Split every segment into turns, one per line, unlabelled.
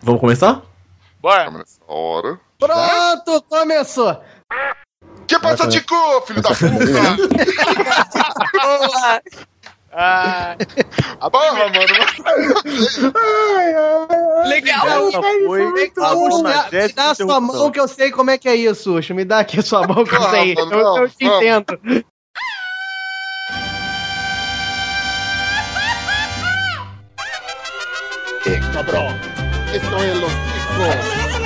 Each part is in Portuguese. Vamos começar?
Bora!
Começa a hora.
Pronto, começou!
Que passa, Tico, filho da puta?
Boa! Ah, a bola, mano.
Legal!
Essa foi
Ô, Ucho, me dá- me dá a sua mão
interrupção.
que eu sei como é que é isso, Ucho. Me dá aqui a sua mão que eu
Vamos,
sei. Eu,
vamos,
eu te
vamos.
entendo.
Esto é los ticos.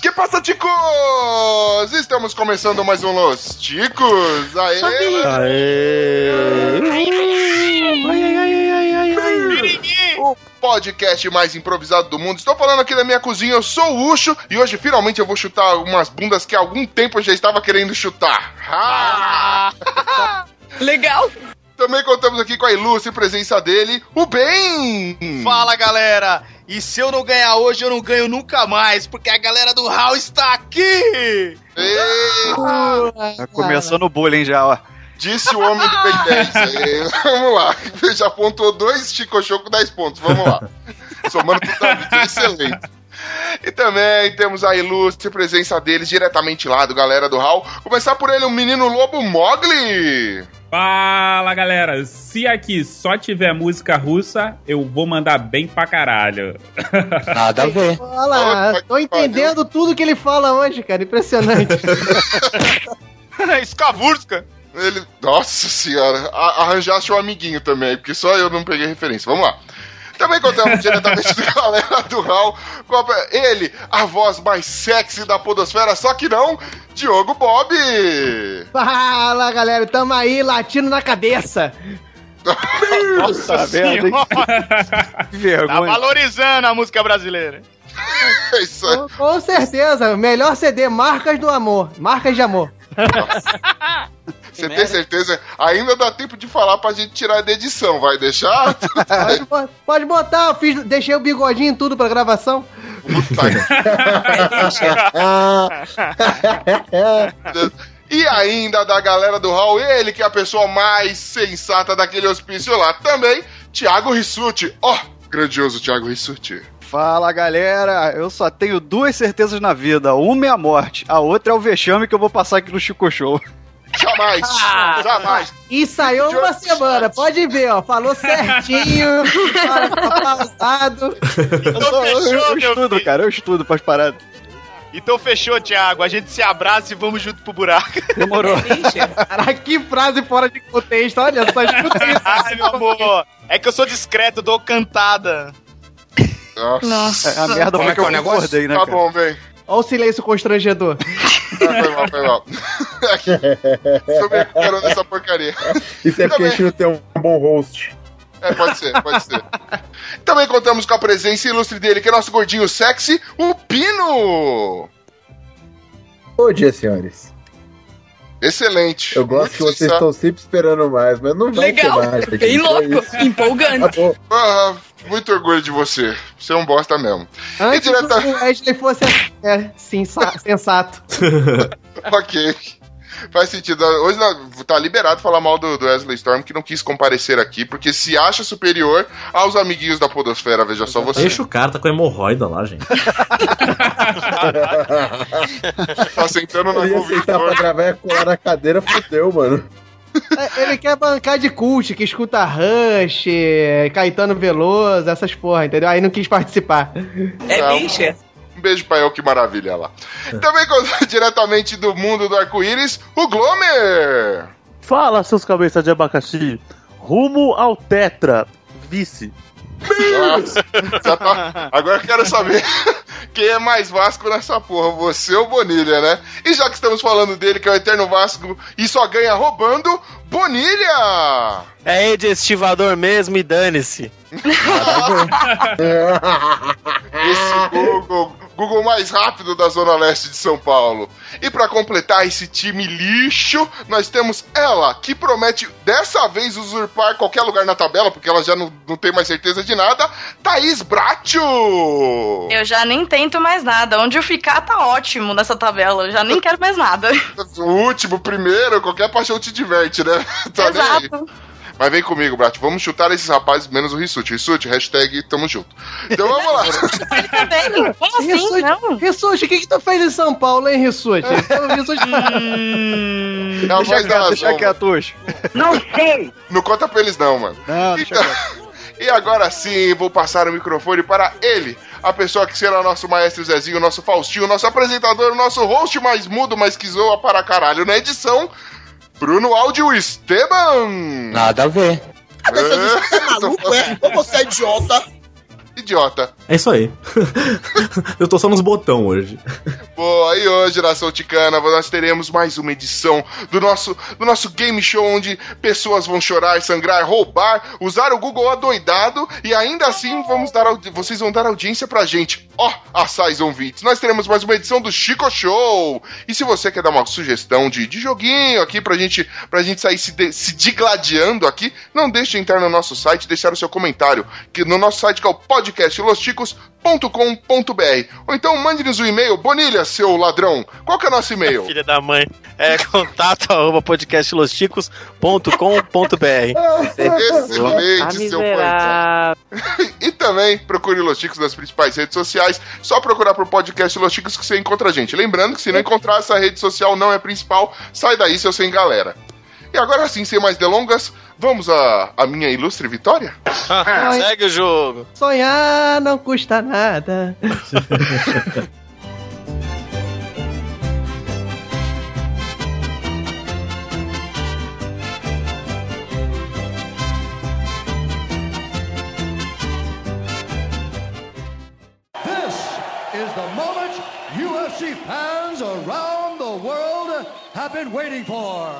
Que passa, Ticos? Estamos começando mais um Los Ticos. Aê!
Aê!
O podcast mais improvisado do mundo. Estou falando aqui da minha cozinha, eu sou o Ucho e hoje finalmente eu vou chutar umas bundas que há algum tempo eu já estava querendo chutar. Ah!
Legal!
Também contamos aqui com a ilustre presença dele, o Ben!
Fala, galera! E se eu não ganhar hoje, eu não ganho nunca mais, porque a galera do Hall está aqui!
Ei,
Tá começando o bullying já, ó.
disse o homem do Ben 10. Ei, Vamos lá, já apontou dois Chicochô com 10 pontos, vamos lá. Somando tudo da vida, é excelente. E também temos a ilustre presença deles diretamente lá do galera do Hall. Começar por ele, o menino lobo Mogli!
Fala galera, se aqui só tiver música russa, eu vou mandar bem pra caralho.
Nada a ver.
Olha lá,
Olha,
tô entendendo tudo que ele fala hoje, cara. Impressionante.
Escavurska!
Ele, nossa senhora, a- arranjaste um amiguinho também, porque só eu não peguei referência. Vamos lá. Também contamos diretamente do galera do Raul, com a- ele, a voz mais sexy da podosfera, só que não, Diogo Bob.
Fala, galera. Tamo aí, latindo na cabeça.
Tá vendo? hein? Que
Tá
vergonha.
valorizando a música brasileira.
É isso aí.
Com, com certeza. Melhor CD, Marcas do Amor. Marcas de Amor.
Você tem certeza? Ainda dá tempo de falar pra gente tirar da edição, vai deixar?
Pode, bo- pode botar. eu fiz- deixei o bigodinho e tudo pra gravação.
Puta que- É. E ainda da galera do Hall, ele que é a pessoa mais sensata daquele hospício lá também, Thiago Rissuti. Ó, grandioso Thiago Rissuti.
Fala, galera. Eu só tenho duas certezas na vida. Uma é a morte, a outra é o vexame que eu vou passar aqui no Chico Show.
Jamais, jamais.
E saiu uma semana. Pode ver, ó. Falou certinho. Fala, tá pausado.
Eu, só- eu- eu
fechou, meu
estudo,
filho.
cara. Eu estudo pras paradas.
Então fechou, Thiago. A gente se abraça e vamos junto pro buraco.
Demorou.
Caraca, que frase fora de contexto. Olha só, escuta isso.
Ai, meu amor. É que eu sou discreto, eu dou cantada.
Nossa.
A merda
Como
foi
é
que
que é
eu
o negócio?
concordei, né,
Tá
cara?
bom, bem.
Olha o silêncio constrangedor.
Ah, Foi mal, foi mal. Estou me recuperando dessa porcaria.
É. Isso é porque
Também.
a gente não tem um bom host.
É, pode ser, pode ser. Também contamos com a presença ilustre dele, que é nosso gordinho sexy, o Pino.
Bom dia, senhores.
Excelente.
Eu gosto que vocês estão sempre esperando mais, mas não vai
Legal!
ter mais. gente.
Bem
Então é
louco!
isso.
Empolgante!
Acabou.
Ah, muito orgulho de você. Você é um bosta mesmo.
Antes
E direta-
que o Wesley fosse é, sensa- sensato.
ok. Faz sentido. Hoje não- tá liberado falar mal do, do Wesley Storm, que não quis comparecer aqui, porque se acha superior aos amiguinhos da Podosfera, veja só você.
Deixa o cara, tá com hemorroida lá, gente.
Tá sentando
Eu
na
ia sentar pra
convidor.
gravar e colar na cadeira, fudeu, mano.
É, Ele quer bancar de cult, que escuta Rush, Caetano Veloso, essas porra, entendeu? Aí não quis participar.
É bicha!
Um beijo pra El, que maravilha lá. Também com- diretamente do mundo do arco-íris, o Glomer!
Fala, seus cabeças de abacaxi. Rumo ao Tetra. Vice.
Nossa, já tá- Agora eu quero saber quem é mais Vasco nessa porra, você ou Bonilha, né? E já que estamos falando dele, que é o Eterno Vasco e só ganha roubando, Bonilha!
É de estivador mesmo e dane-se.
Esse Google Google mais rápido da Zona Leste de São Paulo. E pra completar esse time lixo, nós temos ela, que promete dessa vez usurpar qualquer lugar na tabela, porque ela já não, não tem mais certeza de nada, Thaís Bracho!
Eu já nem tento mais nada. Onde eu ficar tá ótimo nessa tabela. Eu já nem quero mais nada.
O último, primeiro, qualquer paixão te diverte, né? Tá nem aí.
Exato.
Mas vem comigo, Brat. Vamos chutar esses rapazes, menos o Rissuti. Rissuti, hashtag tamo junto. Então vamos lá.
Também. Como assim?
Rissuti,
não?
Rissuti, o que, que tu fez em São Paulo, hein, Rissuti? Então, Rissuti-
Hum.
É a voz
Deixa
da
quieto, deixa
razão.
quieto hoje.
Não sei.
Não conta pra eles, não, mano.
Não, deixa
Então-
quieto.
E agora sim, vou passar o microfone para ele, a pessoa que será o nosso maestro Zezinho, o nosso Faustinho, o nosso apresentador, o nosso host mais mudo, mas que zoa para caralho na edição, Bruno Áudio Esteban!
Nada a ver.
Ah, mas
Você é maluco, é? Ou você é idiota?
Idiota.
É isso aí. Eu tô só nos botão hoje.
Boa, e hoje, geração ticana, nós teremos mais uma edição do nosso, do nosso game show onde pessoas vão chorar, sangrar, roubar, usar o Google adoidado e ainda assim vamos dar audi- vocês vão dar audiência pra gente. Ó, assais ouvintes, nós teremos mais uma edição do Chico Show. E se você quer dar uma sugestão de, de joguinho aqui pra gente, pra gente sair se, de- se digladiando aqui, não deixe de entrar no nosso site e deixar o seu comentário, que no nosso site que é o podcastlosticos.com.br. Ou então mande-nos um e-mail, Bonilha, seu ladrão. Qual que é o nosso e-mail?
Filha da mãe. É contato arroba podcastlosticos.com.br.
Tá
Excelente, seu pai. E também procure Los Chicos nas principais redes sociais. Só procurar por podcast Los Chicos que você encontra a gente. Lembrando que se não encontrar essa rede social não é principal, sai daí seu sem galera. E agora sim, sem mais delongas, vamos à, à minha ilustre vitória?
Ah, Segue o jogo.
Sonhar não custa nada.
This is the moment UFC fans around the world have been waiting for.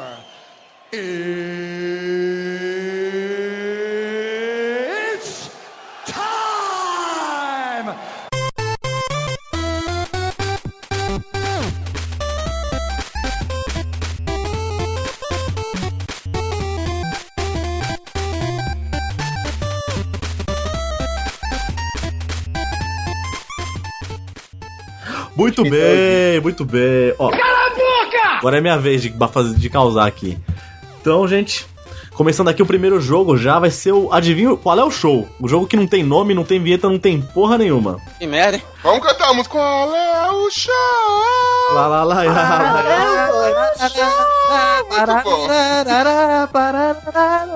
It's time!
Muito bem, muito bem. Ó,
a boca!
agora é minha vez de, ba- fazer- de causar aqui. Então, gente, começando aqui o primeiro jogo já vai ser o. Adivinha qual é o show? O jogo que não tem nome, não tem vinheta, não tem porra nenhuma.
Que merda, hein?
Vamos cantar a música. Qual é o show?
Lá, lá, lá, lá.
Muito bom.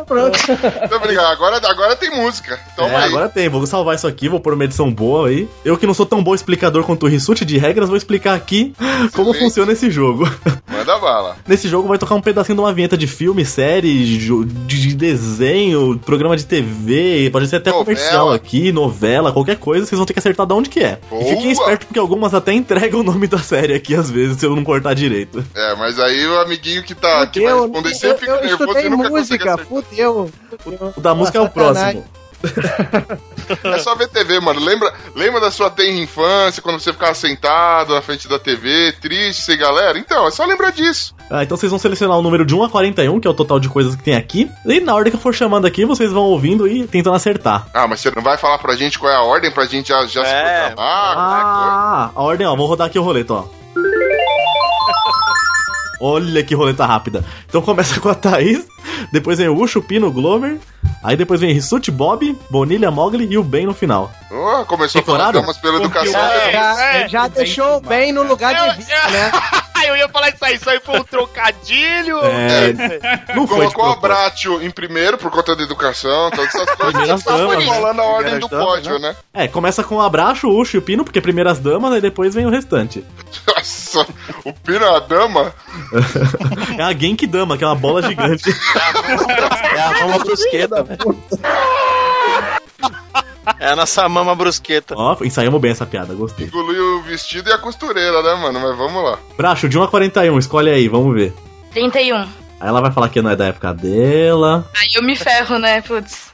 Pronto.
Muito obrigado. Agora, agora tem música. Então
É, agora tem, vou salvar isso aqui, vou pôr uma edição boa aí. Eu que não sou tão bom explicador quanto o Rissuti de regras, vou explicar aqui como funciona esse jogo.
manda né, bala.
Nesse jogo vai tocar um pedacinho de uma vinheta de filme, série, jo- de, de desenho, programa de TV, pode ser até comercial aqui, novela, qualquer coisa, vocês vão ter que acertar de onde que é. E fiquem espertos porque algumas até entregam o nome da série aqui às vezes, se eu não cortar direito.
É, mas aí o amiguinho que, tá, que vai responder sempre fica
Eu
nervoso e
estudei
nunca
música, fudeu.
O da música é o próximo.
É só ver TV, mano. Lembra, lembra da sua tenra infância, quando você ficava sentado na frente da TV, triste, sem galera? Então, é só lembrar disso.
Ah, então vocês vão selecionar o número de 1 a 41, que é o total de coisas que tem aqui. E na ordem que eu for chamando aqui, vocês vão ouvindo e tentando acertar.
Ah, mas você não vai falar pra gente qual é a ordem pra gente já, já se programar? é
Ah, a ordem, ó, vou rodar aqui o roleta, ó.
Ah.
Olha que roleta rápida. Então começa com a Thaís, depois vem o Ucho, Pino, Glover, aí depois vem Rissuti, Bob, Bonilha, Mogli e o Ben no final.
Oh, começou a falar
Decoraram?
damas pela educação.
é
é,
Já, já deixou bem no lugar de vista, né?
Ah, eu ia falar isso aí, isso aí foi um trocadilho.
É, não foi de
Colocou a
propósito.
Bratio em primeiro por conta da educação, todas essas coisas.
Primeiras
Só foi
damas, né?
falando a ordem do
Primeiras damas,
pódio, né?
É, começa com o Abraço, o Ucho e o Pino, porque primeiras damas, aí depois vem o restante.
Nossa, o Pino é a dama?
É a Genki Dama, que é uma bola gigante.
É a mama brusqueta. velho. É a nossa mama brusqueta.
Ó, ensaiamos bem essa piada, gostei.
Engoliu o vestido e a costureira, né, mano? Mas vamos lá.
Bracho, de 1 a 41, escolhe aí, vamos ver.
31. Aí
Aí ela vai falar que não é da época dela.
um. eu me ferro, né? Putz.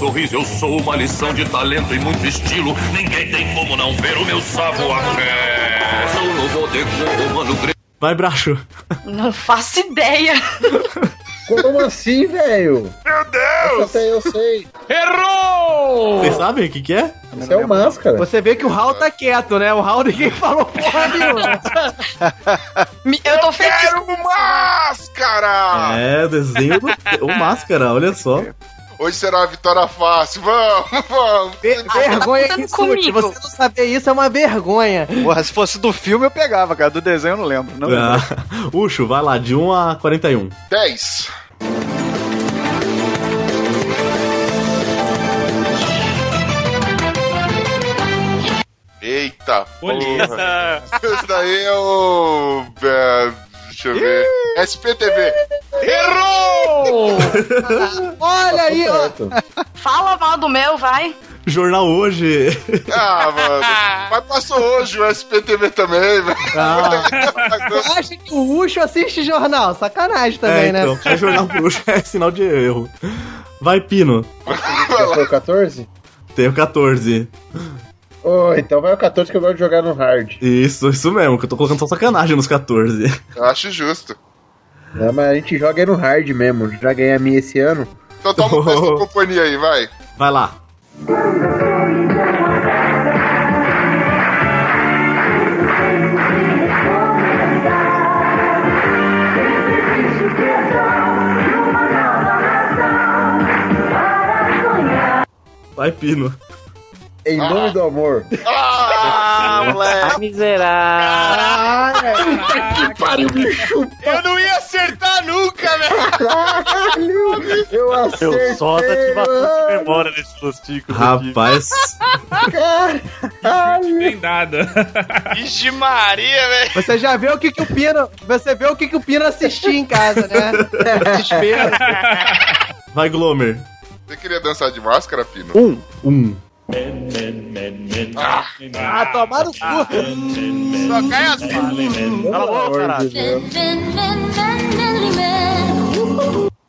sorriso, eu sou uma lição de talento e muito estilo. Ninguém tem como não ver o meu savoir-faire. Sou o novo decor humano grego.
Vai, Bracho.
Não faço ideia.
Como assim, velho?
Meu Deus!
Até eu sei.
Errou! Vocês sabem o que, que é?
Isso é o máscara.
Você vê que o Raul tá quieto, né? O Raul ninguém falou porra nenhuma.
Me- Eu tô feliz.
Quero um
Ah.
máscara!
É, desenho do. O máscara, olha só.
Então,
Hoje será uma vitória fácil. Vamos, vamos. Tá
É. vergonha
contando
que insulte.
comigo.
Você não saber isso é uma vergonha.
Porra, se fosse do filme eu pegava, cara. Do desenho eu não lembro. Não
Ah,
lembro.
Ucho, vai lá, de 1 a 41.
10. Eita!
Polícia.
porra. Isso daí é o. é, deixa eu ver. SPTV!
Oh!
Errou!
Olha aí, ó.
Fala mal do meu, vai.
Jornal hoje.
Ah, mano. Mas passou hoje o SPTV também, velho.
Ah.
tá
Tu acha que o Ucho assiste jornal? Sacanagem também,
é, então,
né?
é jornal pro Ucho é sinal de erro. Vai, Pino.
Já foi o 14?
Tenho 14.
Oh, então vai o 14 que eu gosto de jogar no hard.
Isso, isso mesmo, que eu tô colocando só sacanagem nos 14.
Eu acho justo.
Não, mas a gente joga aí no hard mesmo. Já ganhei a minha esse ano.
Então toma um teste de companhia aí, vai.
Vai lá. Vai, Pino.
Em nome do amor.
Ah, moleque.
Miserável.
que pariu, bicho.
Eu não ia acertar nunca, velho.
Caralho. Eu acertei.
Eu só
mano.
tive bastante memória nesse lustículo.
Rapaz,
Caralho.
Bem dada.
Vixe Maria, velho.
Você já vê o que, que o Pino. Você vê o que, que o Pino assistia em casa, né? Desespero.
vai, Glomer.
Você queria dançar de máscara, Pino?
Um. Um.
Ah, tomaram o cu.
Só cai as balas.
assim.
Cala a boca, caralho.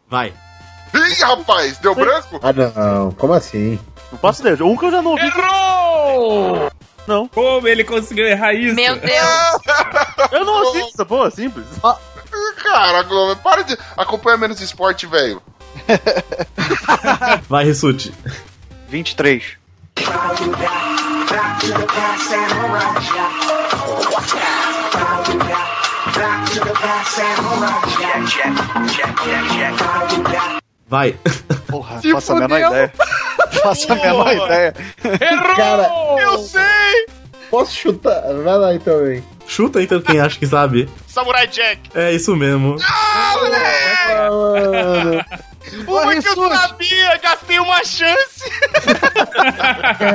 Vai.
Ih, rapaz, deu branco?
Ah, não. Como assim?
Não posso deixar. Um que eu já não ouvi.
Errou!
Não.
Como ele conseguiu errar isso?
Meu Deus.
Eu não ouvi essa porra, simples.
Ah, Cara, Globo, para de. Acompanha menos esporte, velho.
Vai, Rissute.
23.
Vai.
Porra,
Se
faço a menor
fudeu.
ideia. faço a menor ideia.
Cara,
Eu sei!
posso chutar? Vai lá então, hein.
Chuta então quem acha que sabe.
Samurai Jack.
É isso mesmo.
Ah, mano.
Ô,
Uma que eu
Rissuti.
sabia, gastei uma chance.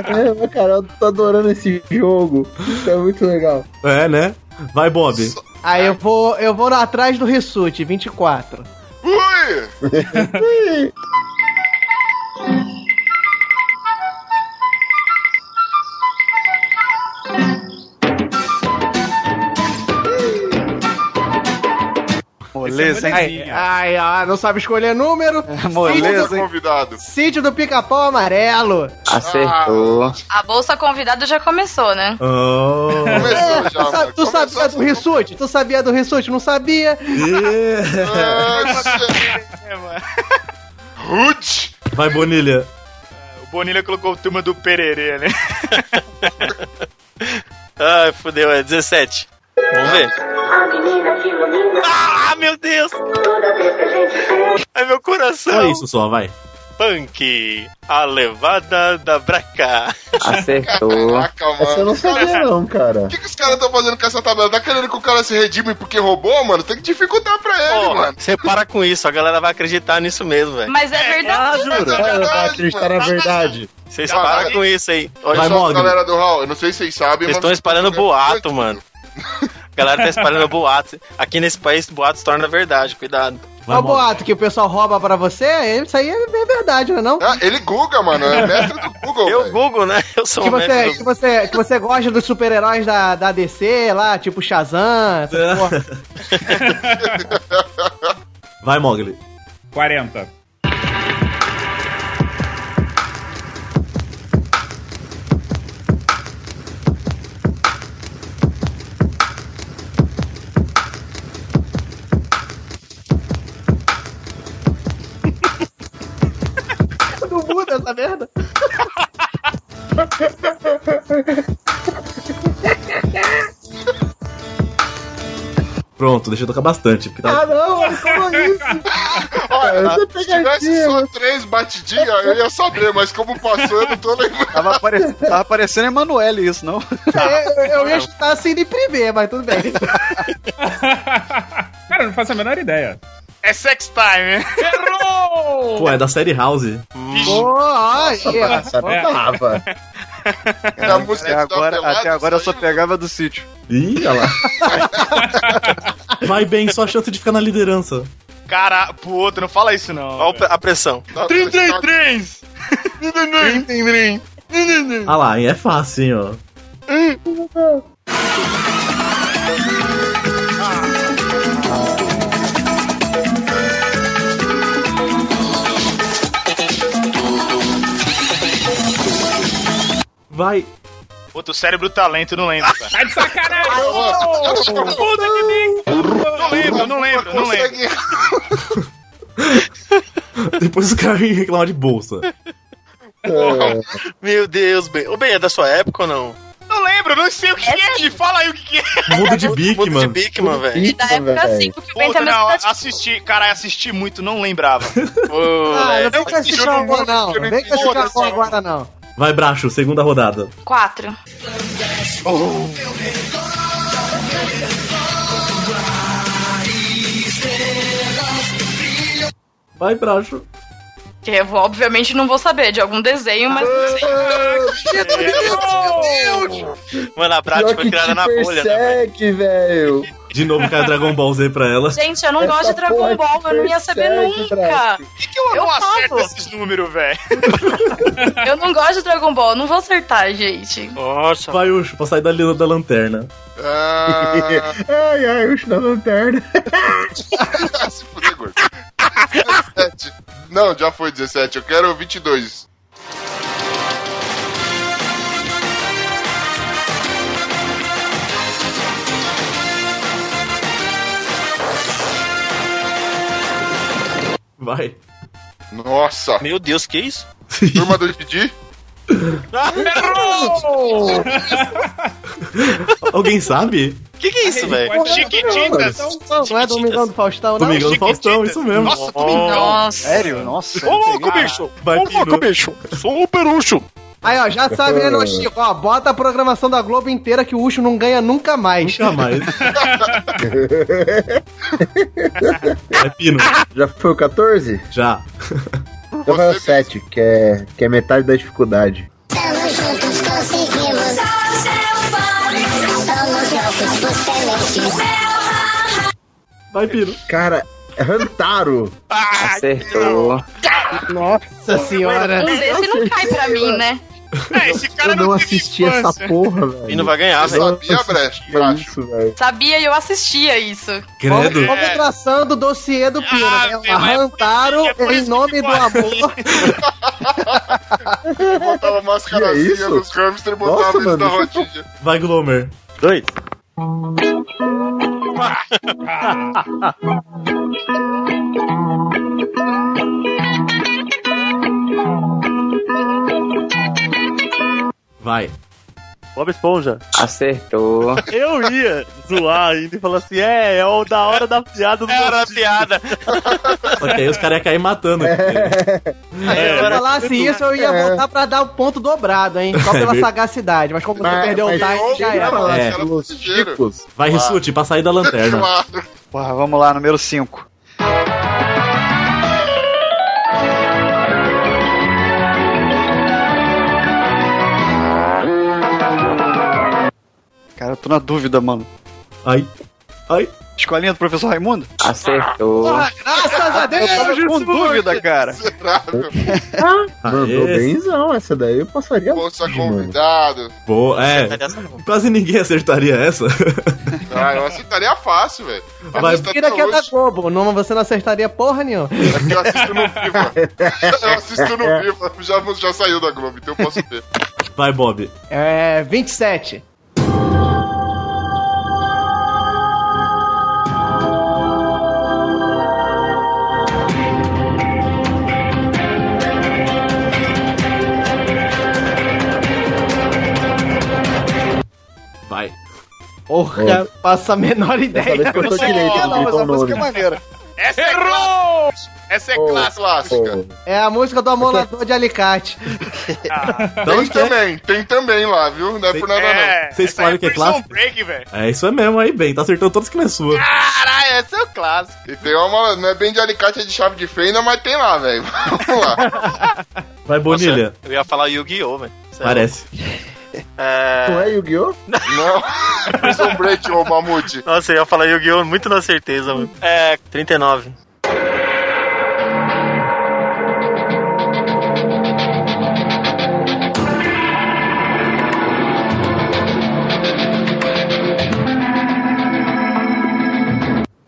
Caramba, cara, eu tô adorando esse jogo. Isso é muito legal.
É, né? Vai, Bob.
Aí eu vou, eu vou atrás do Rissuti, 24.
Ui!
Moleza, hein? É,
Ai, ah, não sabe escolher número.
Moleza, hein?
convidado.
Sítio do pica-pau amarelo.
Acertou.
A bolsa convidada já começou, né?
Oh.
Começou já, assim.
Tu, sa-
mano.
tu
Começou
sabia
essa-
do Rissuti? Tu sabia do Rissuti? Não sabia?
Yeah.
Ah, Ruth!
Vai, Bonilha.
O Bonilha colocou o turma do Pererê, né?
Ai, fudeu, é 17. Vamos ver. Ah, meu Deus! Ai, meu coração!
Só É isso só, vai.
Punk, a levada Ah, da braca.
Acertou.
Caraca,
Essa eu
mano.
não sabia, não, cara.
O que, que os caras estão fazendo com essa tabela? Tá querendo que o cara se redime porque roubou, mano? Tem que dificultar pra ele,
Pô,
mano.
você para com isso, a galera vai acreditar nisso mesmo, velho.
Mas é verdade.
Mas é
Cara, eu vou
verdade,
acreditar na
mano.
verdade.
Vocês
Caralho.
param com isso aí. Olha
Olha
Vai,
só,
só,
Mogli.
galera do Raul, eu não sei se vocês sabem,
vocês
mas...
estão espalhando boato, mano. A galera tá espalhando boato. Aqui nesse país, boato se torna verdade, cuidado.
Olha
Vai,
o
Bob.
É um boato que o pessoal rouba pra você, isso aí é verdade, não é não?
Ah, ele Guga, mano. É mestre do Google,
Eu,
velho.
Google, né? Eu sou
Que
o
você, é, que,
mestre. do-
você, que você gosta dos super-heróis da, da DC lá, tipo Shazam, essas porra.
Vai, Mogli.
40.
Pronto, deixa eu tocar bastante. porque tá-
Ah, não, olha como é isso. Olha, se tivesse só três batidinhas, eu ia saber, mas como passou, eu não tô lembrando.
Tava, apare... Tava parecendo Emanuele isso, não?
É, eu ia chutar assim de primeiro, mas tudo bem.
Cara, eu não faço a menor ideia.
É sex time. Errou!
Pô, é da série House.
Boa,
Nossa, brava.
é. até agora, até agora eu só pegava do sítio.
Ih, olha lá. Vai bem, só a chance de ficar na liderança.
Cara, pro outro, não fala isso não.
Olha a pressão.
tá-
33!
Ah lá, hein, é fácil, hein, ó. Vai.
Pô, teu cérebro tá lento, eu não lembro, cara.
Tá de sacanagem!
Puta que Não lembro, não lembro, não lembro.
Depois o cara vem reclamar de bolsa.
Meu Deus, Ben. Ô, Ben, é da sua época ou não?
Não lembro, não sei o que é. Gui, Fala aí o que que é.
Muda de bic, mano.
Muda de bic, mano, velho.
Da época
velho.
5 que Puta, não, assisti, cara, assisti muito, não lembrava. Pô,
Ah,
velho.
não vem com esse chapão, não. Não vem com esse chapão agora, não.
Vai, Bracho, segunda rodada.
Quatro.
Vai, Bracho.
Que eu vou- obviamente não vou saber de algum desenho, mas não sei.
É,
Ah,
Mano, a Brat foi criada na bolha, né?
Persegue, velho.
De novo cai Dragon Ball Z pra ela.
Gente, eu não
Essa
gosto de
porra é
Dragon
te
Ball, eu não ia saber
persegue,
nunca.
Brasil.
que eu não acerto esses números, velho?
Eu não gosto de Dragon Ball, eu não vou acertar, gente.
Nossa. Vai, Ucho, pra sair da lila da lanterna.
Ah.
ai, ai, o da lanterna.
Se fuder, gordo. 17. Não, já foi 17. Eu quero 22.
Vai.
Nossa.
Meu Deus, que isso?
Turma do Didi?
Errou!
Alguém sabe?
Que que é isso, velho?
Chiquititas.
Não é Domingão do Faustão, não?
Domingão do Faustão, isso mesmo.
Nossa,
Domingão. Sério? Nossa.
Ô,
louco,
bicho.
Vai, Pino.
bicho! Sou o perucho!
Aí, ó, já sabe, né, no Chico? Ó, bota a programação da Globo inteira que o Ucho não ganha nunca mais.
Nunca mais. Vai, É Pino.
Já foi o 14?
Já.
Então vai o 7, que é, que é metade da dificuldade.
Vai, Pino.
Cara, é Rantaro.
Acertou.
Nossa senhora.
Um desse não cai pra mim, né?
É,
eu não assisti essa porra, velho.
E não vai ganhar, velho.
Sabia, Brecht?
É isso, velho.
Sabia e eu assistia isso.
Credo.
Vamos traçando o dossiê
Ah,
do Pino, né?
é
Arrantaram em nome do amor.
Eu botava mascarazinha nos hamsters e botava eles na rodinha.
Vai, Glomer.
Dois.
Vai.
Bob Esponja.
Acertou.
Eu ia zoar ainda e falar assim: é, é o da hora da piada do
Era uma piada.
Só que aí os caras iam cair matando. aqui.
Se
É.
eu falasse isso, eu ia voltar pra dar o ponto dobrado, hein? Só
É
pela
verdade.
sagacidade. Mas como você perdeu o time, já era.
É.
Os tipos.
Vai, Rissuti, pra sair da lanterna.
Porra, vamos lá, número 5. Cara, eu tô na dúvida, mano.
Ai. Ai.
Escolinha do professor Raimundo?
Acertou.
Ah,
Graças a Deus!
é,
Eu tava com dúvida, cara.
Mandou
esse-
bemzão, essa daí eu passaria.
Bolsa convidado.
Boa, é. Quase ninguém acertaria essa.
Ah, eu aceitaria fácil, velho.
Vai-
Assisto
Tira
até
que é da
hoje.
Globo. Não, você não acertaria porra nenhuma.
É que eu assisto no Viva. Eu assisto no Viva. Já, já saiu da Globo, então eu posso ver.
Vai, Bob.
É, 27.
Vai.
Porra, faço a menor ideia.
vez que eu tô
Nossa,
direito,
não,
não,
mas
mas
a música é uma-
maneira.
Essa é Errou! Essa é
clássica.
É a música do amolador de alicate.
Ah.
Tem também, tem também lá, viu? Não é por nada
É,
não.
Vocês falaram que é clássico?
Break, velho.
É, isso é mesmo aí, bem. Tá acertando todas que não é sua.
Caralho, essa é o clássico.
E tem uma, não é bem de alicate, é de chave de fenda, mas tem lá, velho. Vamos lá.
Vai, Bonilha.
Eu ia falar Yu-Gi-Oh, velho. Sério.
Parece.
É...
Não é Yu-Gi-Oh?
Não. Prison um Break, ô Mamute.
Nossa, eu ia falar Yu-Gi-Oh muito na certeza, mano. É, 39.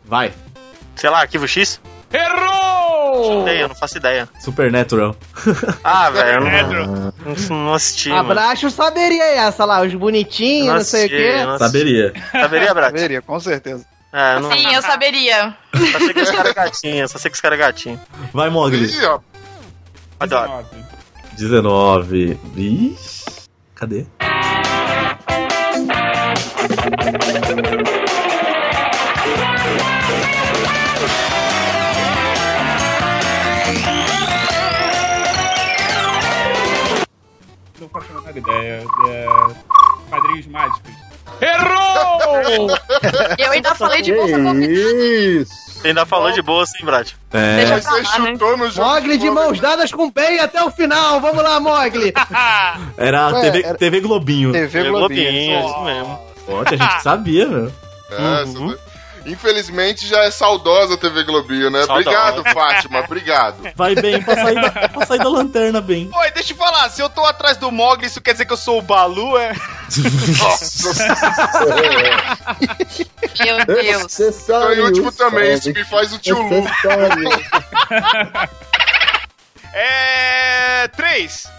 Vai.
Sei lá, arquivo X?
Errou!
Não sei, eu não faço ideia.
Supernatural.
Ah, velho, eu não, não, não assisti, mano.
Abraço saberia essa lá, os bonitinhos, não, sei o quê. né?
Saberia.
Saberia, Brat?
Saberia, com certeza.
É, eu não...
Sim, eu saberia.
Só sei que os caras é gatinho, só sei que os caras é gatinho.
Vai, Mogli.
ó.
Adoro.
19. Ixi. Cadê?
Não faço a menor ideia. É... Padrinhos mágicos.
Errou!
Eu ainda falei de
bolsa
Isso.
Você ainda falou de bolsa, hein, Brat?
É.
Deixa
Você
né?
chutou no jogo.
Mogli de mãos dadas com o bem até o final. Vamos lá, Mogli.
Era
Ué,
TV,
era-
TV Globinho.
TV Globinho.
isso mesmo.
Forte, a gente sabia, meu. Uhum.
É, essa- Infelizmente já é saudosa a TV Globinho, né?
Saudosa.
Obrigado, Fátima, obrigado.
Vai bem, pra sair da, pra sair da lanterna, bem.
Oi, deixa eu falar, se eu tô atrás do Mogli, isso quer dizer que eu sou o Balu, é?
Meu Deus.
é
Então, e o último também,
sabe?
esse me faz o tio Lu.
É. Três.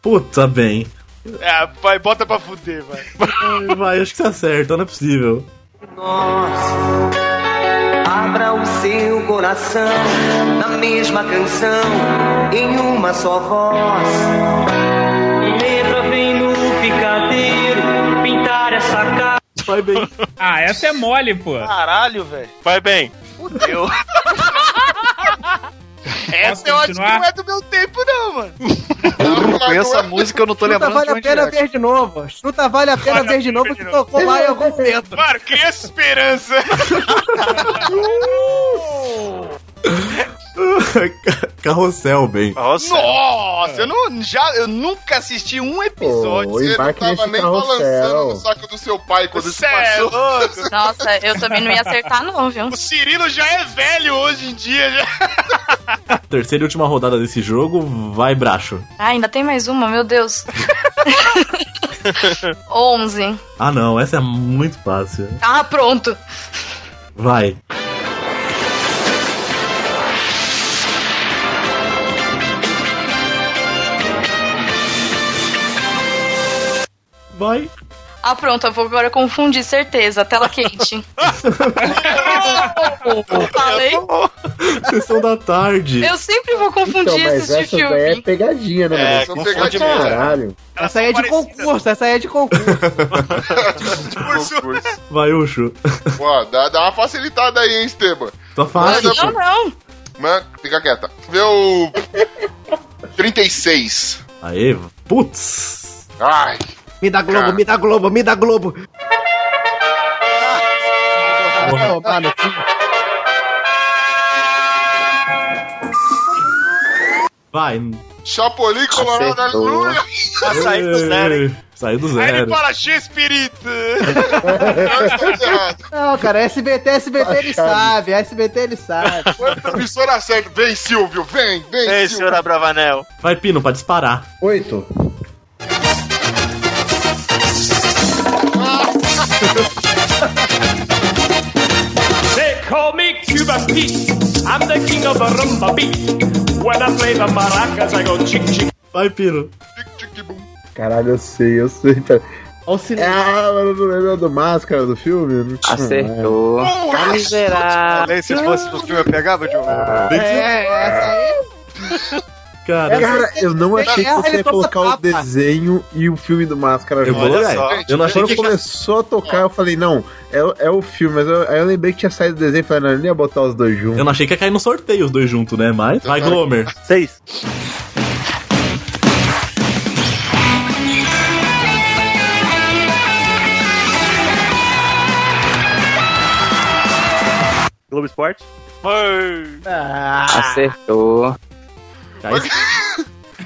Puta, bem.
É, vai, bota pra fuder, vai.
Vai, acho que você acerta, não é possível.
Abra o seu coração na mesma canção, em uma só voz. Letra vem no picadeiro pintar essa cara.
Vai bem.
Ah, essa é mole, pô.
Caralho, velho.
Vai bem.
Fudeu. Essa eu acho que
continuar?
não é do meu tempo, não, mano.
Eu conheço a música, eu não tô
Chuta
lembrando
vale
de
a
onde
pena
é.
ver de novo. Chuta vale a pena ver de novo que tocou lá em algum momento.
Mano, cria essa esperança.
Carrossel, bem.
Tá Nossa, eu, não, já, eu nunca assisti um episódio.
Pô, o embarque
Tava
nesse
nem
carrossel.
balançando no saco do seu pai quando isso
Cê é
passou.
louco.
Nossa, eu também não ia acertar, não, viu?
O Cirilo já é velho hoje em dia. Já.
Terceira e última rodada desse jogo, vai, Bracho.
Ah, ainda tem mais uma, meu Deus. 11.
Ah, não, essa é muito fácil.
Ah, pronto.
Vai. Vai.
Ah, pronto, eu vou agora confundir, certeza. Tela quente. Falei?
Sessão da tarde.
Eu sempre vou
Então,
confundir
mas
esses de
essa
filme.
daí é pegadinha, né?
É,
mano?
são
Nossa,
pegadinha.
Caralho.
Essa aí é de concurso, essa aí é de concurso.
Vai, Ucho.
Ó, dá, dá uma facilitada aí, hein, Esteban.
Tá fácil.
Não, não.
Mano, fica quieta. Meu. 36.
Aê, putz.
Ai.
Me dá Globo,
Cara.
me dá Globo, me dá Globo.
Porra.
Ah, no-
Vai.
Chapolin Colorado,
Acertou.
aleluia!
saiu do zero, hein?
Saiu do
Aí ele
zero.
fala X, espírito.
Não, cara, SBT, SBT ele sabe, SBT ele sabe.
Quanta emissora certa. Vem, Silvio, vem, vem,
Ei,
Silvio.
senhora Bravanel.
Vai, Pino, pra disparar.
Oito.
They call me Cuba Pete. I'm the king of the rumba beat. When I play the maracas, I go chick chick.
Vai, Pino.
Caralho, eu sei, eu sei. Pera.
Olha o cinema.
Ah, mas eu não lembro do máscara do filme? Não tinha né?
Acertou.
Tá
mais.
É, Falei, se fosse no filme eu pegava, Diogo.
Tem que-
É, essa aí.
Cara,
Cara, eu não achei que você ia colocar o desenho e o filme do Máscara
Eu vou
junto.
olhar. Olha só.
Eu não achei que
Gente,
começou a tocar, eu falei, não, é, é o filme, mas eu, aí eu lembrei que tinha saído o desenho e falei, não, eu nem ia botar os dois juntos.
Eu não achei que ia cair no sorteio os dois juntos, né? Mas. Vai, Glomer.
Seis. Globo Esporte?
Ah,
Acertou.
É muito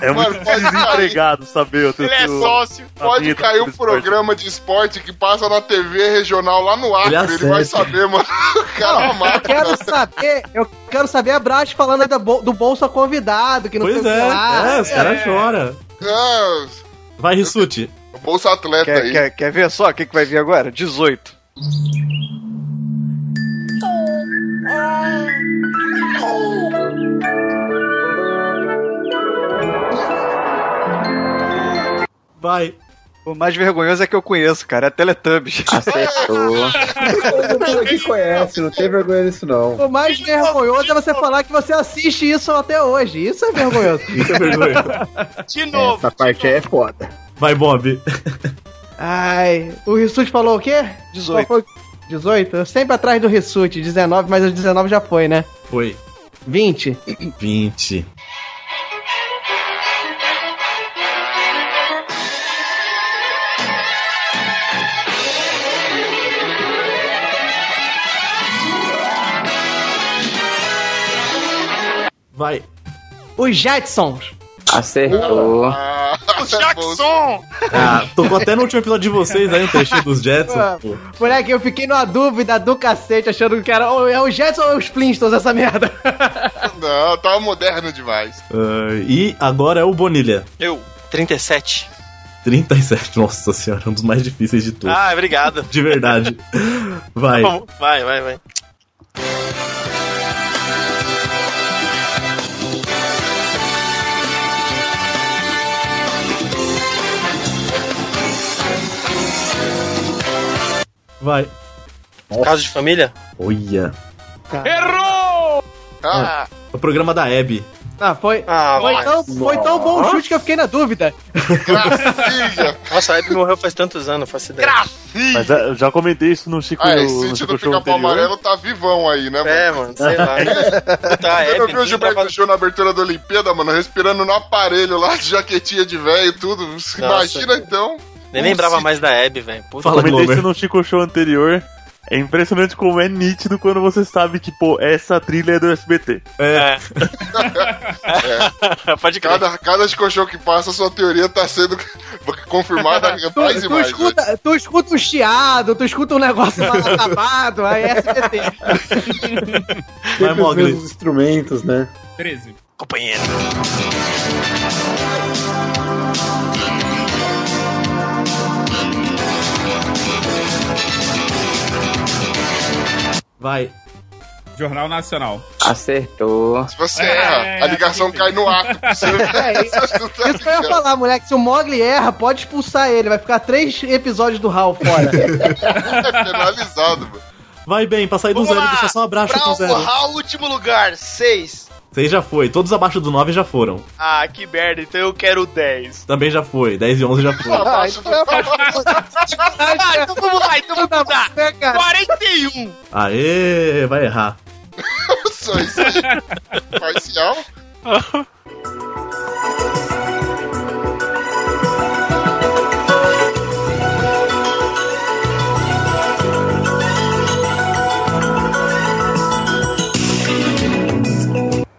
Mano, pode
desempregado saber. eu tenho-
Ele é sócio,
a
pode
vida
cair
do
um programa de esporte que passa na TV regional lá no Acre,
Ele
ele, vai
acerta.
saber, mano. O cara
Eu
mata.
quero saber, eu quero saber a Brás falando da bol- do bolsa convidado, que não
Pois
sei o que
é,
lá.
é, os caras choram. Vai, Rissuti.
Bolsa Atleta
quer,
aí.
Quer, quer ver só o que, que vai vir agora? 18.
Vai.
O mais vergonhoso é que eu conheço, cara. É Teletubbies.
Acertou.
Todo mundo aqui conhece, não tem vergonha disso não.
O mais vergonhoso é você falar que você assiste isso até hoje. Isso é vergonhoso.
Isso é vergonha.
De
Essa parte aí é foda.
Vai, Bob.
Ai, o Rissuti falou o quê?
18.
Qual foi? 18? Eu sempre atrás do Rissuti, 19, mas os 19 já foi, né?
Foi.
20.
20. Vai.
Os Jetsons.
Acertou.
O Jackson!
Ah, tocou até no último episódio de vocês aí, um trechinho dos Jetsons. pô.
Moleque, eu fiquei numa dúvida do cacete, achando que era ou é o Jetson ou é os Flintstones essa merda.
Não, tava moderno demais.
Ah, e agora é o Bonilha.
Eu, 37.
37, nossa senhora, um dos mais difíceis de todos.
Ah, obrigado.
De verdade. Vai.
Vamos, Vai, vai, vai.
Vai.
Caso de família?
Olha.
Errou!
Ah, O programa da Abby.
Ah, foi, foi, tão, foi tão bom o chute que eu fiquei na dúvida.
Nossa, a Abby morreu faz tantos anos, não faço ideia.
Mas é, eu já comentei isso no Chico,
Ah,
no,
esse
no
sentido
Chico
do
Show
Pica-Pau
anterior.
Amarelo tá vivão aí, né, mano?
É, mano, sei lá.
Você não viu o Gilberto Gil na abertura da Olimpíada, mano? Respirando no aparelho lá, de jaquetinha de velho, tudo. Imagina então.
Nem lembrava mais da Abby, velho. Puta
Fala, comentei
Glomer.
isso no Chico Show anterior. É impressionante como é nítido quando você sabe que, pô, essa trilha é do SBT.
É.
Pode
crer.
Cada, cada escolchão que passa, sua teoria tá sendo confirmada é mais
Tu,
e
tu,
mais.
escuta, tu escuta um chiado, tu escuta um negócio mal acabado, aí é SBT.
Sempre os
Mogli.
mesmos instrumentos, né?
13.
Companheiro.
Vai.
Jornal Nacional. É.
Acertou.
Você
é,
erra, É, a ligação cai no ato.
É, isso que eu ia falar, moleque. Se o Mogli erra, pode expulsar ele. Vai ficar três episódios do Hal fora.
Penalizado, mano.
Vai bem, pra sair do
Vamos
zero,
lá.
deixa só um abraço pro
Pra
zero.
honrar o último lugar, 6.
Vocês já foi, todos abaixo do 9 já foram.
Ah, que merda, então eu quero 10.
Também já foi, 10 e 11 já foi.
Ah, então vamos lá, um. então vamos mudar. 41.
Aê, vai errar.
Só isso aí. Parcial.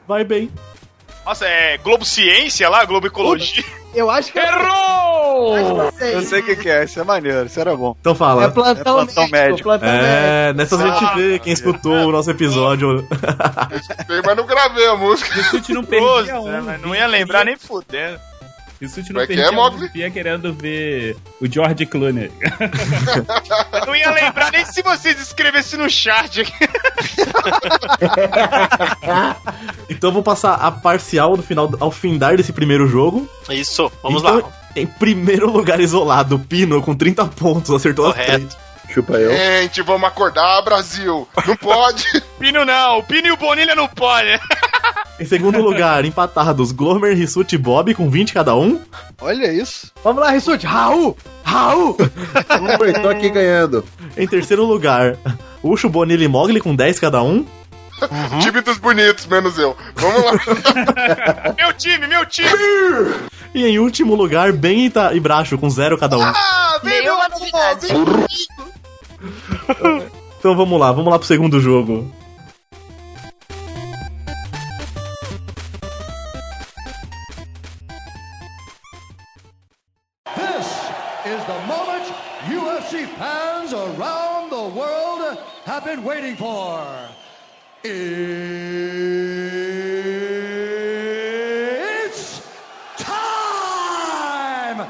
Vai bem.
Nossa, é Globo Ciência lá, Globo Ecologia.
Eu acho que.
Errou!
Eu sei o que, que é, isso é maneiro, isso era bom.
Então fala.
É plantão, médico.
É, nessa a gente vê quem escutou o nosso episódio.
Tem, mas não gravei a música.
Rissuti não
Doze,
perdia
né,
um.
mas não ia lembrar nem fudendo.
Rissuti
Como
não
é que
perdia
é,
um.
Mogli?
Ia querendo ver o George Clooney.
Eu não ia lembrar nem se vocês escrevessem no chat aqui.
Então vou passar a parcial no final, ao findar desse primeiro jogo.
Isso, vamos
Então,
lá.
Em primeiro lugar isolado, Pino com 30 pontos, acertou
Correto.
as três. Chupa eu.
Gente, vamos acordar, Brasil. Não pode.
Pino não, o Pino e o Bonilha não podem.
Em segundo lugar, empatados Glomer, Rissuti e Bob com 20 cada um.
Olha isso.
Vamos lá, Rissuti. Raul! Raul!
Glomer, tô aqui ganhando. Em terceiro lugar, Ucho, Bonilha e Mogli com 10 cada um.
Uhum. Time dos bonitos, menos eu. Vamos
lá. meu time, meu time!
E em último lugar, Ben e, Ta- e Bracho com 0 cada um.
Ah, vem, meu amor, vem comigo.
Então vamos lá, vamos lá pro segundo jogo.
This is the moment UFC fans around the world have been waiting for. It's time!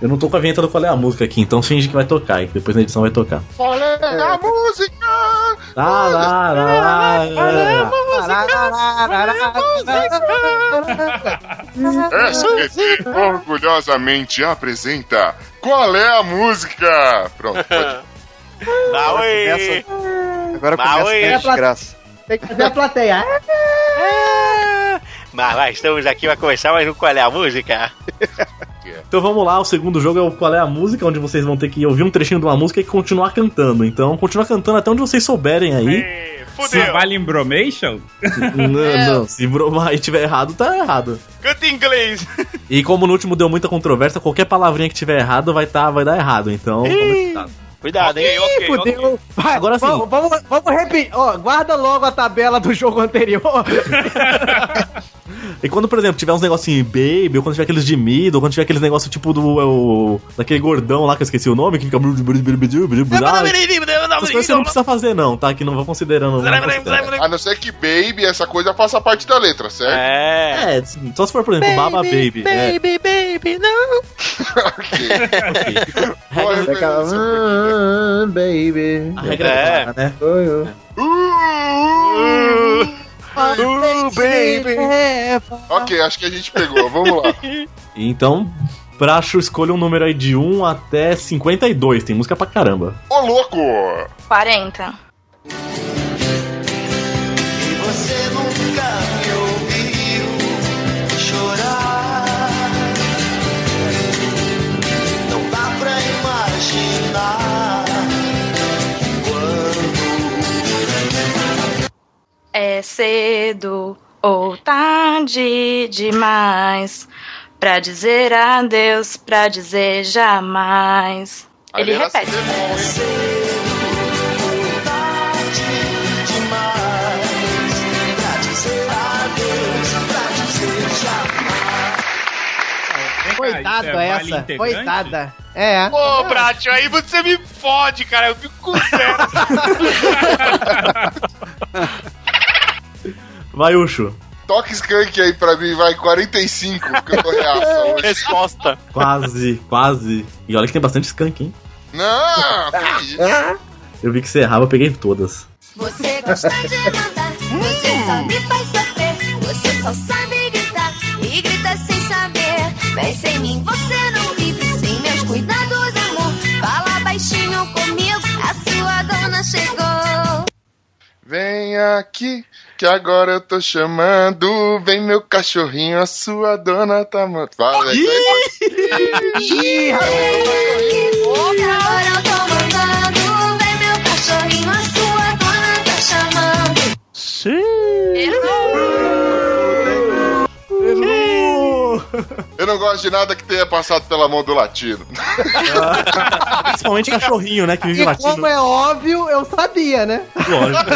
Eu não tô com a vinheta do qual é a música aqui, então finge que vai tocar, e depois na edição vai tocar.
Qual é a música?
Lá, lá, lá, lá.
Uhum. SBT orgulhosamente apresenta Qual é a música? Pronto, pode.
Maui!
Agora começa
Maui!
a desgraça.
Tem que fazer a plateia.
Mas lá, estamos aqui, vai começar mais um Qual é a Música?
Então vamos lá, o segundo jogo é o Qual é a Música, onde vocês vão ter que ouvir um trechinho de uma música e continuar cantando. Então, continuar cantando até onde vocês souberem aí.
Se vale em bromation?
não, não, se bromar e tiver errado, tá errado.
Canta em inglês.
E como no último deu muita controvérsia, qualquer palavrinha que tiver errado vai, tá, vai dar errado. Então,
Cuidado,
hein?
Ih, fudeu. Vai,
Agora sim.
Vamos, vamos, vamos repetir. Ó, guarda logo a tabela do jogo anterior.
E quando, por exemplo, tiver uns negocinhos baby, ou quando tiver aqueles de mido, ou quando tiver aqueles negócios tipo do. é, o- daquele gordão lá que eu esqueci o nome, que fica. blu, blu, blu, blu, blu, blu, blu, ah, Essas coisas você não precisa fazer, não, tá? Que não vou considerando. não considera.
A não ser que Baby, essa coisa, faça parte da letra, certo?
É.
É, só se for, por exemplo, Baba Baby. é.
baby, não.
Vai aquela, "Ah, baby.
A regra é clara, né?
Oi, oi.
Uh, baby. Ok, acho que a gente pegou. Vamos lá.
Então, Pracho, escolha um número aí de 1 até 52. Tem música pra caramba.
Ô, louco!
40.
E você nunca me ouviu chorar. Não dá pra imaginar quando.
É cedo ou tarde demais pra dizer adeus, pra dizer jamais. Ele
Aliás,
repete.
Coitada
isso é vale
essa.
integrante?
Coitada. É.
Ô, Bratio, aí você me fode, cara. Eu fico com
Vai, Ucho.
Toca Skunk aí pra mim, vai, 45, que eu tô reaça hoje.
Resposta.
Quase, quase. E olha que tem bastante skunk, hein?
Não! que isso?
Eu vi que você errava, eu peguei todas.
Você gosta de andar, você só me faz sofrer. Você só sabe gritar e grita sem saber. Mas sem mim você não vive, sem meus cuidados, amor. Fala baixinho comigo, a sua dona chegou.
Vem aqui, que agora eu tô chamando. Vem meu cachorrinho, a sua dona tá mandando. Fala, isso aí.
Ih, Agora eu tô mandando, vem meu cachorrinho, a sua dona tá chamando.
Eu não gosto de nada que tenha passado pela mão do latino.
Principalmente cachorrinho, né? Que vive
E
latindo.
como é óbvio, eu sabia, né?
Lógico.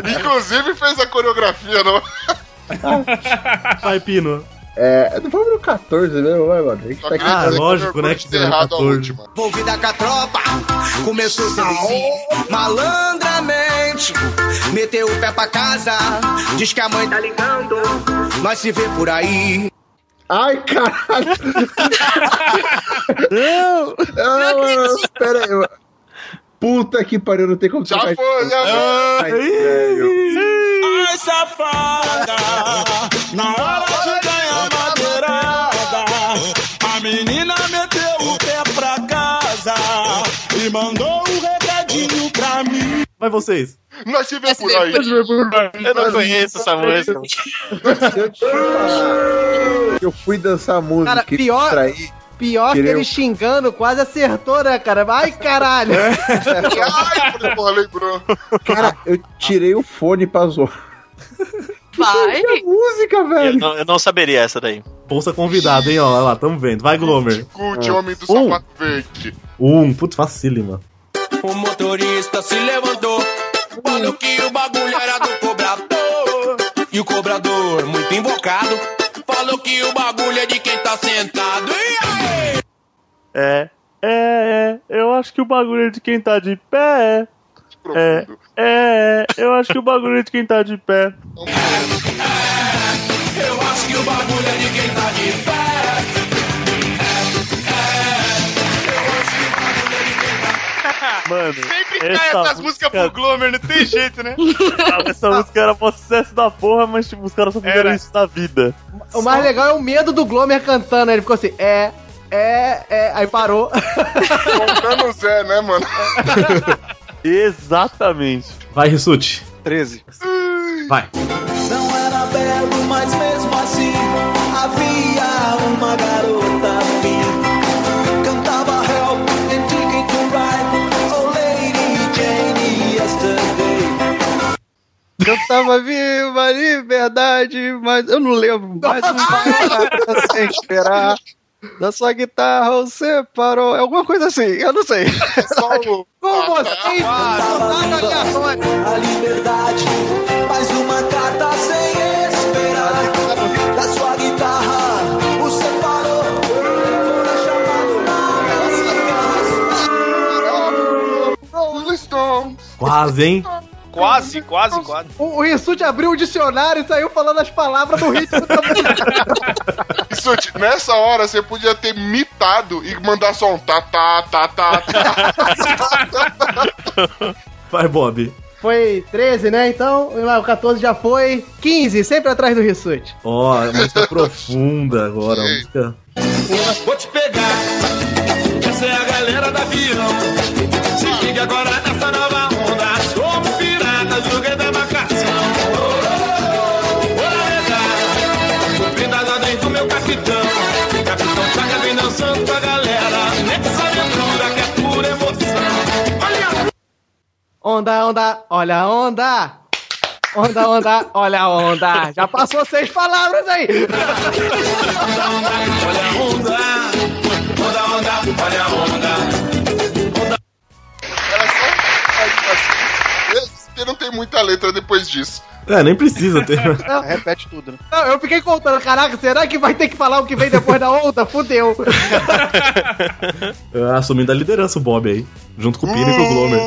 Inclusive fez a coreografia, não?
Vai, Pino.
É, vamos no 14 mesmo, vai, mano. A gente tá aqui.
Ah, lógico, né? Que tem 14.
Vou virar com a tropa, começou seu malandramente. Meteu o pé pra casa, diz que a mãe tá ligando, mas se vê por aí.
Ai, caralho! Ah, não! Não, mano, pera aí, mano. Puta que pariu, não tem como
Já
trocar de-
foi, já
Ai,
foi.
velho.
Ai, safada, na hora de ganhar madeirada, a menina meteu o pé pra casa e mandou um recadinho pra mim.
Vai vocês.
Nós se vê por aí.
Eu não conheço essa música.
Eu fui dançar música.
Cara,
e
pior-
distraí.
Pior que
Queria-
ele xingando, quase acertou, né, cara? Ai, caralho!
Ai, porra, lembrou.
Cara, eu tirei o fone pra zoar.
Vai.
música,
Eu
velho.
não, eu não saberia essa daí.
Bolsa convidado, hein? Ó, Olha lá, tamo vendo. Vai, Glomer.
Ah.
Cult, homem do
um,
sapato verde.
um, putz, facílima.
Uh. O motorista se levantou, falou que o bagulho era do cobrador. E o cobrador, muito invocado, falou que o bagulho é de quem tá sentado. E aí?
É, é, é, eu acho que o bagulho é de quem tá de pé. É, é, é, eu acho que o bagulho é de quem tá de pé.
Eu acho que o bagulho é de quem tá de pé.
Mano,
Sempre cai essas músicas pro Glomer, não tem jeito, né?
Ah, Essa música era pra sucesso da porra, mas tipo, os caras só fizeram isso na vida.
O mais legal é o medo do Glomer cantando. Ele ficou assim, é, é, é. Aí parou.
Contando o Zé, né, mano?
Exatamente.
Vai, Rissuti.
13.
Vai.
Não era belo, mas mesmo assim havia uma garota fim. Cantava help and ticket to ride. Oh, Lady Jane yesterday.
Cantava viva a liberdade, mas eu não lembro mais um nada sem esperar. Da sua guitarra você parou. É alguma coisa assim, eu não sei.
Como vocês
Cantava viva a liberdade. Mais uma carta sem esperar. Da sua guitarra, você parou. Fora chamado
Rolling Stones.
Quase, hein?
Quase, quase, quase.
O, o Rissuti abriu o dicionário e saiu falando as palavras do ritmo da
Isso, t- nessa hora você podia ter mitado e mandar só um tá, tá, tá, tá, tá.
Vai, Bob.
Foi 13, né? Então, vamos lá, o 14 já foi. 15, sempre atrás do Rissuti.
Ó, é uma música profunda agora. uma música...
Vou te pegar. Essa é a galera da avião. Se liga agora nessa nova onda. Como pirata, joguei da marcação. Olá, Subindo as ordens do meu capitão. Capitão Chaga vem dançando com a galera. Nessa aventura que é pura emoção. Olha!
Onda, onda, olha a onda. Onda, onda, olha a onda. Já passou seis palavras aí.
Onda, onda, onda, olha a onda.
Porque não tem muita letra depois disso.
É, nem precisa ter.
repete tudo, né?
Não, eu fiquei contando, caraca, será que vai ter que falar o que vem depois da onda? Fudeu.
Ah, Assumindo a liderança o Bob aí. Junto com o Pino e com o
Uh,
Glomer.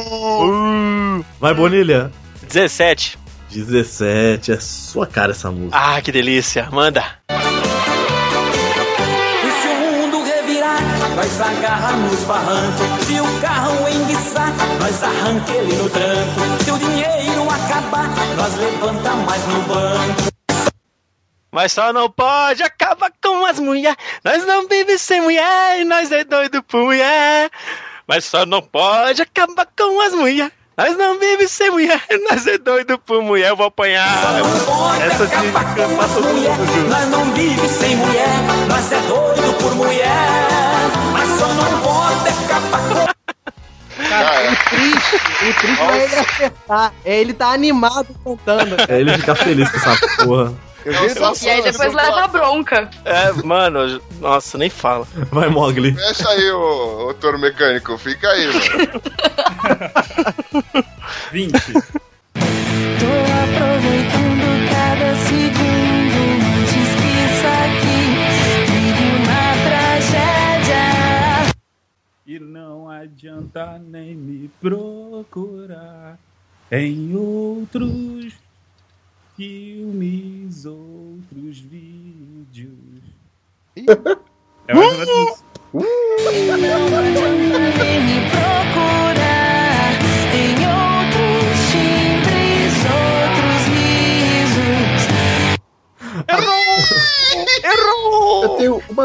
Vai, Bonilha.
17.
17. É sua cara essa música.
Ah, que delícia. Manda.
E se o mundo revirar, nós agarra nos barrancos. Se o carro enguiçar, nós arranca ele no tranco. Se o dinheiro acabar, nós levanta mais no banco.
Mas só não pode acabar com as mulher. Nós não vive sem mulher, nós é doido por mulher. Mas só não pode acabar com as mulher. Nós não vive sem mulher, nós é doido por mulher, eu vou apanhar. Essa de cantar todo mundo junto.
Nós não vive sem mulher, nós é doido por mulher. Mas só não pode acabar com...
Cara, o triste, o triste não é ele acertar. É ele tá animado contando.
É ele ficar feliz com essa porra.
E aí depois leva a bronca.
É, mano, nossa, nem fala.
Vai, Mogli.
Fecha aí, ô, ô touro mecânico. Fica aí, mano.
20.
Tô aproveitando cada segundo. Diz que isso aqui vire uma tragédia.
E não adianta nem me procurar em outros filmes, outros vídeos. É mais ou menos isso.
E não adianta nem me procurar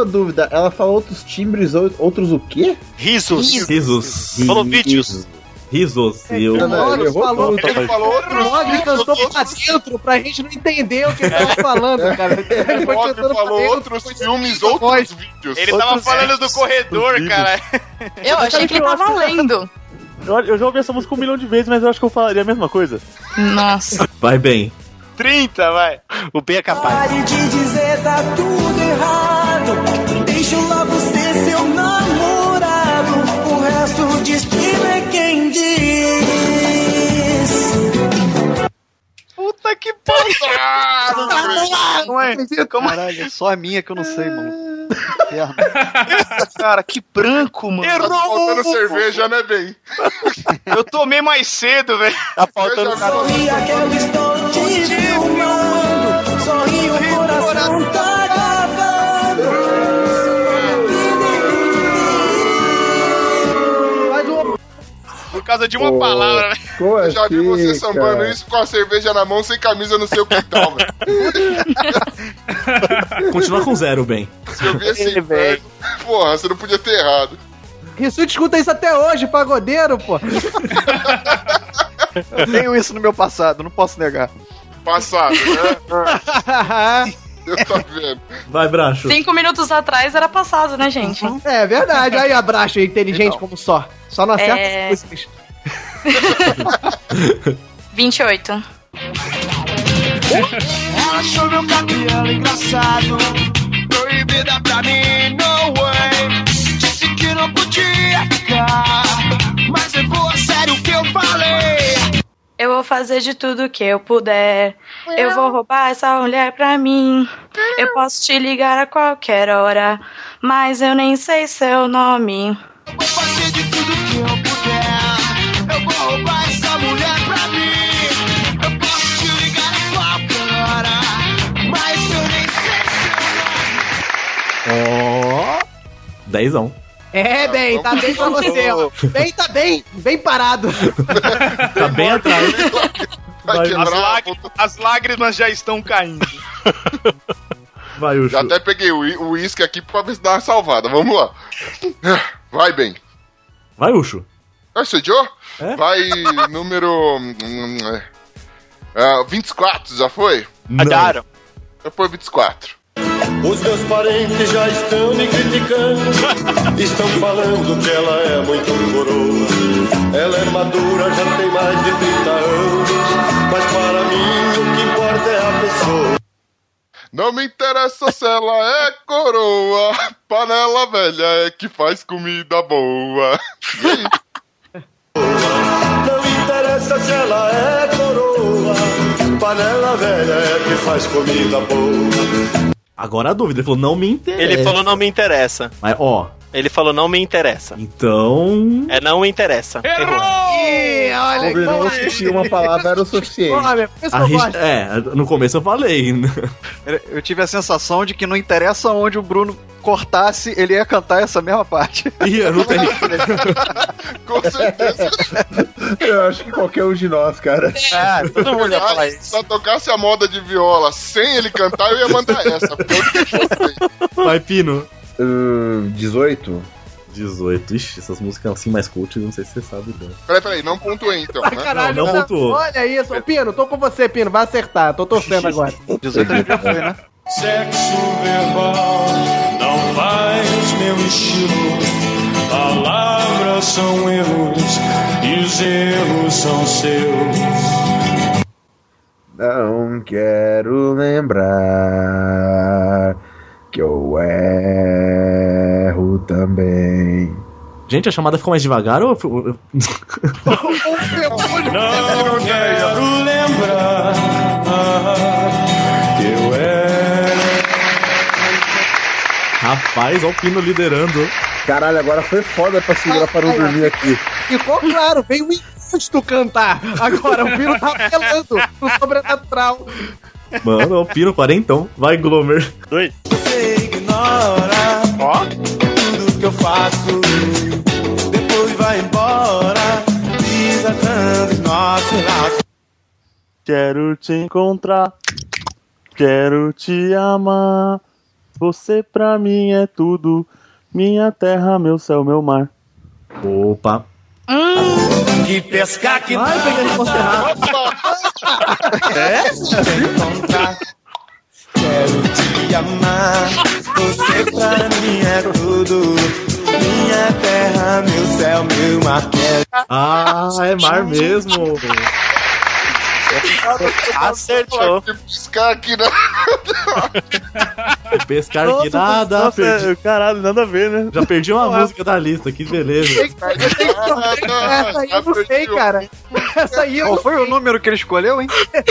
dúvida, ela fala outros timbres, ou- outros o quê?
Risos.
Risos.
Falou vídeos.
Risos. E eu...
Não, não, ele errou
falou,
tudo.
ele falou outro Mogli cantou pra dentro pra gente não entender o que ele tava falando,
É.
cara. Ele foi cantando pra
falou
dentro,
outros
foi
filmes,
sentindo a voz.
outros vídeos.
Ele tava falando do corredor, cara.
Eu achei que ele tava lendo.
Eu, eu já ouvi essa música um milhão de vezes, mas eu acho que eu falaria a mesma coisa.
Nossa.
Vai bem.
30, vai. O B é capaz.
Pare de dizer tá tudo errado. Deixa eu logo ser seu namorado. O resto diz que é quem diz.
Puta que
Tá
pariu!
Ah, Não é? Caralho, é só a minha que eu não sei, mano. Inferno. É.
Cara, que branco, mano.
Errou! Tá faltando cerveja, né, bem?
Eu tomei mais cedo, velho.
Tá
faltando
Sorria que eu estou te filmando. um Sorri, o coração tá
Faz um...
Por causa de uma
Pô,
palavra, né?
Eu já vi
assim,
aqui,
você sambando
cara.
isso com a cerveja na mão, sem camisa no seu quintal, velho.
Continua com zero, bem.
Se eu vi assim, velho. Porra, você não podia ter errado.
Rissuti escuta isso até hoje, pagodeiro, pô.
Eu tenho isso no meu passado, não posso negar.
Passado,
né?
Eu tô vendo.
Vai, Bracho.
Cinco minutos atrás era passado, né, gente?
É verdade. Aí abraço, inteligente como só. Só não acerta
É.
as músicas.
28.
Achou meu cabelo engraçado. Proibida pra mim, no way. Disse que não podia ficar. Mas levou a sério o que eu falei.
Eu vou fazer de tudo que eu puder. Eu vou roubar essa mulher pra mim. Eu posso te ligar a qualquer hora, mas eu nem sei seu nome.
Eu vou roubar essa mulher pra mim. Eu posso te ligar a qualquer hora. Mas eu nem sei
Ó. Dezão.
É, bem, tá bem pra você, ó. Bem, tá bem, bem parado.
Tá bem atrás.
Vai
As,
quebrar.
lágrimas, as lágrimas já estão caindo.
Vai,
Já até peguei o uí- o uísque aqui pra ver se dá uma salvada. Vamos lá. Vai, bem.
Vai, Ucho.
Ah, você Joe? Vai número. hum, é. Ah, 24, já foi?
Acabaram.
Já foi 24.
Os meus parentes já estão me criticando. Estão falando que ela é muito coroa. Ela é madura, já tem mais de 30 anos. Mas para mim o que importa é a pessoa.
Não me interessa se ela é coroa, panela velha é que faz comida boa.
Não interessa se ela é coroa. Panela velha é que faz comida boa.
Agora a dúvida. Ele falou, não me interessa.
Ele falou não me interessa.
Mas, ó.
Ele falou não me interessa.
Então.
É não me interessa. Errou!
Ih, olha então que
Combinou que uma palavra era o suficiente.
Porra, meu, por isso que
A
eu
gente-
gosto.
é, no começo eu falei. né?
Eu tive a sensação de que não interessa onde o Bruno cortasse, ele ia cantar essa mesma parte.
Ia, não tem.
Com certeza.
Eu acho que qualquer um de nós, cara.
É,
Ah, todo mundo ia falar isso.
Se eu tocasse a moda de viola sem ele cantar, eu ia mandar essa. porque eu-
Vai, Pino.
18?
18. Ixi, essas músicas assim mais cult, não sei se você sabe. Não.
Peraí, peraí, não pontuei então.
Pra caralho,
Não, não
tá-
pontuou.
Olha isso, Ô, Pino, tô com você, Pino, vai acertar, tô torcendo agora.
18 já foi, né?
Sexo verbal não faz meu estilo. Palavras são erros e os erros são seus.
Não quero lembrar que eu erro também.
Gente, a chamada ficou mais devagar ou. ou-
Não quero lembrar que eu erro.
Rapaz, olha o Pino liderando.
Caralho, agora foi foda pra segurar pra não dormir aqui.
Ficou claro, veio o injusto cantar. Agora o Pino tá apelando pro sobrenatural.
Mano, olha o Pino, quarentão. Vai, Glomer.
Dois.
Você ignora tudo que eu faço. Depois vai embora, desatando os nossos laços.
Quero te encontrar. Quero te amar. Você pra mim é tudo. Minha terra, meu céu, meu mar.
Opa.
Que pescar que vai
pegar resposta errada.
É? encontrar. Quero te amar. Você pra mim é tudo. Minha terra, meu céu, meu mar. Quero-
Ah, é mar mesmo.
Acertou. Piscar aqui né? na.
Pescar
Nossa,
que nada,
nossa,
perdi.
Caralho, nada a ver, né?
Já perdi uma música da lista, que beleza.
Essa aí eu não sei, cara. Essa aí eu
Qual foi o número que ele escolheu, hein?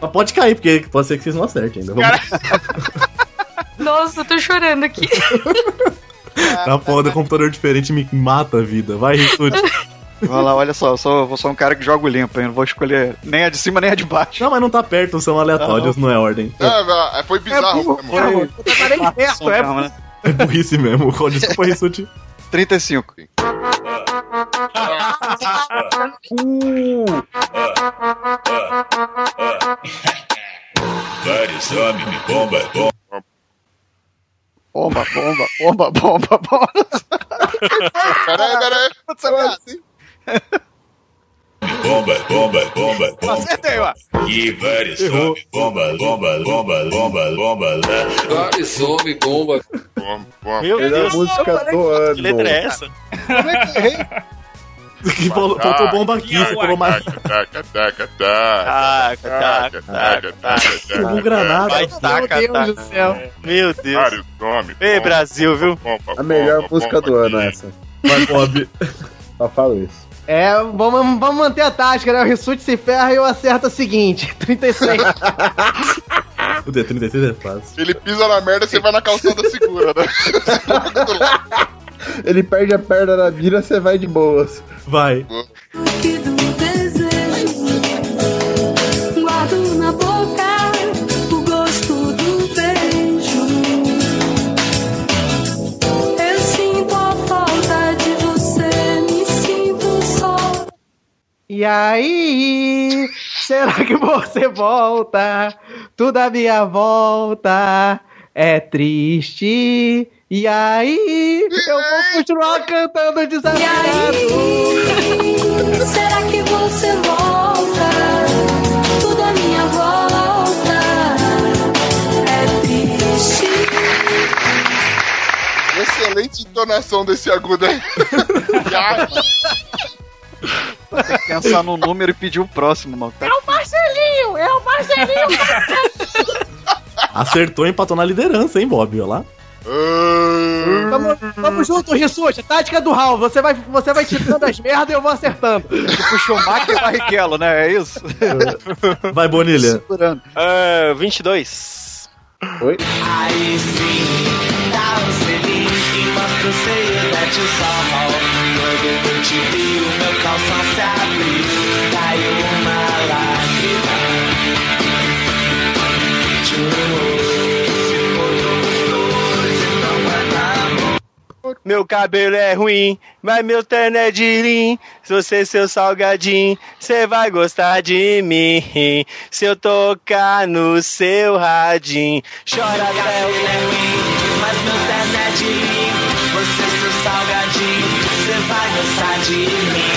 Mas pode cair, porque pode ser que vocês não acertem ainda. Vamos...
Nossa, eu tô chorando aqui.
A porra do computador diferente me mata a vida. Vai, Rissuti.
Vai lá, olha só, eu sou, eu sou um cara que joga o limpo, hein? Não vou escolher nem a de cima nem a de baixo.
Não, mas não tá perto, são aleatórios, não é ordem.
Ah, vai, foi bizarro.
É, foi,
nem perto, é.
Calma, né?
É burrice mesmo. Qual- Desculpa, Rissuti.
35.
Uh.
Vários homens me bomba, bomba.
Bomba, bomba, bomba, bomba, bomba.
Peraí, peraí.
Bomba, bomba, bomba, bomba.
Acertei, ó.
E vários homens bomba, bomba, bomba, bomba, bomba lá. Vários homens bomba.
Meu
Melhor música do ano. Que
letra é essa?
Que falou, faltou bomba aqui, você falou mais.
Taca, taca, taca. Taca, taca, taca.
Um granada.
Vai, taca,
Meu Deus do
taca.
céu.
Meu Deus.
Vários homens.
Ei, Brasil, viu?
A melhor música do ano, essa.
Vai, Bob.
Só falo isso.
É, vamos, vamos manter a tática, né? O Rissuti se ferra e eu acerto a seguinte: 36.
O D33 é fácil.
Ele pisa na merda, você vai na calçada segura, né?
Ele perde a perna na mira, você vai de boas.
Vai.
desejo. Guardo na boca o gosto do beijo. Eu sinto a falta de você, me sinto só.
E aí, será que você volta? Tudo à minha volta é triste. E aí, eu vou continuar cantando desafinado.
Será que você volta? Tudo à minha volta é triste.
Excelente entonação desse agudo aí.
Tem que pensar no número e pedir o próximo, mano. Tá-
É o Marcelinho! É o Marcelinho!
Acertou e empatou na liderança, hein, Bob? Olha lá.
Tamo, tamo junto, Rissuti. Tática do Raul. Você vai, você vai tirando as merdas e eu vou acertando.
Tipo Schumacher e Barrichello, né? É isso?
Vai, Bonilha.
Segurando.
Ah, 22.
Oi?
Aí sim, tá um selinho que mostra o seio da tio Sol. Quando eu te vi, o meu calção se abriu, caiu uma lágrima. Tio, se foram os dois e não andamos.
Meu cabelo é ruim, mas meu terno é de lim. Se você seu salgadinho, você vai gostar de mim. Se eu tocar no seu radinho, chora
Meu
até
cabelo é ruim, mas meu terno é de mim. Você, seu salgadinho, você vai gostar de mim.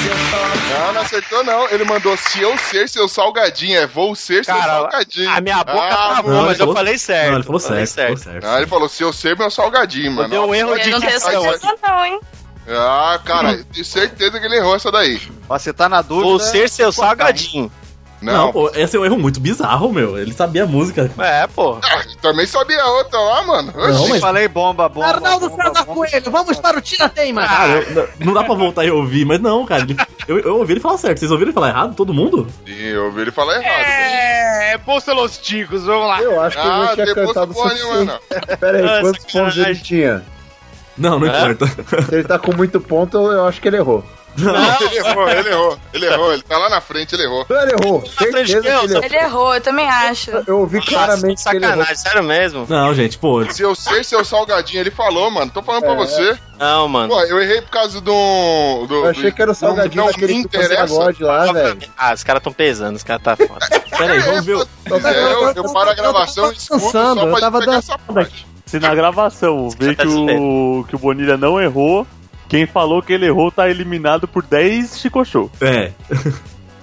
Se eu for
Não, não acertou, não. Ele mandou se eu ser seu salgadinho. É vou ser seu
Cara,
salgadinho.
a minha boca
tá
travou, mas eu falei certo.
Não, ele falou
falei
certo, falou certo.
Ah, ele falou se eu ser meu salgadinho, mano.
Deu um erro
Eu
de
não tenho
dicção. aqui.
certeza, não, hein?
Ah,
Hum.
cara, tenho certeza que ele errou essa daí.
Ó, você tá na dúvida.
Vou ser seu salgadinho.
Não,
Não.
pô, esse é um erro muito bizarro, meu. Ele sabia a música.
É, pô.
Também sabia a outra lá, mano.
Não, mas-
Falei bomba, bomba.
Arnaldo Frada Coelho, vamos para o Tirateima.
Cara, eu- não- não dá pra voltar e ouvir, mas não, cara. ele- eu, eu ouvi ele falar certo. Vocês ouviram ele falar errado? Todo mundo?
Sim, eu ouvi ele falar errado.
É, bolsa los ticos, vamos lá.
Eu acho que eu
né? Ah,
já tinha
depois
cantado o
porra
suficiente.
nenhuma,
Pera
Ah,
aí, quantos pontos
sacanagem.
ele tinha?
Não, não
É?
importa.
Se ele tá com muito ponto, eu- eu acho que ele errou.
Ele errou, ele errou, ele errou. Ele tá lá na frente, ele errou.
Não, ele
Tá
errou. Certeza que ele errou.
Ele errou, eu também acho.
Eu ouvi claramente que ele errou.
Sacanagem, sério mesmo?
Não, gente, pô.
Se eu ser seu salgadinho, ele falou, mano. Tô
É.
falando pra você. um-
Não, mano.
Pô, eu errei por causa do. do
Eu achei que era o
do-
salgadinho
não
daquele
me
que fazia
interessa.
bigode lá, velho.
Ah, os caras tão pesando, os caras tá foda.
Pera aí, vamos ver. o-
É, Eu, eu paro a gravação e escuto
dançando,
só
eu
pra
tava
pegar essa
parte. Se na gravação ver que o, que o Bonilha não errou, quem falou que ele errou tá eliminado por 10 Chico Show.
É.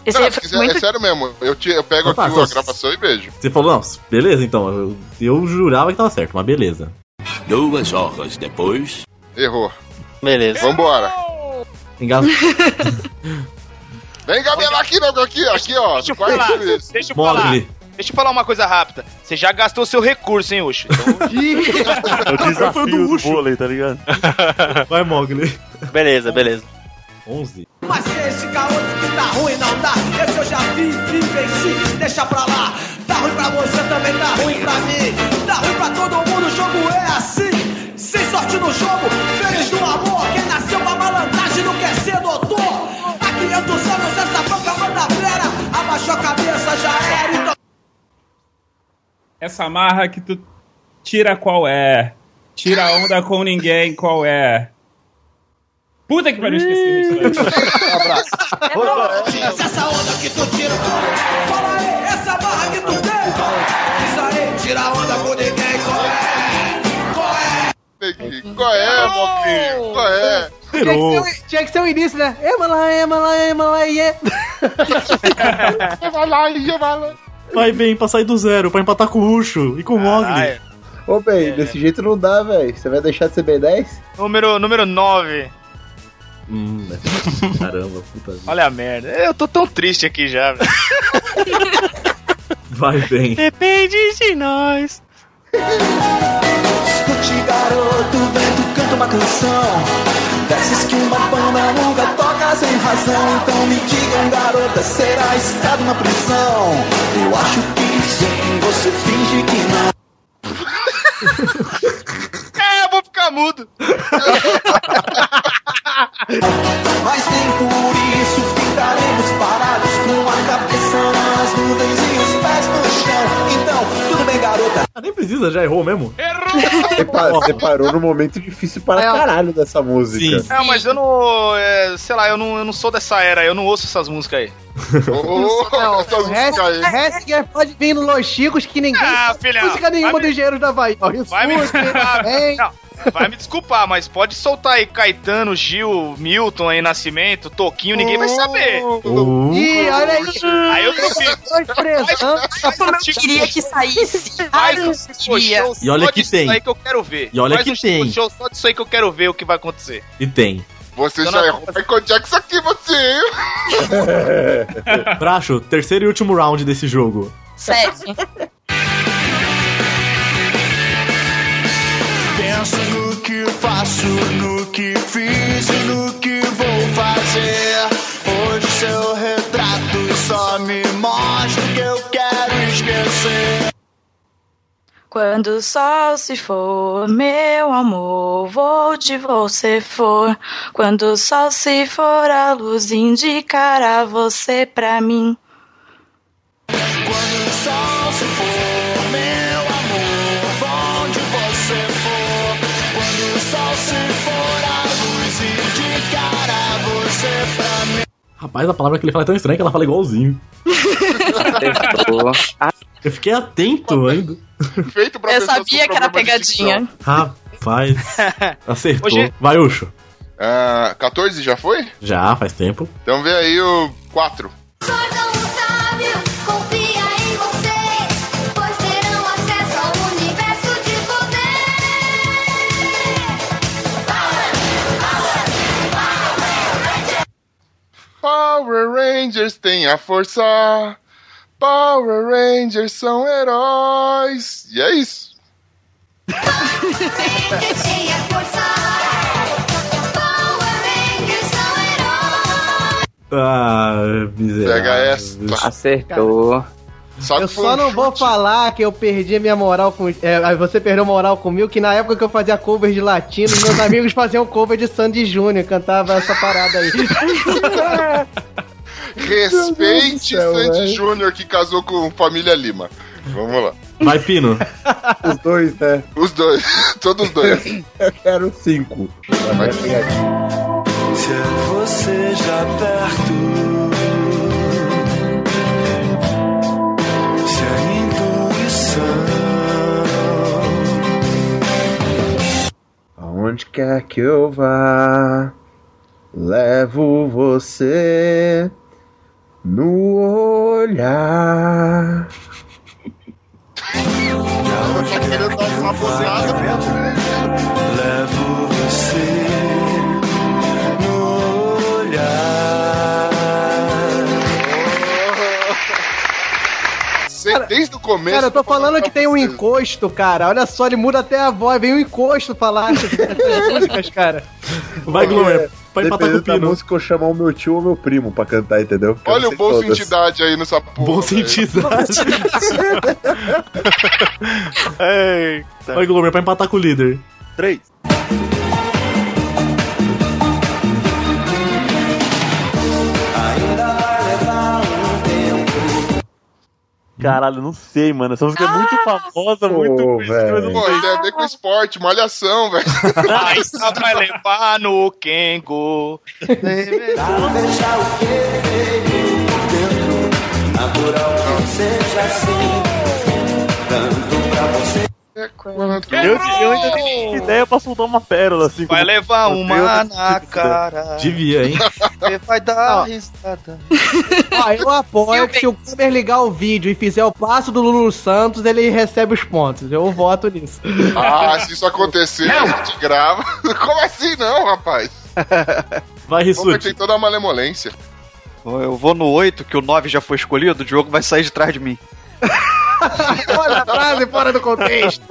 Esse
Não,
aí
se
foi
quiser,
muito-
é sério mesmo. Eu, te, eu pego
Tá,
aqui
só-
a gravação e vejo.
Você falou, não, beleza então. Eu, eu jurava que tava certo, mas beleza.
Duas horas depois.
Errou.
Beleza.
Vambora.
Engasgou.
Vem gabelar aqui, não, aqui, aqui, ó.
Deixa eu falar. Deixa eu falar. Deixa eu falar uma coisa rápida. Você já gastou seu recurso, hein, Ucho?
É o
um
desafio do vôlei, tá ligado?
Vai, Mogli.
Beleza, beleza.
11.
Mas esse garoto que tá ruim não dá. Esse eu já vi e venci, deixa pra lá. Tá ruim pra você também, tá ruim pra mim. Tá ruim pra todo mundo, o jogo é assim. Sem sorte no jogo, feliz do amor. Quem nasceu pra malandragem não quer ser doutor. Há 500 anos essa banca manda fera. Abaixou a cabeça, já era. Então...
Essa marra que tu tira qual é? Tira onda com ninguém, qual é? Puta que pariu, esqueci o restaurante.
É Essa onda que tu tira, fala aí, essa barra que tu tem. Diz aí, tira onda com ninguém, qual é? Qual
Qual
é?
é, Moquinho? Qual é?
Tinha que, ser, o- tinha que ser o início, né? Ema lá, ema lá, ema lá, iê.
Vai lá, ia, vai lá.
Vai bem pra sair do zero, pra empatar Tá com o Ruxo e com o Mogli.
Ô,
É.
bem, desse jeito não dá, velho. Você vai deixar de ser B10?
Número, número 9.
Hum, caramba, puta vida.
Olha a merda. Eu tô tão triste aqui já. velho.
Vai bem.
Depende de nós.
Escute, garoto, vem tu canta uma canção Dessas que uma banda longa toca sem razão Então me digam, garota, será estado uma prisão? Eu acho que sim, você finge que não
É, eu vou ficar mudo.
Mas nem por isso ficaremos parados Com a cabeça nas nuvens e os pés no chão Então, tudo bem, garota
Ah, nem precisa, já errou
É.
mesmo.
Você, pa- você parou num momento difícil para caralho dessa música.
É, mas eu não. é, sei lá, eu não, eu não sou dessa era, eu não ouço essas músicas aí.
O resto- o resto que é- pode vir no Los Chicos que ninguém.
Ah, filha,
música nenhuma
vai
dos engenheiros da Bahia.
Vai me
Escute,
desculpar.
vem.
Não, vai me desculpar, mas pode soltar aí Caetano, Gil, Milton aí, Nascimento, Toquinho, ninguém vai saber.
Ih, olha aí.
Aí eu tô
Como eu queria que saísse. Ai, eu queria.
E olha que tem.
Aí que eu quero ver.
E olha
Faz
que
um
tem.
show só disso aí que eu quero ver o que vai acontecer.
E tem.
Você
Dona-
já errou o Michael Jackson aqui, você, hein?
Bracho, terceiro e último round desse jogo.
Sete.
Penso no que faço, no que fiz e no que vou fazer. Hoje seu retrato só me mostra o que eu quero esquecer.
Quando o sol se for, meu amor, vou de você for. Quando o sol se for, a luz indicará você pra mim.
Quando o sol se for, meu amor, onde você for. Quando o sol se for, a luz indicará você pra mim.
Rapaz, a palavra que ele fala é tão estranha que ela fala igualzinho. Eu fiquei atento ainda.
Feito pra
Eu
pessoa
sabia
com
que era
um problema de dicção.
pegadinha.
Rapaz, acertou.
Hoje-
Vai, Ucho.
Ah, 14 já foi?
Já, faz tempo.
Então vê aí o 4.
Confia em você, pois terão acesso ao universo de poder.
Power Rangers tem a força. Power Rangers são heróis. E é isso.
Ah, miserável.
Pega essa.
Acertou.
Só
Eu só não vou falar que eu perdi a minha moral com. É, você perdeu moral comigo, que na época que eu fazia cover de latino, meus amigos faziam cover de Sandy Júnior, cantava essa parada aí.
Respeite Sandy Júnior que casou com família Lima. Vamos lá.
Vai, Pino.
Os dois, né?
Os dois. Todos dois.
Eu quero cinco. Vai pegadinha.
Se é você já perto,
Onde quer que eu vá, levo você no olhar.
tá querendo dar uma botada Levo você no olhar.
Você, desde o começo.
Cara, eu tô falando que tem um encosto, cara. Olha só, ele muda até a voz, vem um encosto falar essas músicas, cara.
Vai, Glomer. Vai empatar com o
Dependendo da
Pino.
música, eu chamar o meu tio ou meu primo pra cantar, entendeu? Porque eu
Olha o
sei
bolso
todas.
entidade aí nessa porra.
Bolsa
velho.
entidade.
Eita.
Vai, Glomer, pra empatar com o líder.
Três.
Caralho, não sei, mano. Essa música é muito
Ah,
famosa, muito triste, mas eu não
Pô,
sei.
tem a ver com esporte, malhação, velho.
Mas só vai levar no Kengo.
deixar o que veio dentro. Natural que seja assim. Tanto pra você quanto
Eu, eu ainda nem tive ideia pra soltar uma pérola assim.
Vai
como-
levar
Meu
uma
Deus, eu não
na
tive ideia.
cara.
Devia, hein?
Você vai dar risada.
Ó, eu apoio que se o Kleber ligar o vídeo e fizer o passo do Lulu Santos, ele recebe os pontos. Eu voto nisso.
Ah, se isso acontecer, a gente grava. Como assim não, rapaz?
Vai,
Como tem toda a malemolência.
Eu vou no 8, que o 9 já foi escolhido, o Diogo vai sair de trás de mim.
Olha a frase fora do contexto.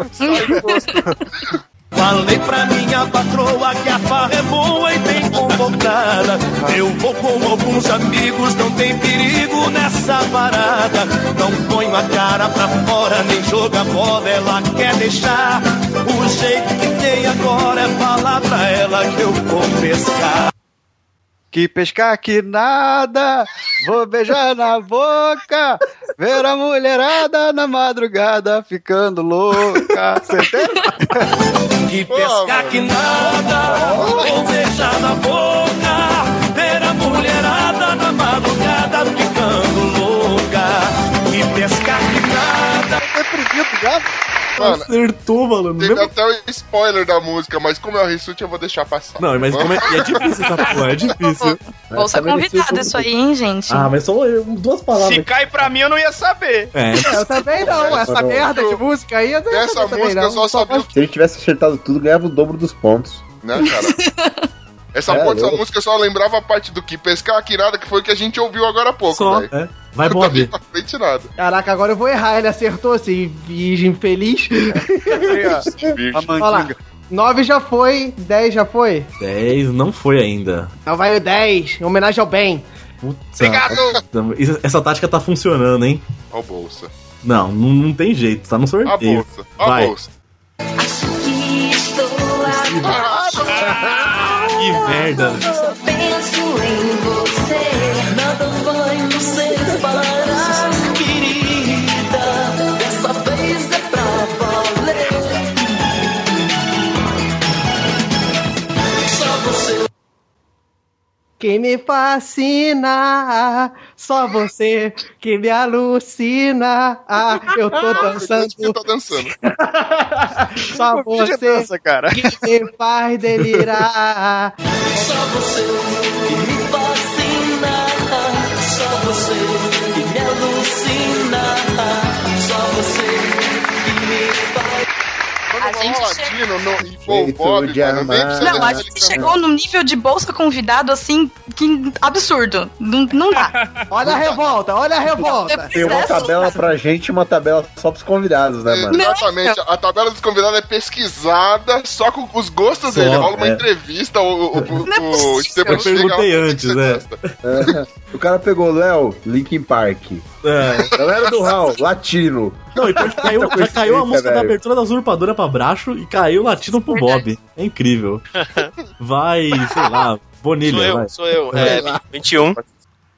Falei pra minha patroa que a farra é boa e bem comportada. Eu vou com alguns amigos, não tem perigo nessa parada. Não ponho a cara pra fora, nem joga bola, ela quer deixar. O jeito que tem agora é falar pra ela que eu vou pescar.
Que pescar que nada, vou beijar na boca, ver a mulherada na madrugada ficando louca. Você entende?
Que pescar que nada, vou beijar na boca, ver a mulherada na madrugada ficando louca. Que pescar que nada.
é
Mano,
Acertou, mano.
teve até o spoiler da música, mas como é o Rissuti, eu vou deixar passar.
Não, mas como é, e é difícil essa porra, é difícil.
Bolsa
Tá
convidada, isso aí, hein, gente?
Ah, mas só eu- duas palavras.
Se cai pra mim, eu não ia saber.
É.
Eu também não, essa
Agora-
merda de música aí. Eu
Dessa
também
música
não.
eu só sabia o
Se ele tivesse acertado tudo, ganhava o dobro dos pontos.
Né, cara? Essa
É,
porra dessa
eu-
música eu só lembrava a parte do que pescar que nada, que foi o que a gente ouviu agora há pouco,
Só,
velho.
é. Vai, Bob.
Não frente nada.
Caraca, agora eu vou errar. Ele acertou assim, virgem infeliz. Olha lá, 9 já foi, 10 já foi.
10 não foi ainda.
Então vai o 10, em homenagem ao Ben.
Obrigado! Essa tática tá funcionando, hein?
Ó o bolsa.
Não, não, não tem jeito, tá no sorteio.
A bolsa, a
Vai.
bolsa.
Que estou apaixonado.
Que merda.
Só penso em você. Nada vai nos separar.
Querida, dessa vez é pra valer. Só você
Quem me fascina, só você que me alucina. Ah, eu tô dançando.
Você tá dançando.
Só você
cara.
que me faz delirar.
Só você que me fascina, só você que me alucina, só você que me faz.
A gente chega...
Jeito de
é
amar.
Não, a gente chegou num nível de bolsa convidado assim, que absurdo. Não, não dá.
olha a revolta, olha a revolta.
Tem uma tabela pra gente e uma tabela só pros convidados, né, mano?
é Exatamente, a tabela dos convidados é pesquisada só com os gostos
Só,
dele. Rola uma
é.
entrevista, o, o, o,
Não é
o,
possível.
Esteban
Eu
chega-
perguntei
antes, né?
É. O cara pegou Léo, Linkin Park. Galera do Hall, latino.
É. Não, e pior que caiu, já caiu a música da abertura da usurpadora pra baixo e caiu o latino pro Bob. É incrível. Vai, sei lá, Bonilha.
Sou eu,
vai.
sou eu.
Vai
É,
lá.
21.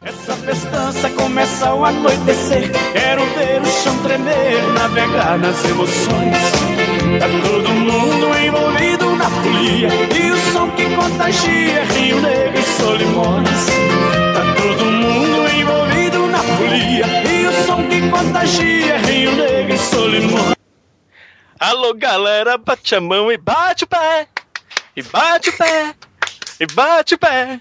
Essa festança começa ao anoitecer. Quero ver o chão tremer, navegar nas emoções. Tá todo mundo envolvido na folia. E o som que contagia é Rio Negro e Solimões. Tá todo mundo envolvido na folia. E o som que contagia é Rio Negro e Solimões.
Alô, galera, bate a mão e bate o pé. e bate o pé, e bate o pé.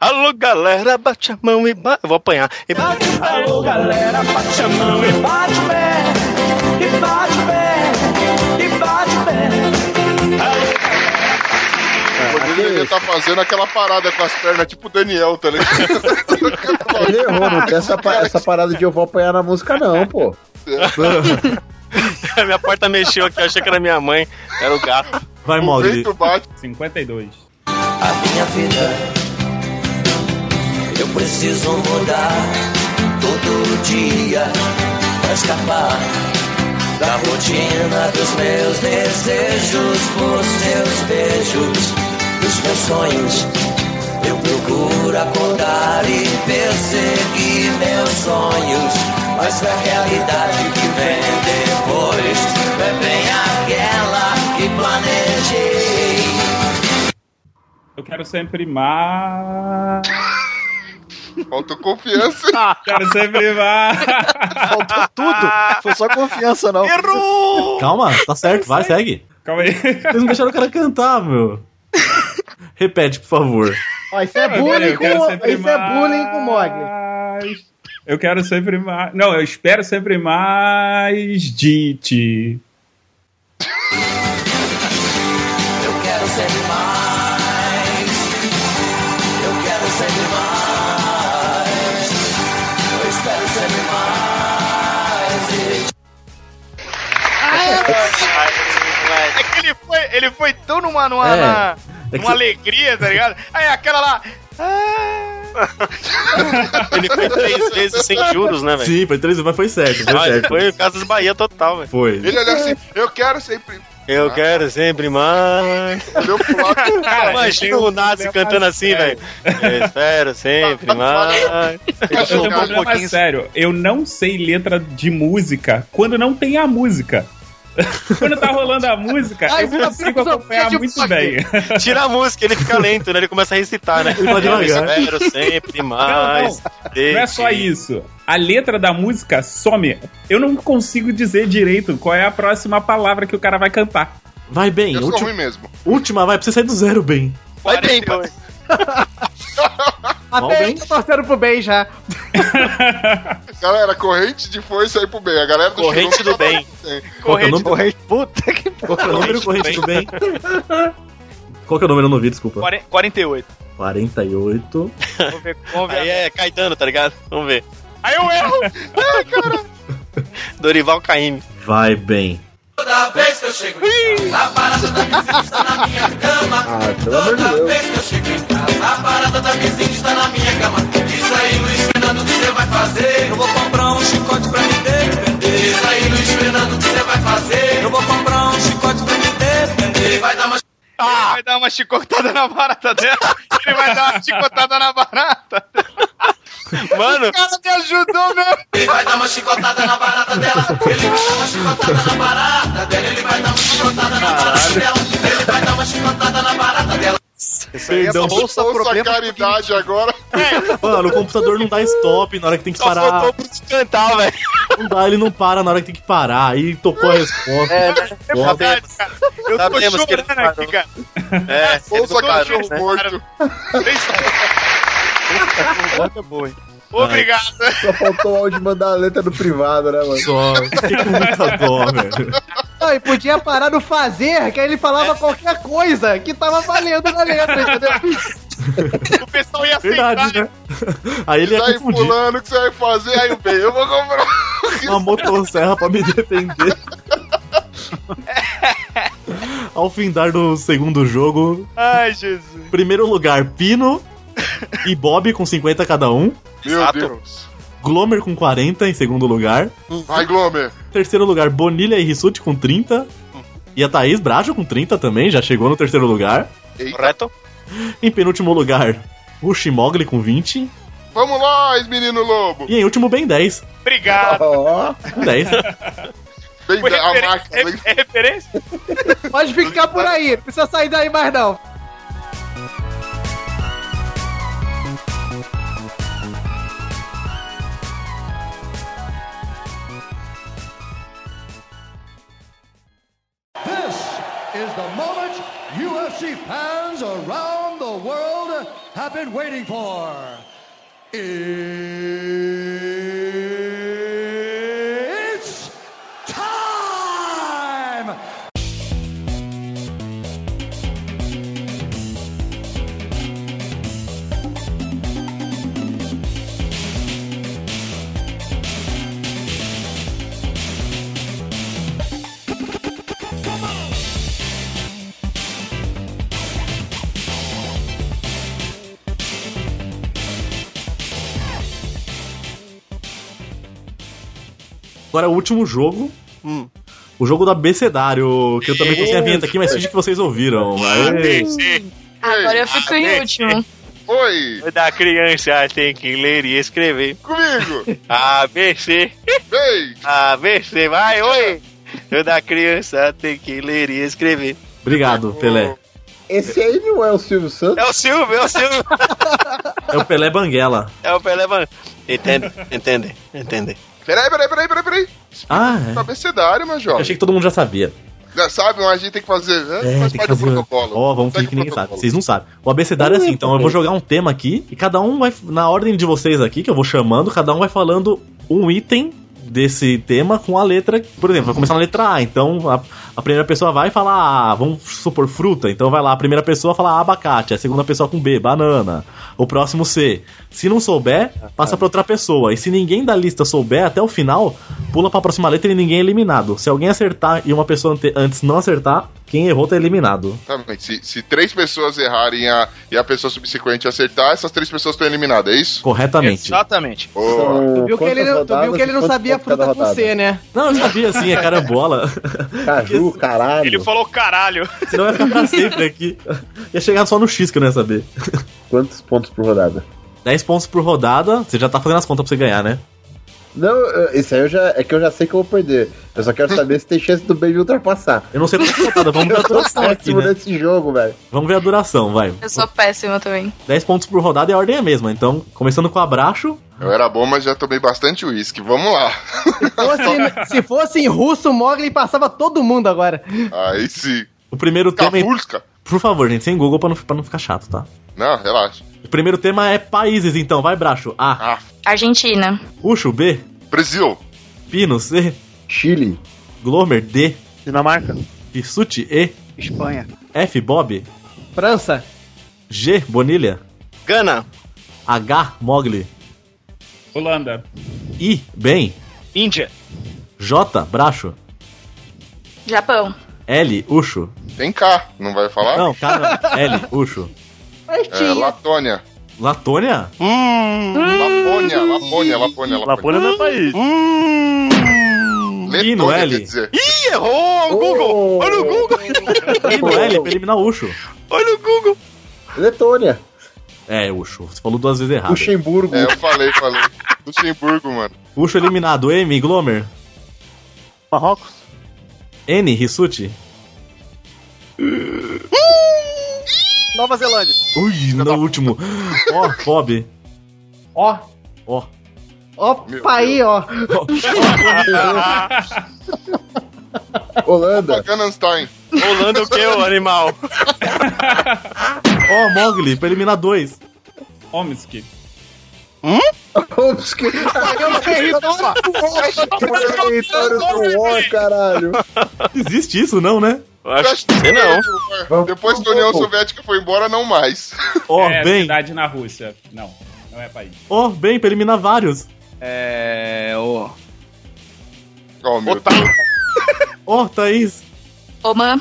Alô, galera, bate a mão e bate. Vou apanhar. E bate o pé. Alô, galera, bate a mão e bate o pé. E bate o pé. E bate o pé.
O Rodrigo devia estar fazendo aquela parada com as pernas, tipo o Daniel, tá ligado?
Ele errou, não tem essa, pa- essa parada de eu vou apanhar na música, não, pô.
minha porta mexeu aqui, eu achei que era minha mãe. Era o gato.
Vai, Mogli.
52.
A minha vida eu preciso mudar todo dia pra escapar da rotina dos meus desejos, dos seus beijos, dos meus sonhos. Eu procuro acordar e perseguir meus sonhos, mas a realidade que vem depois é bem aquela que planejei.
Eu quero sempre mais.
Falta confiança.
quero sempre mais.
Faltou tudo. Foi só confiança, não.
Errou!
Calma, tá certo, vai, segue.
Calma aí.
Vocês não deixaram o cara cantar, meu. Repete, por favor.
Ó, isso é
Eu
bullying
quero- eu
com,
quero sempre
isso é
mais.
bullying com o Mogli.
Eu quero sempre mais. Não, eu espero sempre mais de ti.
Eu quero sempre mais. Eu quero sempre mais. Eu espero sempre mais.
Ah,
É que ele foi, ele foi tão numa, numa,
É.
na-
É que
numa
você-
alegria, tá ligado? Aí aquela lá. "Ah."
Ele foi três vezes sem juros, né, velho?
Sim, é. foi três, mas foi certo, foi
Ah,
certo.
Foi Casas Bahia total, velho.
Foi.
Ele olhou assim, eu quero sempre.
Eu
Ah, tá.
quero sempre mais.
Olhou pro lado.
Cara, Imagina o Nazi cantando
É.
assim, velho. Eu espero sempre
tá,
mais.
Eu tenho um problema sério. Eu não sei letra de música quando não tem a música. quando tá rolando a música,
Ai,
eu consigo acompanhar muito bem.
Tira a música, ele fica lento, né? Ele começa a recitar, né?
Ele vai
Eu
devagar.
espero sempre mais.
Não, Não é só isso. A letra da música some. Eu não consigo dizer direito qual é a próxima palavra que o cara vai cantar.
Vai bem, última,
mesmo.
última, vai, pra você sair do zero bem.
Vai bem, pô.
Até eu tô torcendo pro bem já.
Galera, corrente de força aí pro bem. A galera do tá
Corrente
Shinobi
do bem.
Qual que é o nome?
Corrente, puta que
Qual que é o número, corrente do bem? Qual que é o número? Eu não vi, desculpa.
48.
48.
Vamos ver, Aí é Caetano, tá ligado? Vamos ver.
Aí eu erro!
Ai, Ah, cara. Dorival Caymmi.
Vai bem.
Toda vez que eu chego em casa, a parada da vizinha está na minha cama.
Ah, pelo amor de
Toda
Deus.
vez que eu chego em casa, a parada da vizinha está na minha cama. Diz aí, Luiz Fernando, o que você vai fazer? Eu vou comprar um chicote pra me defender. Diz aí, Luiz Fernando, o que você vai fazer? Eu vou comprar um chicote pra me defender. Vai dar uma
Ah!
Ele vai dar uma chicotada na barata dela. Ele vai dar uma chicotada na barata.
Mano.
O cara me ajudou mesmo.
Ele vai dar uma chicotada na barata dela. Ele vai dar uma chicotada na barata dela. Ele vai dar uma chicotada na barata dela. Ele vai dar uma chicotada na barata dela.
Perdão.
Bolsa, Bolsa Então, caridade agora.
Mano, o computador não dá stop na hora que tem que
Só
parar.
faltou
cantar, velho.
Não dá, ele não para na hora que tem que parar. Aí tocou a resposta.
É,
tocou a
é
resposta.
verdade, cara. Eu tô
Sabemos que ele
chorando aqui, cara. É,
Bolsa cachorro
né?
morto.
Bota boa, hein? Obrigado.
Só faltou o áudio mandar a letra no privado, né, mano?
Só. Fiquei com muita dó, velho.
Não, e podia parar no fazer, que aí ele falava qualquer coisa que tava valendo na letra, entendeu?
O pessoal ia aceitar.
Verdade, né? Aí ele ia
Sai
confundir
tá pulando, o que você vai fazer? Aí o bem, eu vou comprar.
uma motosserra pra me defender. Ao findar do segundo jogo,
Ai, Jesus.
primeiro lugar, Pino e Bob com 50 cada um.
Meu Deus.
Glomer com 40 em segundo lugar.
Vai, Glomer.
Terceiro lugar, Bonilha e Rissuti com 30. E a Thaís Brajo com 30 também, já chegou no terceiro lugar.
Correto?
Em penúltimo lugar, o Shimogli com 20.
Vamos lá, menino lobo. né?
E em último, Ben 10.
Obrigado.
Ó.
Com 10.
Bem,
Foi
a
referen-
marca. bem-
É referência?
Pode ficar por aí, não precisa sair daí mais não.
This is the moment UFC UFC fans around the world have been waiting for. It's time!
Agora, o último jogo.
Hum.
O jogo do abecedário, que eu também tô sem a vinheta aqui, mas finge que vocês ouviram. Aí,
Agora eu fico em último.
Oi!
Da criança tem que ler e escrever.
Comigo!
ABC!
Ei!
ABC, vai, oi! Eu da criança tem que ler e escrever.
Obrigado, Pelé.
Esse aí não é o Silvio Santos?
É o Silvio, é o Silvio!
É o Pelé Banguela.
É o Pelé, mano. Entende, entende, entende.
Peraí, peraí, peraí, peraí, peraí.
Ah,
Tá
é.
abecedário,
Eu
Major.
achei que todo mundo já sabia.
Já sabe, mas a gente tem que fazer. né?
É,
faz
tem que
parte do
fazer.
protocolo.
Ó, vamos fingir que ninguém sabe. Vocês não sabem. O abecedário é assim, então eu vou jogar um tema aqui e cada um vai. Na ordem de vocês aqui, que eu vou chamando, cada um vai falando um item desse tema com a letra. Por exemplo, vai começar na letra A, então a, a primeira pessoa vai falar, ah, vamos supor fruta, então vai lá, a primeira pessoa fala abacate, a segunda pessoa com B, banana. O próximo C. Se não souber, passa pra outra pessoa. E se ninguém da lista souber até o final, pula pra próxima letra e ninguém é eliminado. Se alguém acertar e uma pessoa ante- antes não acertar, quem errou tá eliminado.
Exatamente. Se, se três pessoas errarem a, e a pessoa subsequente acertar, essas três pessoas estão eliminadas, é isso?
Corretamente.
Exatamente.
Tu viu que ele, não- tu viu que ele não sabia a fruta com C, né?
Não, eu sabia assim, é carambola.
Caju, caralho.
Ele
falou caralho.
Senão ia ficar pra sempre aqui. Ia chegar só É, no X que eu não ia saber.
Quantos pontos por rodada?
10 pontos por rodada, você já tá fazendo as contas pra você ganhar, né?
Não, eu- isso aí eu já, é que eu já sei que eu vou perder. Eu só quero saber se tem chance do Baby ultrapassar.
Eu não sei quantas rodadas, vamos ver a
Eu tô
duração aqui,
péssimo
né?
nesse jogo, velho.
Vamos ver a duração, vai.
Eu sou péssima também.
10 pontos por rodada e a ordem é a mesma. Então, começando com o abraço.
Eu era bom, mas já tomei bastante uísque. Vamos lá.
Fosse- se fosse em russo, o Mogli passava todo mundo agora.
Aí sim.
O primeiro tema
é.
Por favor, gente, sem Google pra não, pra não ficar chato, tá?
Não, relaxa.
O primeiro tema é países, então, vai, Bracho. A.
Argentina.
Ruxo, B.
Brasil.
Pino, C.
Chile.
Glomer, D.
Dinamarca.
Pissuti, E.
Espanha.
F. Bob.
França.
G. Bonilha.
Gana.
H. Mogli.
Holanda.
I. Bem.
Índia.
J. Bracho.
Japão.
L. Ucho.
Tem cá, não vai falar?
Não, cara. L. Ucho.
É, Latônia.
Latônia?
Lapônia, Lapônia, Lapônia, Lapônia.
Lapônia
Uh,
não é país.
Letônia,
Pino, L.
quer dizer.
Ih, errou! o Google! Olha o Google!
Pino, L. Pra eliminar o Ucho.
Olha o Google!
Letônia.
É, Ucho. Você falou duas vezes errado.
Luxemburgo.
É, eu falei, falei. Luxemburgo, mano.
Ucho eliminado. M. Glomer.
Marrocos.
N. Rissuti.
Nova Zelândia.
Ui, no último. Ó, Bob.
Ó.
Ó.
Opa aí, ó.
Holanda.
Gananstein.
Holanda o que, o animal?
Ó, Mogli, pra eliminar dois.
Omsk.
Hum?
Omsk. Território do War, caralho.
Existe isso, não, né?
Acho que não.
Depois que a União Soviética foi embora, não mais.
Ó,
é
bem.
cidade na Rússia. Não, não é país.
Ó, bem, pra eliminar vários.
É. Ô.
Oh, meu
Ó, Thaís.
Oman.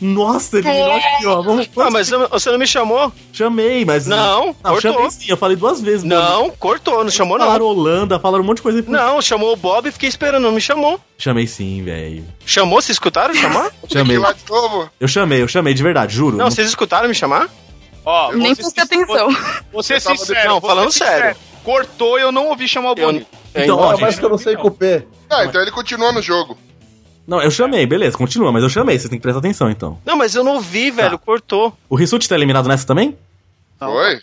Nossa, eliminou aqui, ó. Vamos
Ah, mas você não me chamou?
Chamei, mas.
Não,
não
cortou.
chamei sim, eu falei duas vezes.
Não, cortou, não chamou
Falaram
não.
Holanda, falaram um monte de coisa. aí.
Não, chamou o Bob e fiquei esperando, não me chamou.
Chamei sim, velho.
Chamou? Vocês escutaram chamar?
Chamei.
de novo?
Eu chamei, eu chamei, de verdade, juro.
Não, vocês escutaram me chamar?
Ó,
Nem
você
prestei atenção.
Você é
Eu tava
sincero.
Não,
vou
falando
ser sincero.
sério.
Cortou e eu não ouvi chamar o Boni.
Então, ó, mas que eu não sei com o P.
Ah, então ele continua no jogo.
Não, eu chamei, beleza, continua, mas eu chamei, vocês têm que prestar atenção então.
Não, mas eu não ouvi, velho,
Tá.
cortou.
O Rissuti tá eliminado nessa também?
Foi?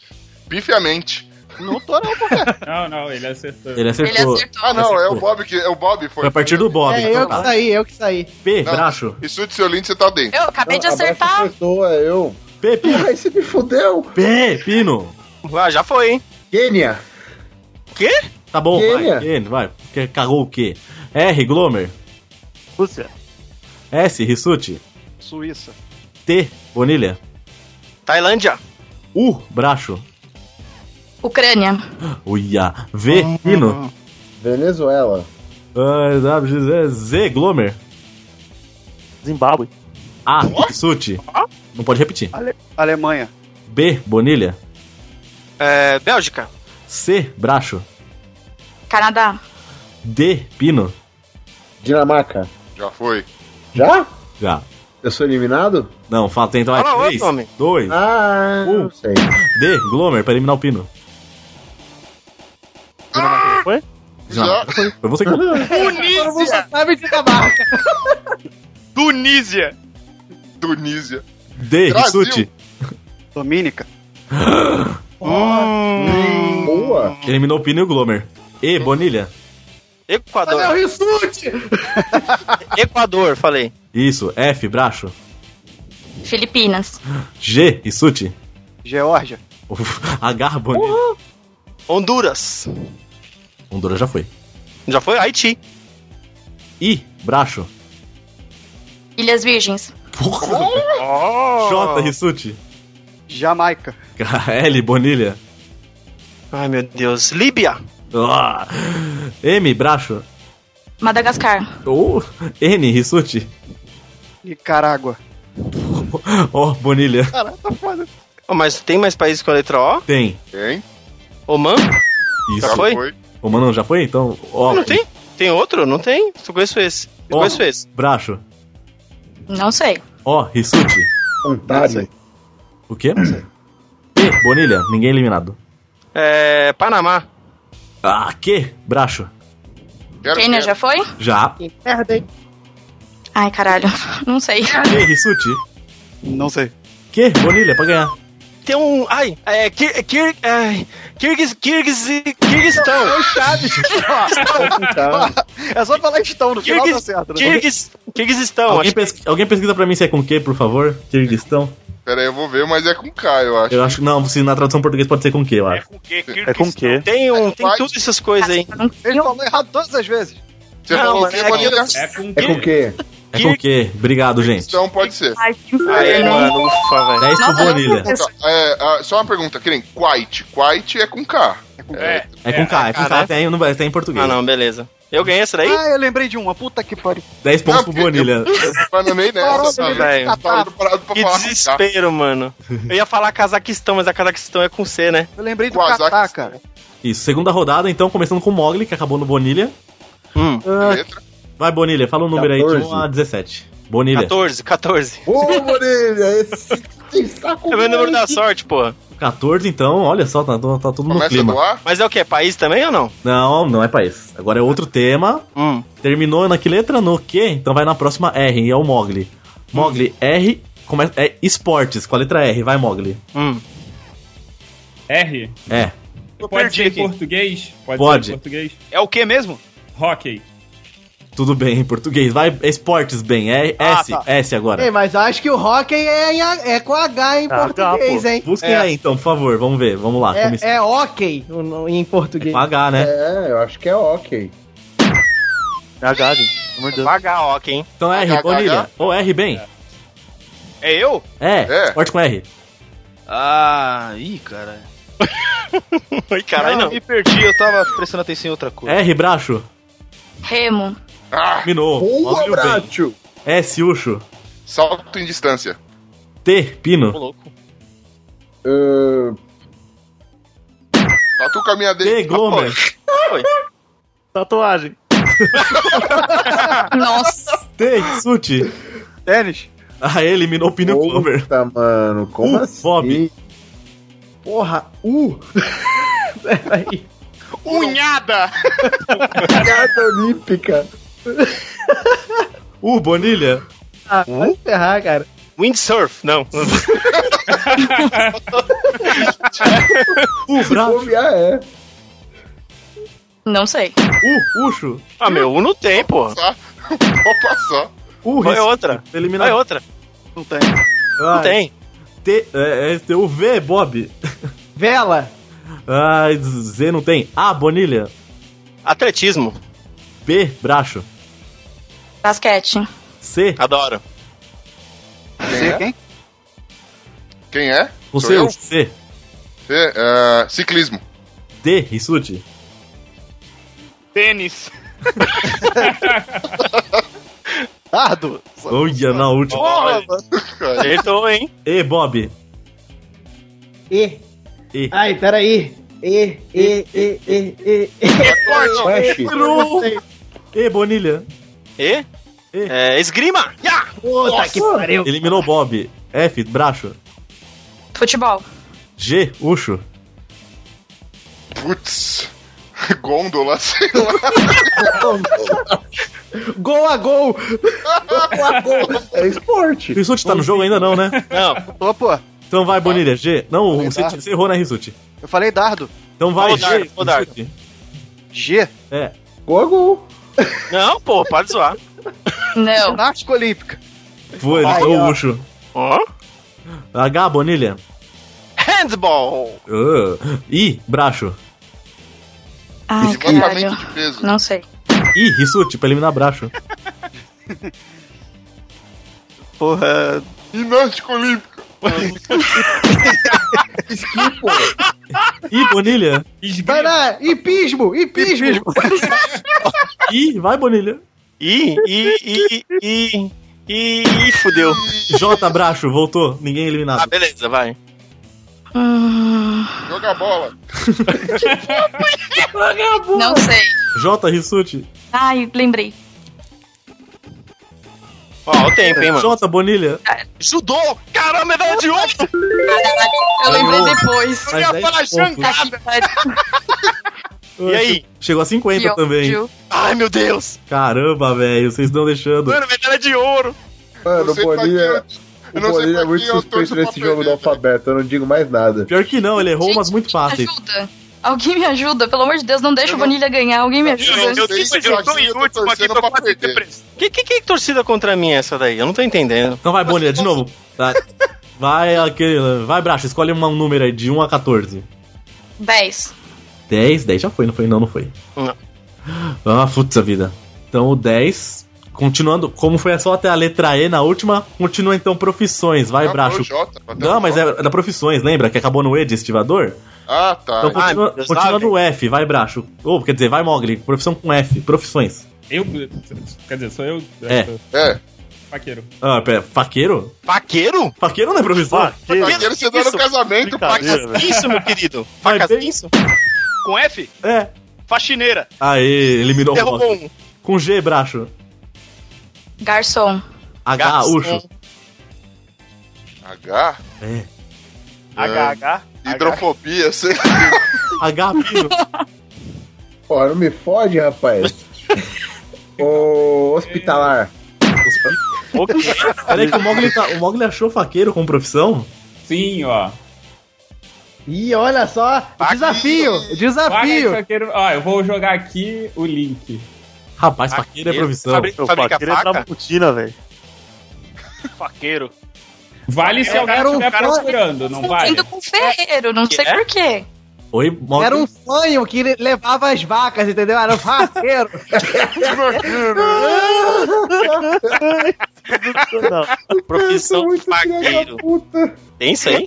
Pifiamente.
Não tô não, pô.
Não, não, ele acertou.
Ele acertou.
Ah, não, é o Bob que. É o Bob, foi.
Foi a partir do Bob. então tá.
É eu que saí, eu que saí.
P,
Não.
braço.
Isso de seu lindo, você tá dentro.
Eu acabei de
Não, abraço,
acertar.
acertou, é eu.
Pepe.
Ai, você me fudeu.
Pepino.
Ah, já foi, hein?
Quênia.
Quê?
Tá bom,
Quênia.
vai. Quênia, vai. Que- Cagou o quê? R, Glomer.
Rússia.
S, Rissuti.
Suíça.
T, Bonilha.
Tailândia.
U, Bracho.
Ucrânia.
Uia. V, Pino.
Venezuela.
Ah, W, Z, Z, Glomer.
Zimbábue.
A, Rissuti. Não pode repetir.
Alemanha.
B, Bonilha.
É, Bélgica.
C, Bracho.
Canadá.
D, Pino.
Dinamarca.
Já foi.
Já?
Já.
Eu sou eliminado?
Não, falta então. É
Fala outro,
3,
homem.
2,
Ah, não sei.
D, Glomer, pra eliminar o Pino.
Foi?
Já. Foi foi você que
Todo mundo só Uhum. sabe de Dinamarca.
Tunísia.
Tunísia.
D,
Brasil.
Rissuti.
Domínica. Hum.
Boa.
Eliminou o Pino e o Glomer. E, Bonilha.
Equador.
Olha o Rissuti!
Equador, falei.
Isso, F, Bracho.
Filipinas.
G, Rissuti.
Geórgia.
Uf, H, Bonilha.
Honduras.
Honduras já foi.
Já foi Haiti.
I, Bracho.
Ilhas Virgens.
J, Rissuti.
Jamaica.
K, L, Bonilha.
Ai, meu Deus. Líbia.
Ah. M, Bracho.
Madagascar.
O, N, Rissuti.
Nicarágua.
O, Bonilha.
Caralho, tá foda.
Ô, mas tem mais países com a letra O?
Tem.
Tem?
Oman?
Isso.
Já foi?
Ô, mano, já foi? Então, ó.
Não tem? Tem outro? Não tem? Só conheço esse. Só
Ó,
conheço esse.
Bracho.
Não sei.
Ó, Rissuti.
Ontário.
O quê? E, Bonilha. Ninguém eliminado.
É. Panamá.
Ah, que? Bracho.
Quênia né, já foi?
Já.
Que merda, hein?
Ai, caralho. Não sei.
Que, Rissuti?
Não sei.
Que? Bonilha, pra ganhar.
Tem um. Ai, é. Kir, Kir, é Kirguiz, Kirguiz, Kirguistão.
É o Chaves. é só falar estão no final tá
Kirguiz,
certo. né?
Kirguiz, Kirguistão.
Alguém,
acho que-
pesqui- alguém pesquisa pra mim se é com que, por favor? Kirguistão.
Pera aí, eu vou ver, mas é com K, eu acho.
Eu acho que não, se na tradução portuguesa pode ser com que, eu acho.
É com quê?
Tem um. Tem todas essas coisas aí.
Ele falou errado todas as vezes.
Você
Não,
falou
mas
que
é
maneira.
É com
É com quê?
É com que? Obrigado, gente.
Então pode ser. é,
Ai, que
Aê,
inferno.
mano. Ufa, É velho.
10 pro
Nossa,
Bonilha.
não-
Tá, é, ah, só uma pergunta, que nem Quite. Quite é com K.
É
É.
com K, é com K,
Caraca.
tem, não vai, tem em português.
né? Ah, não, beleza. Eu ganhei essa daí?
Ah, eu lembrei de uma. Puta que pariu.
10 pontos
Não,
pro
porque
Bonilha.
Panamei nessa,
Caralho,
velho.
velho.
Parado, parado pra
Que
falar com K.
desespero, mano. Eu ia falar Cazaquistão, mas a Cazaquistão é com C, né?
Eu lembrei do
Kazakh-
Catar, cara.
Isso, segunda rodada, então, começando com o Mogli, que acabou no Bonilha. Ah,
Hum.
Letra.
Vai, Bonilha, fala um número aí, de 1 a 17. Bonilha,
14, 14.
Ô, Bonilha, esse está com
É o meu número da sorte, porra.
14, então, olha só, tá, tá- tá tudo no
Começa
clima.
do A.
Mas é o quê? País também ou não?
Não, não é país. Agora é outro tema.
Hum.
Terminou na que letra? No Q? Então vai na próxima R, e é o Mogli. Mogli, R, começa, é esportes, com a letra R, vai, Mogli.
Hum.
R.
É,
Eu
Pode
perdi
ser
aqui.
em português? Pode,
Pode.
ser em português?
É o que mesmo?
Hockey.
tudo bem em português. Vai, esportes, bem, é
Ah,
S,
tá.
S agora.
Ei, mas eu acho que o hockey é, em a- é com H É, em
Ah,
português,
tá,
hein?
Busquem
É.
aí, então, por favor, vamos ver, vamos lá. Come-
É, é ok o no- em português.
Com H, né?
É, eu acho que é ok.
É H, gente. Pelo amor de Deus. é
Vagar, ó, quem?
Então R,
H, H,
Bonilha.
H.
Ou R bem.
É eu?
É,
É.
esporte com R.
Ah, ih, cara.
Ai, caralho, não.
Me perdi, eu tava prestando atenção em outra coisa.
R, Bracho.
Remo.
Ah,
Minou.
Boa,
Mogli, o bem.
Bracho!
S, Ucho.
salto em distância.
T,
Ô,
Pino.
louco.
É.
Ah,
Tatu tá com a minha
T,
dele. Ah,
Glomer.
Tatuagem.
Nossa.
T, Suti.
Tênis.
Ah, eliminou o Pino e o Glomer.
Puta, mano, como
Uh,
assim?
Bob.
Porra, U. Peraí.
Unhada!
Piada olímpica.
U, Bonilha.
Ah,
Hum?
vai se ferrar, cara.
Windsurf, não.
U, Bracho.
Bobear é.
Não sei.
Uh,
U, Ucho.
ah, meu, um não tem, porra.
Tá. Vou passar.
U,
Vai
Rissuti.
outra.
Eliminou.
Vai outra.
Não tem.
Não tem.
ST. É, STUV, Bob.
Vela.
Ah, Z não tem. A, Bonilha.
Atletismo.
B, Bracho.
Basquete.
C.
Adoro.
Quem é?
quem?
Quem é? Sou
Você,
eu?
C.
Você, ah, ciclismo.
D, Rissuti.
Tênis.
Dardo.
Olha, na última.
Porra,
Acertou, hein?
E, Bob.
E.
E.
Ai, peraí. E, e, e, e, e.
Tá
Flash.
Errou. E, Bonilha.
E? É, esgrima! Ya!
Puta que pariu.
Eliminou Bob. F, Bracho.
Futebol.
G, Ucho.
Putz. Gôndola, sei lá.
Gol a gol.
É esporte.
Rissuti tá no jogo ainda não, né?
Não.
Ô, pô,
Então vai, Bonilha. G. Não,
Vai
você,
dar.
você errou, né, Rissuti?
eu falei dardo.
Então vai,
Vou dar,
G.
vou dar.
Rissuti.
G.
É.
Gol a gol.
Não, pô, pode zoar.
Não.
Ginástica olímpica.
Foi, ele
Aí,
foi o
ó.
Ucho.
Ó.
H, Bonilha.
Handball!
Uh. I, Bracho.
Ai,
Deslocamento
caralho.
de peso.
Não sei.
I, Rissuti, pra eliminar Bracho.
Porra.
Ginástica olímpica.
Esqui, pô.
I, Bonilha.
Vai lá. Hipismo, hipismo.
I, vai, Bonilha.
Ih, ih, ih, ih, ih, ih, fudeu.
J, Bracho, voltou. Ninguém é eliminado.
Ah, beleza, vai.
Hum,
Joga a bola.
não sei.
J, Rissuti.
Ai, lembrei.
Ó, o tempo, hein, mano.
J, Bonilha.
Judô! Caramba,
é
medalha
um.
de ouro!
Eu lembrei depois.
Mais
ia
10
falar
pontos.
jangada.
Ai, que pariu.
E aí?
Chegou a 50
Que
também.
ódio.
Ai, meu Deus!
Caramba, velho, vocês estão deixando.
Mano, medalha de ouro!
Mano,
Não
o
sei pra
Bolinha,
quem eu- eu
o
não sei
Bolinha
pra
é muito
quem eu torço
suspeito nesse
pra
jogo
perder,
do
velho.
alfabeto, eu não digo mais nada.
Pior que não, ele errou umas muito
Me
fáceis.
ajuda. Alguém me ajuda, pelo amor de Deus, não deixa
Eu
o
não-
Bonilha ganhar. Alguém me
Eu
ajuda.
não sei se eu tô em último aqui, tô quase
Que, que, que torcida contra mim é essa daí? Eu não tô entendendo.
Então vai, Bonilha, de novo. Tá. Vai, aquele. Vai, Bracho, escolhe um número aí, de 1 a 14.
10.
10, 10 já foi, não foi? Não, não foi.
Não.
Ah, putz a vida. Então o 10. Continuando, como foi só até a letra E na última, continua então profissões. Vai,
Não,
Bracho.
foi o Jota, bateu
Não,
no
mas
Jota.
é da profissões, lembra? Que acabou no E de estivador?
Ah, tá.
Então continua,
meu Deus,
continua
lá vem.
no F, vai, Bracho. Ou, quer dizer, vai, Mogli. Profissão com F, profissões.
Eu. Quer dizer, sou eu.
É.
É.
Faqueiro.
Ah, pera, faqueiro?
Vaqueiro?
Faqueiro não é profissão?
Vaqueiro você dá no casamento, pá.
Brincadeira, velho.
Isso, meu querido.
Vai
Facas
bem.
isso?
Com F?
É.
Faxineira.
Aê, eliminou o
Derrubou
Mogli.
um.
Com G, Bracho.
Garçom.
H,
Garçom.
Ucho.
H?
É.
HH.
Hidrofobia, sei lá.
H, Pino.
Pô, não me fode, rapaz. Ô, hospitalar.
Peraí que o Mogli, tá, o Mogli achou faqueiro como profissão?
Sim, ó.
E olha só, desafio,
Vaga de
desafio.
faqueiro. Ó, eu vou jogar aqui o link.
Rapaz, faqueiro é profissão.
Fabri-
Meu
Fabrica
faqueiro é
faca?
tramontina, velho.
Faqueiro.
Vale
É,
É,
se alguém
era um
estiver
fã-
procurando, não vale?
Indo com ferreiro, não
Que
sei
é?
porquê.
Oi, Mogli.
Era um sonho que le- levava as vacas, entendeu? Era um faqueiro.
Não,
Profissão faqueiro. Tem isso aí?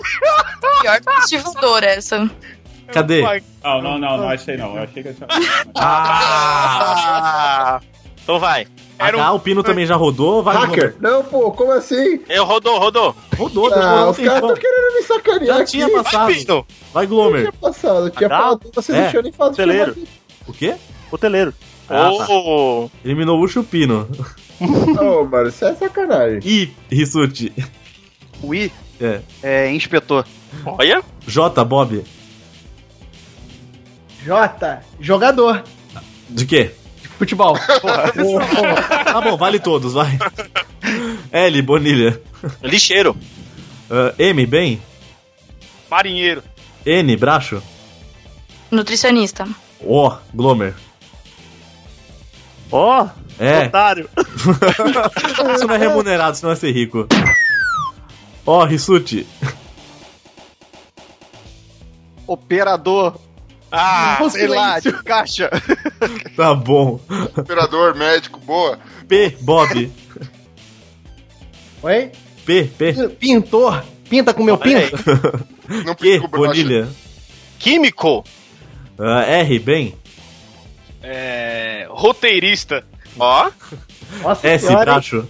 Pior que estivador essa.
Cadê?
Não, não, não, não achei não. Eu achei que eu tinha.
Ah! Então vai.
H,
um
o Pino também já rodou. Vai,
Hacker? Não, pô, como assim?
Eu rodou, rodou.
Rodou, rodou.
Ah,
rodou
os caras estão querendo me sacanear
Já
aqui.
tinha passado.
Vai, Pino.
Vai,
Eu
Glomer.
tinha passado, eu tinha
H?
falado, você
É.
deixou eu nem falar. tinha
Celeiro.
falado.
O quê?
Coteleiro.
Ah,
Oh!
Eliminou o Ucho, Pino.
Ô, mano, isso é sacanagem.
I, Rissuti.
O I
É.
é inspetor.
Olha,
J, Bob.
Jota, jogador
De quê?
de futebol.
Tá bom, vale todos, vai. L, Bonilha.
lixeiro.
Ah, M, Bem.
Marinheiro.
N, Bracho.
Nutricionista.
O, Glomer.
Ó,
É,
tá
otário.
isso não é remunerado, senão vai ser rico. O, Rissuti.
Operador.
Ah,
sei lá, de caixa.
Tá bom.
Operador, médico, boa.
P, Bob.
Oi?
P, P.
Pintor. Pinta com meu pinto.
Não
Q, Bonilha.
Químico.
Ah, R, bem.
É. Roteirista. Ó.
Nossa
S,
senhora, hein?
Tacho.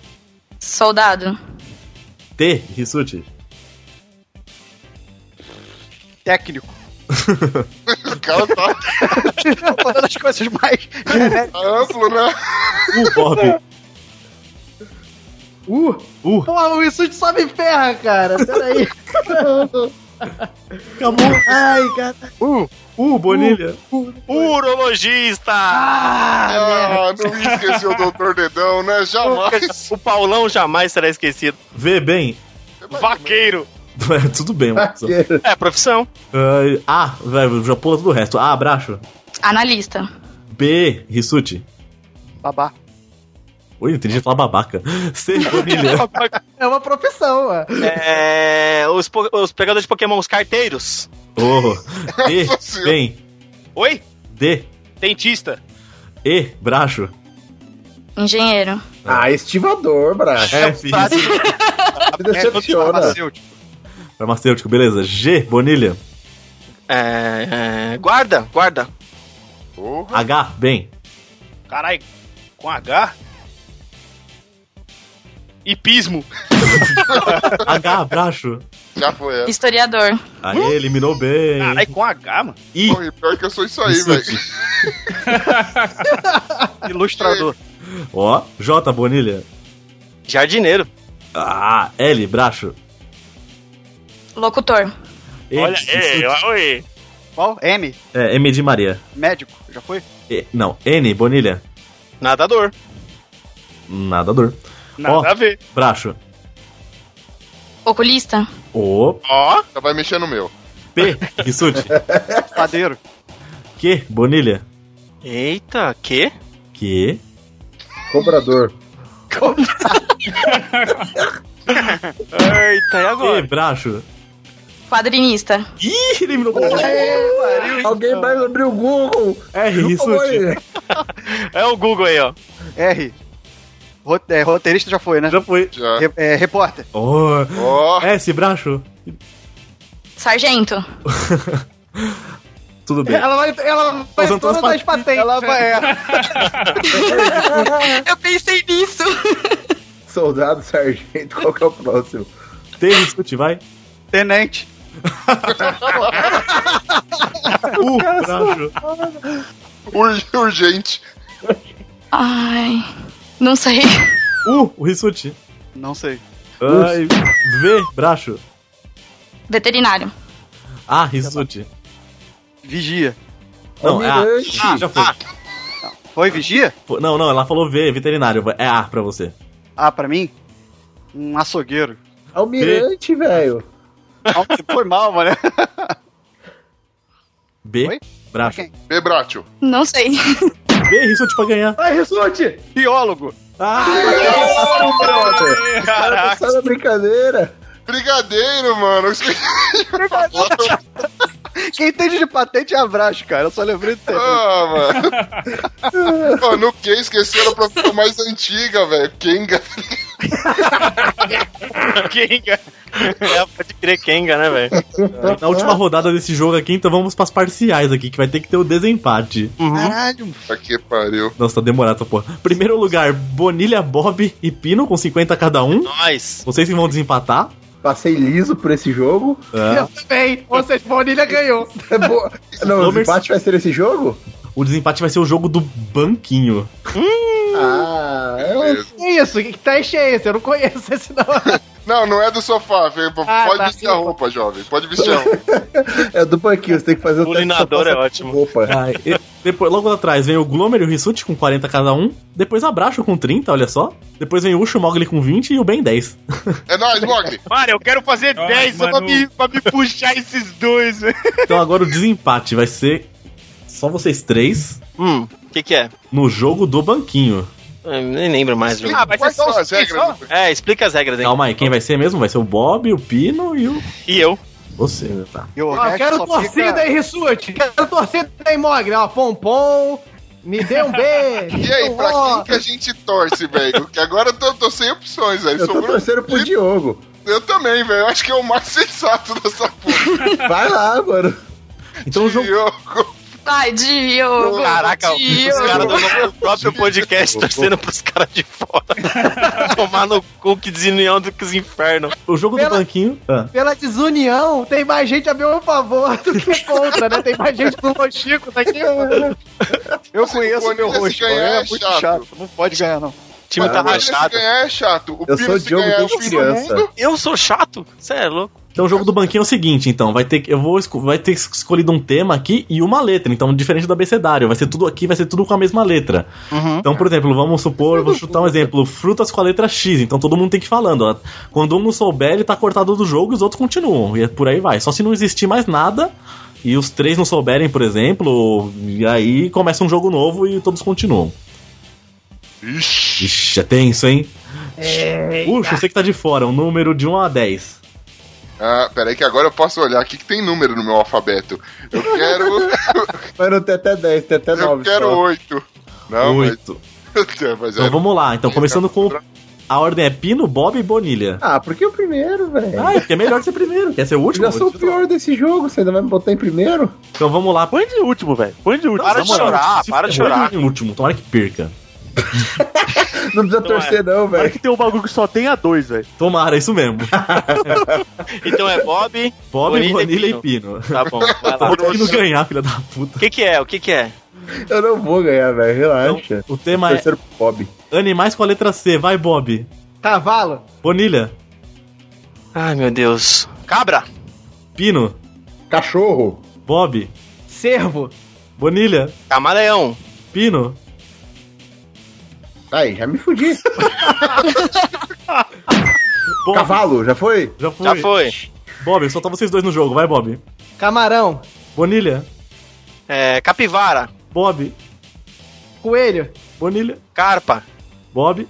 Soldado.
T, Rissuti.
Técnico.
O cara tá
Uma das coisas mais. genéricas.
amplo, né?
U, Bob.
Uh!
Uh.
Porra, o Insulte só me ferra, cara. Peraí.
Acabou.
Ai, cara.
U,
Uh,
U, Uh, Bonilha.
Urologista.
Ah, não ia esquecer o Doutor Dedão, né? Jamais.
O Paulão jamais será esquecido.
V, bem.
Vaqueiro.
Tudo bem, mano.
É profissão.
Ah, A, velho, já pula todo o resto. A, Bracho.
Analista.
B, Rissuti.
Babá.
Ui, tem gente falar babaca. C, Bonilha.
É uma profissão, mano.
É, os, po- os pegadores de Pokémon, os carteiros.
Oh, D,
senhora.
bem.
Oi?
D,
Dentista.
E, Bracho.
Engenheiro.
É.
Ah, estivador, braço.
É,
F, Rissuti.
Me decepciona.
Farmacêutico, beleza. G, Bonilha.
É, é, guarda, guarda.
Porra.
H, bem.
Caralho, com H? Hipismo.
H, Bracho.
Já foi é. essa.
Historiador.
Aí, eliminou bem.
Caralho, com H, mano.
I,
Porra, e pior que eu sou isso Tá aí,
Rissuti.
velho.
Ilustrador.
Ó, J, Bonilha.
Jardineiro.
Ah, L, Bracho.
Locutor.
E,
Olha,
Rissuti.
ei, oi.
Qual? M.
É, M de Maria.
Médico. Já foi?
E- não, N, Bonilha.
Nadador.
Nadador.
Nada
Ó.
a ver.
Bracho.
Oculista.
O,
Ó,
Já vai mexer no meu.
P, Rissuti.
Padeiro.
Q, Bonilha.
eita, que?
Q,
Cobrador.
tá? Eita, e
E,
agora?
Bracho.
Quadrinista.
Ih, eliminou
Alguém vai abrir o Google.
R,
Por favor.
Rissuti.
É o Google aí, ó.
R. Rote- é, roteirista já foi, né?
Já foi. É,
Já.
Re- é, repórter.
Ó,
Ó,
S, Bracho.
Sargento.
Tudo bem.
Ela vai, ela vai
Usando
todas
todas
as patentes.
Ela vai. É,
Eu pensei nisso.
Soldado, sargento, qual que é o próximo?
T, Rissuti, um vai.
tenente.
U, Bracho.
ur- urgente.
Ai. Não sei.
U, Uh, o Rissuti.
Não sei.
Ai, V, Bracho.
Veterinário.
A, Rissuti.
Vigia.
Não, é A.
Almirante.
Ah, já foi.
Foi vigia?
Pô, Não, não, ela falou V, veterinário. É A pra você.
Ah, pra mim? Um açougueiro.
Almirante, velho.
Ah, Foi mal, mano.
B,
Oi?
Bracho.
Ok.
Bebrátil.
Não sei.
B, Rissuti pra ganhar.
Vai, Rissuti.
Biólogo.
Ah,
Cara, tá na brincadeira.
Brigadeiro, mano.
Quem entende de patente é abraço, cara. Eu só lembrei do tempo.
Ah, mano. Pô, no que esqueceram a profissão mais antiga, velho. Kenga.
Kenga. É, pode crer Kenga, né, velho?
na última rodada desse jogo aqui, então vamos pras parciais aqui, que vai ter que ter o desempate.
Caralho.
Tá que pariu.
Nossa, tá demorado essa porra. Primeiro lugar, Bonilha, Bob e Pino, com 50 cada um.
Nós.
Vocês que vão desempatar.
Passei liso por esse jogo.
É.
Eu também. Vocês, Bonilha ganhou.
É boa. Não, o
Numbers-
empate vai ser esse jogo?
O desempate vai ser o jogo do banquinho.
Ah, é um...
Que isso? Que teste é esse? Eu não conheço esse não.
Não, não é do sofá, velho. Pode
Ah, tá.
vestir a roupa, jovem. Pode vestir a roupa.
é do banquinho, você tem que fazer o
Bulinador
teste pra
é
passar
ótimo.
com Roupa.
Ah, e- depois, logo atrás vem o Glomer e o Rissuti com 40 cada um. Depois Abracho com 30, olha só. Depois vem o Ucho, o Mogli com 20 e o Ben 10.
É nóis, Mogli.
Mano, eu quero fazer
Ah,
10 só pra
Manu.
me, pra me puxar esses dois, velho.
Então agora o desempate vai ser só vocês três
Hum, o que que é?
no jogo do banquinho.
Eu nem lembro mais, jogo.
Ah, mas Quais são as regras?
É, explica as regras aí.
Calma aí, quem vai ser mesmo? Vai ser o Bob, o Pino e o,
E eu?
o Você. Tá.
Ó, quero torcida aí, Rissuti. Quero torcida aí, Mogre. Ó, Pompom. Me dê um beijo.
E aí, pra quem que a gente torce, velho? Que agora eu tô, tô sem opções, velho.
Eu tô
Sobrou-
torcendo pro Diogo.
Eu também, velho. Eu acho que é o mais sensato dessa porra.
Vai lá, mano.
Então, João.
Vai, Diogo.
Caraca,
Diogo.
os caras do no próprio podcast torcendo pros caras de fora. Tomar no cu que desunião do que os infernos.
O jogo
Pela-
do banquinho. Ah.
Pela desunião, tem mais gente a meu favor do que contra, né? Tem mais gente pro Chico daqui.
Eu conheço meu rosto, é muito chato. Não pode ganhar, não.
time tá
Mas se
rachado.
ganhar é chato. O
Eu
Pires
sou
se
Diogo
ganhar é o
desde
fim do
criança.
mundo.
Eu sou chato? Você é louco?
Então o jogo do banquinho é o seguinte, então, vai ter que- eu vou esco- vai ter escolhido um tema aqui e uma letra, então diferente do abecedário, vai ser tudo aqui, vai ser tudo com a mesma letra.
Uhum.
Então, por exemplo, vamos supor, eu vou chutar um exemplo, frutas com a letra X, então todo mundo tem que ir falando. ó. Quando um não souber, ele tá cortado do jogo e os outros continuam, e é por aí vai. Só se não existir mais nada e os três não souberem, por exemplo, e aí começa um jogo novo e todos continuam. Ixi, é tenso, hein? Puxa, você que tá de fora, um número de 1 a 10.
Ah, peraí que agora eu posso olhar aqui que tem número no meu alfabeto. Eu quero.
Mas não tem até 10, tem até 9.
eu quero oito. Não,
Oito.
mas. mas
Então
é-
vamos lá, então começando com. A ordem é Pino, Bob e Bonilha.
Ah, porque o primeiro, velho.
Ah, é porque é melhor ser primeiro, quer ser o
Eu
último.
já sou o pior desse jogo, você ainda vai me botar em primeiro?
Então vamos lá.
Põe de último, velho. Põe de último.
Para
na
de
moral.
chorar,
Se
para de
for
chorar.
Põe o último, tomara que perca.
Não precisa torcer, não, velho.
Para Então é. que tem um bagulho que só tem a dois, velho.
Tomara, isso mesmo.
Então é Bob,
Bob,
Bonilha
Bonilha e Pino.
Tá bom, vai lá.
Vou conseguindo ganhar, filha da puta.
O que que é? O que que é?
Eu não vou ganhar, velho. Relaxa.
O tema é
Terceiro pro Bob.
animais com a letra C. Vai, Bob.
Cavalo.
Bonilha.
Ai, meu Deus. Cabra!
Pino.
Cachorro.
Bob.
Cervo.
Bonilha.
Camaleão!
Pino.
Tá Aí, já me fudi.
Bob.
Cavalo, já foi?
Já foi.
Já foi.
Bob, só tá vocês dois no jogo. Vai, Bob.
Camarão.
Bonilha.
É, capivara,
Bob.
Coelho.
Bonilha.
carpa,
Bob.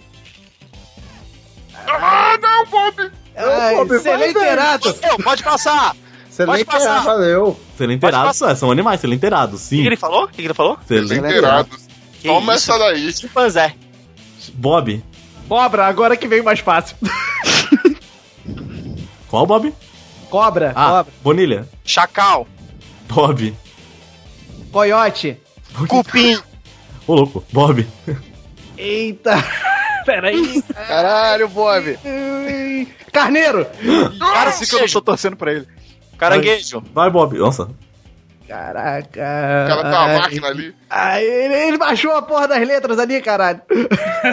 Ah, não, Bob!
Ai,
Bob, vai,
Celeiterato.
Eu, pode passar!
Você
Pode
nem
passar.
quer, valeu.
Selenterados. Ah, são animais, selenterados,
O que
sim. é
que ele falou? O que que ele falou?
é
Desinteirados.
Que
Toma
isso? é.
essa daí.
Chimpanzé.
Bob.
Cobra, agora que veio mais fácil.
Qual, Bob?
Cobra.
Ah,
Cobra.
Bonilha.
Chacal.
Bob.
Coiote.
Cupim.
Ô, louco. Bob.
Eita. Peraí.
Caralho, Bob.
Carneiro.
Cara, sim que eu não tô torcendo pra ele.
Caranguejo.
Vai, Bob. Nossa.
Caraca.
O cara
é,
tá uma máquina ali.
Ai, ele, ele baixou a porra das letras ali, caralho.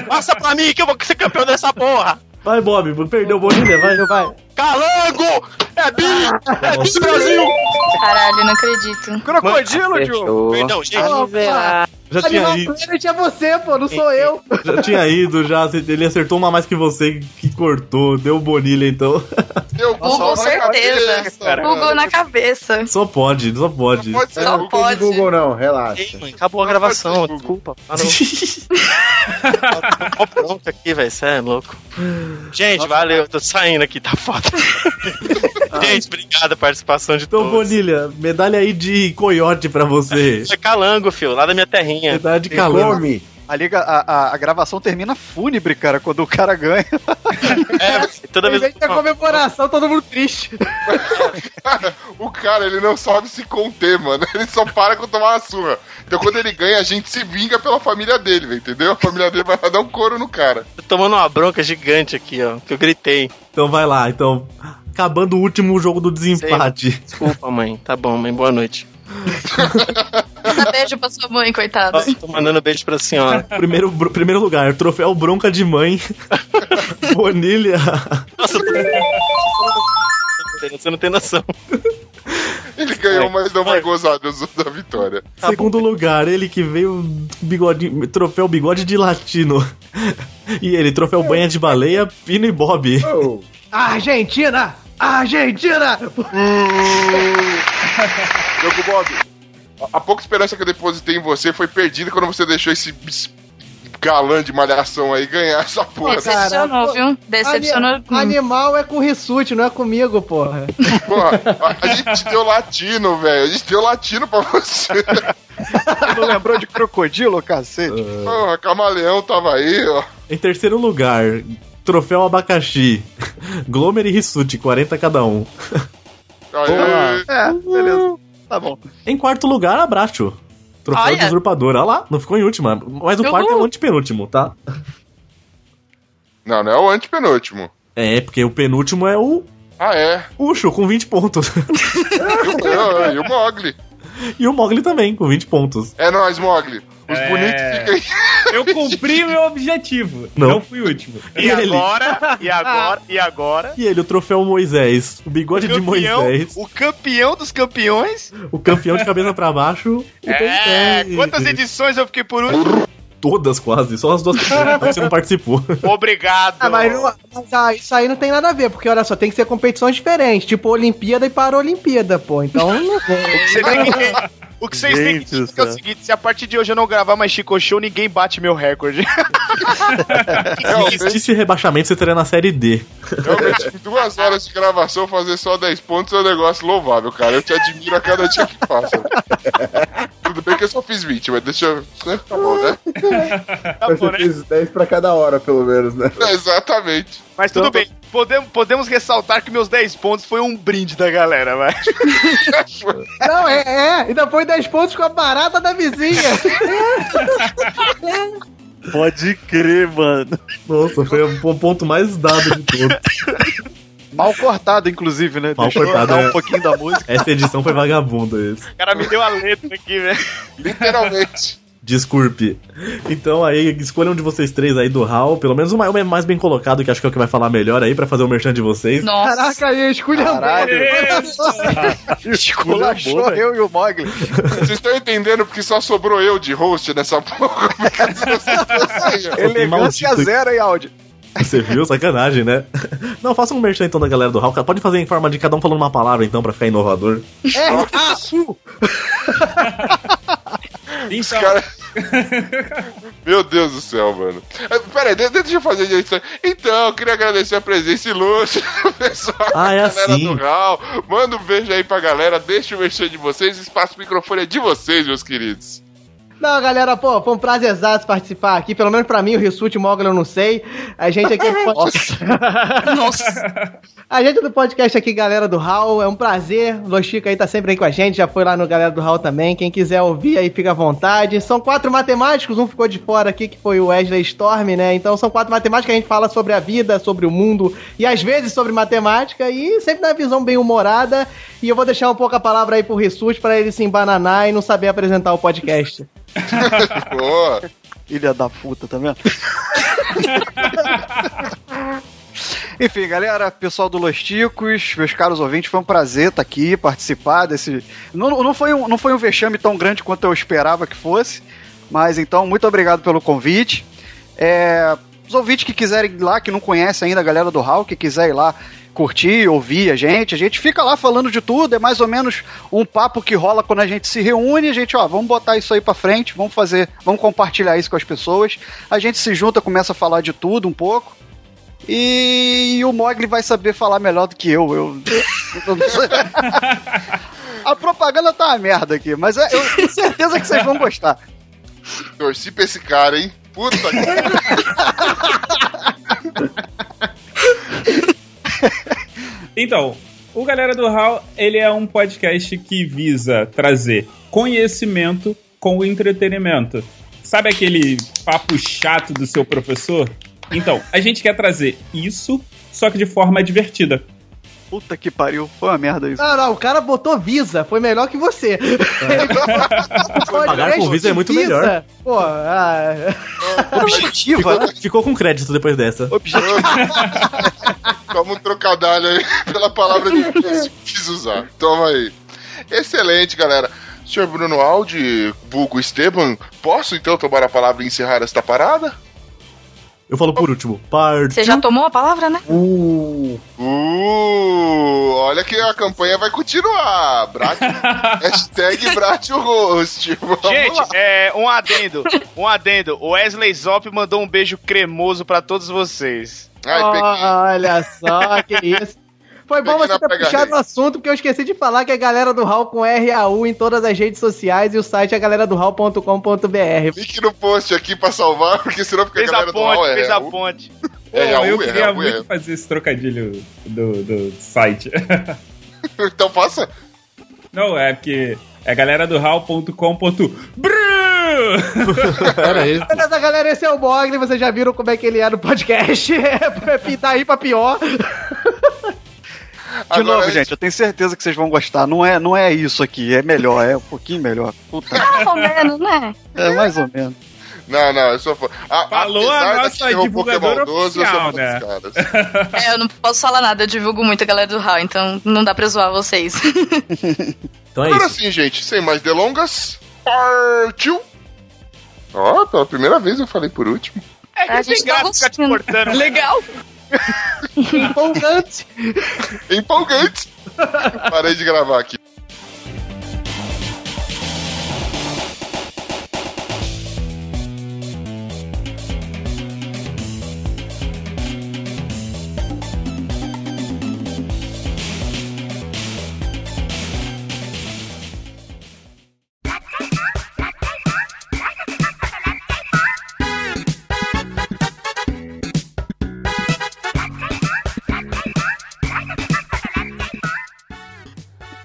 Passa pra mim que eu vou ser campeão dessa porra.
Vai, Bob. Perdeu o Bonilha. Vai.
Vai.
Calango! É bi! É bi, Brasil!
Caralho, não acredito.
Crocodilo,
Fechou.
Diogo! Perdão, gente.
Opa!
Ah, Já tinha
Animal
ido.
Planet é você, pô, não sou eu.
Já tinha ido, já. acert- Ele acertou uma mais que você, que cortou. Deu bonilha, então.
Deu
Google,
na
certeza.
cabeça,
Google na cabeça.
Só pode, só pode.
Pode ser.
Só
Não tem de
pode.
Google, não, relaxa.
Ei, mãe, acabou a gravação, desculpa. Ó, pronto aqui, velho, você é louco. Gente, valeu, tô saindo aqui, tá foda. Gente, obrigado a participação de
Então,
todos.
Bonilha, medalha aí de coiote pra você.
É calango, filho, lá da minha terrinha.
Medalha de calor.
Come.
A, liga, a, a, a gravação termina fúnebre, cara, quando o cara ganha.
É, toda
Em
vez
vez da comemoração, todo mundo triste.
Cara, o cara, ele não sabe se conter, mano. Ele só para com tomar uma surra. Então quando ele ganha, a gente se vinga pela família dele, velho, entendeu? A família dele vai lá dar um couro no cara.
tô tomando uma bronca gigante aqui, ó, que eu gritei.
Então vai lá, então. Acabando o último jogo do desempate.
Desculpa, mãe. Tá bom, mãe, boa noite.
Manda beijo pra sua mãe,
Tá
Ah,
coitada.
Tô mandando beijo pra senhora.
Primeiro, bro- primeiro lugar, troféu bronca de mãe. Bonilha.
Nossa, tô- você não tem noção.
Ele ganhou, mas não vai gozar do- da vitória.
Segundo lugar, ele que veio bigodinho, troféu bigode de latino. E ele, troféu banha de baleia, Pino e Bob.
Oh,
Argentina! Argentina!
Hum. Diogo Bob, a- a pouca esperança que eu depositei em você foi perdida quando você deixou esse bis- galã de malhação aí ganhar essa porra.
Decepcionou, viu? Decepcionou.
Ani- Animal é com rissute, não é comigo, porra.
Porra, a- a gente deu latino, velho. A gente deu latino pra você.
Não lembrou de crocodilo, cacete?
Porra, camaleão tava aí, ó.
Em terceiro lugar, troféu abacaxi. Glomer e Rissuti, 40 cada um.
Aí,
É, beleza. Tá bom.
Em quarto lugar, Abracho. Troféu
Olha.
de usurpador. Olha lá, não ficou em última. Mas o
Uhul.
quarto é o antepenúltimo, tá?
Não, não é o antepenúltimo.
É, porque o penúltimo é o.
Ah, é?
Puxo, com 20 pontos.
E o- e o Mogli.
e o Mogli também, com 20 pontos.
É nóis, Mogli. Os
É.
bonitos ficam aí.
Eu cumpri meu objetivo.
Não.
Não fui o último.
E ele?
agora, e agora, e agora.
E ele, o troféu Moisés. O bigode de é Moisés.
o campeão dos campeões.
O campeão de cabeça pra baixo. o
É,
Ben 10.
quantas edições eu fiquei por último?
Todas quase, só as duas primeiras que você não participou.
Obrigado.
Ah, mas, não- mas, ah, isso aí não tem nada a ver, porque olha só, tem que ser competições diferentes, tipo Olimpíada e Paralimpíada, pô. Então não
Você tem que ter- O que vocês têm que
Gente do
entender é o
céu.
seguinte: se a partir de hoje eu não gravar mais Chico Show, ninguém bate meu recorde.
Se existisse rebaixamento, você estaria na série D.
Realmente, com duas horas de gravação, fazer só 10 pontos é um negócio louvável, cara. Eu te admiro a cada dia que passa. Tudo bem que eu só fiz 20, mas deixa eu. Tá bom, né?
Mas você fez 10 pra cada hora, pelo menos, né?
Exatamente.
Mas tudo
Então tá.
bem, podemos, podemos ressaltar que meus 10 pontos foi um brinde da galera, vai.
Não, é, é. Ainda foi 10 pontos com a barata da vizinha.
Pode crer, mano.
Nossa, foi o ponto mais dado de todos.
Mal cortado, inclusive, né?
Mal
Deixa eu
cortado,
cortar
é.
um pouquinho da música.
Essa edição foi vagabunda. esse.
O cara me deu a letra aqui, velho.
Literalmente.
Desculpe. Então aí, escolha um de vocês três aí do Hal. Pelo menos o Mael é mais bem colocado, que acho que é o que vai falar melhor aí, pra fazer o merchan de vocês.
Caraca, aí, um
Caralho.
Esculachou eu e o Mogli.
Vocês estão entendendo porque só sobrou eu de host nessa porra?
Elegância
Maldito.
zero aí, Audi.
Você viu? Sacanagem, né? Não, faça um merchan então da galera do Hal. Pode fazer em forma de cada um falando uma palavra então, pra ficar inovador.
Os cara... Meu Deus do
é
céu, mano. Ah, Pera aí, de- deixa eu fazer direito. isso aí. Então, eu queria agradecer a presença ilustre do pessoal
Ah, é
da galera
assim.
do Raul. Manda um beijo aí pra galera, deixa o mexer de vocês, espaço microfone é de vocês, meus queridos.
Não, galera, pô, foi um prazerzaço participar aqui. Pelo menos pra mim, o Rissuti, o Mogli, eu não sei. A gente aqui... é
Nossa.
A gente do podcast aqui, galera do Hall, é um prazer. O Chico aí tá sempre aí com a gente, já foi lá no Galera do Hall também. Quem quiser ouvir aí, fica à vontade. São quatro matemáticos, um ficou de fora aqui, que foi o Wesley Storm, né? Então são quatro matemáticos que a gente fala sobre a vida, sobre o mundo e às vezes sobre matemática e sempre na visão bem humorada. E eu vou deixar um pouco a palavra aí pro Rissus pra ele se embananar e não saber apresentar o podcast.
Boa.
Filha da puta, tá vendo? Enfim, galera, pessoal do Los Ticos, meus caros ouvintes, foi um prazer estar aqui, participar desse. Não, não, foi um, não foi um vexame tão grande quanto eu esperava que fosse, mas então, muito obrigado pelo convite. É, os ouvintes que quiserem ir lá, que não conhecem ainda a galera do Hall, que quiser ir lá curtir, ouvir a gente, a gente fica lá falando de tudo, é mais ou menos um papo que rola quando a gente se reúne, a gente, ó, vamos botar isso aí pra frente, vamos fazer, vamos compartilhar isso com as pessoas. A gente se junta, começa a falar de tudo um pouco. E o Mogli vai saber falar melhor do que eu. eu... a propaganda tá uma merda aqui, mas
é,
eu eu tenho certeza que vocês vão gostar.
Torci pra esse cara, hein? Puta que
Então, o Galera do Hall, ele é um podcast que visa trazer conhecimento com entretenimento. Sabe aquele papo chato do seu professor? Então, a gente quer trazer isso, só que de forma divertida.
Puta que pariu, foi uma merda isso.
Ah,
Não, não, o cara botou Visa, foi melhor que você.
né,
Pagar com É, Visa é muito melhor.
Pô, ah,
Objetiva, né?
Ficou, ficou com crédito depois dessa.
Toma um trocadalho aí pela palavra que eu quis usar. Toma aí. Excelente, galera. Senhor Bruno Aldi, vulgo Esteban, posso então tomar a palavra e encerrar esta parada?
Eu falo por último. Partiu.
Você já tomou a palavra, né?
Uh, uh, olha que a campanha vai continuar. Brat, hashtag Bratiohost.
Gente, é, um adendo. Um adendo. O Wesley Zop mandou um beijo cremoso pra todos vocês.
Olha só, que isso. Foi bom
Peguei
você
na
ter
pegadinha.
puxado o assunto, porque eu esqueci de falar que é galera do Hall com RAU em todas as redes sociais e o site é galeradohall.com.br.
Link no post aqui pra salvar, porque senão fica
Fez a
mal.
ponte, fez a
ponte.
Pô, eu
Raul, é
queria
Raul, é
muito fazer esse trocadilho do, do site.
então faça.
Não, é porque é galera do Era isso.
Beleza, galera, esse é o Bogner, vocês já viram como é que ele é no podcast. É pintar aí pra pior.
De
é
novo, gente, eu tenho certeza que vocês vão gostar. Não é, não é isso aqui, é melhor, é um pouquinho melhor. Puta,
Mais ou menos, né?
é mais ou menos.
Não, não, eu sou fã. A,
Falou
apesar
a
de
nossa
ser um
divulgadora
Pokémon 12, eu sou fã dos
oficial,
caras.
né?
É, eu não posso falar nada, eu divulgo muito a galera do Hall, então não dá pra zoar vocês.
Então
Agora sim, gente, sem mais delongas, partiu! Ó, pela primeira vez eu falei por último.
É que
a gente tá gostando.
né?
Legal.
Empolgante!
Empolgante! Parei de gravar aqui.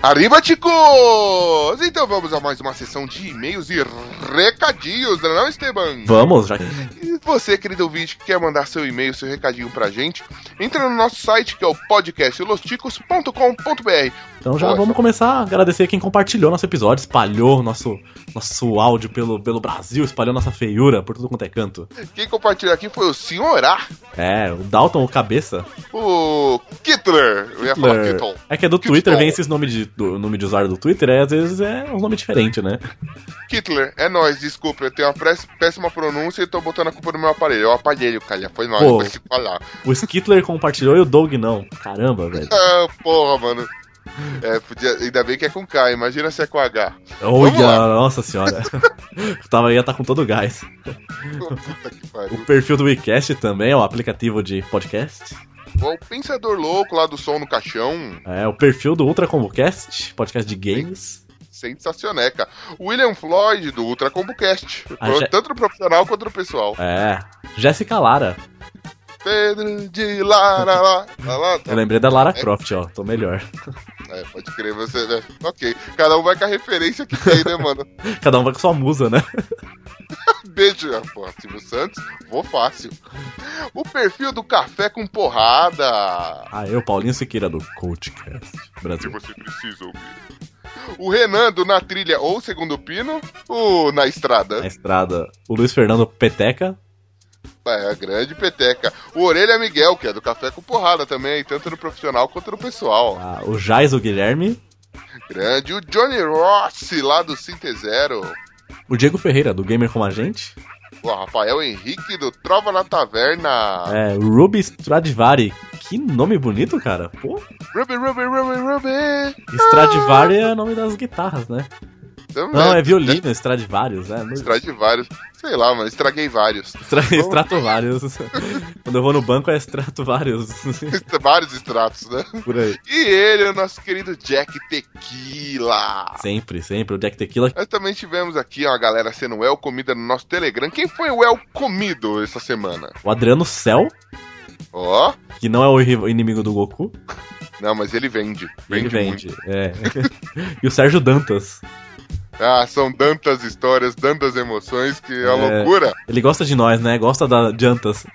Arriba, chicos! Então vamos a mais uma sessão de e-mails e recadinhos, não, é não Esteban?
Vamos, já que.
E você, querido ouvinte, que quer mandar seu e-mail, seu recadinho pra gente, entra no nosso site que é o podcastlosticos.com.br.
Então já vamos começar a agradecer quem compartilhou nosso episódio, espalhou nosso, nosso áudio pelo, pelo Brasil, espalhou nossa feiura por tudo quanto é canto.
Quem compartilhou aqui foi o Senhorá,
É, o Dalton, o cabeça.
o Kittler. Eu ia falar Kittle.
É que é do Twitter, vem esses nomes de, do, nome de usuário do Twitter, é, às vezes é um nome diferente, né?
Kittler, é nóis, desculpa, eu tenho uma press- péssima pronúncia e tô botando a culpa no meu aparelho. Eu aparelho, cara, foi nóis,
Pô.
vai se falar.
O Skittler compartilhou e o Doug não. Caramba, velho.
Ah, porra, mano. É, podia, ainda bem que é com K, imagina se é com H.
Olha, nossa senhora. Tava, ia estar com todo o gás.
Puta que pariu.
O perfil do WeCast também, é o aplicativo de podcast.
O Pensador Louco lá do Som no Caixão,
É, o perfil do Ultra Combocast, podcast de games.
sensacioneca. William Floyd do Ultra Combocast,
Ah, já-
tanto no profissional quanto no pessoal.
É. Jéssica Lara.
Pedro de Lara, lá, lá, lá.
Eu lembrei da Lara
É,
Croft, ó. Tô melhor.
É, pode crer, você, né? Ok, cada um vai com a referência que tem, né, mano?
Cada um vai com sua musa, né?
Beijo, ah, porra, Silvio Santos, vou fácil. O perfil do Café com Porrada.
Ah, eu, Paulinho Siqueira do Coachcast
Se
Brasil.
você precisa ouvir. O Renan do Na Trilha ou Segundo Pino, ou Na Estrada.
Na estrada, o Luiz Fernando Peteca.
É, a grande peteca. O Orelha Miguel, que é do Café com Porrada também, tanto no profissional quanto no pessoal.
ah, O Jais, o Guilherme.
Grande. O Johnny Rossi, lá do Cinte Zero.
O Diego Ferreira, do Gamer Como a Gente.
O Rafael Henrique, do Trova na Taverna.
É, o Ruby Stradivari. Que nome bonito, cara. Pô,
Ruby, Ruby, Ruby, Ruby.
Stradivari é o nome das guitarras, né?
Também.
Não, é violino, Stradivarius, é. não-
Estraguei né, vários. Sei lá, mano, estraguei vários.
Estra... Stratovarius. Quando eu vou no banco é Stratovarius.
vários extratos, né?
Por aí.
E ele, o nosso querido Jack Tequila.
Sempre, sempre. O Jack Tequila.
Nós também tivemos aqui ó, a galera sendo well comida no nosso Telegram. Quem foi o well comido essa semana?
O Adriano Cell,
Ó,
que não é o ri- inimigo do Goku.
não, mas ele vende. Vende,
Ele vende.
muito.
É. e o Sérgio Dantas.
Ah, são tantas histórias, tantas emoções que é, uma
É,
loucura.
Ele gosta de nós, né? Gosta da Jantas.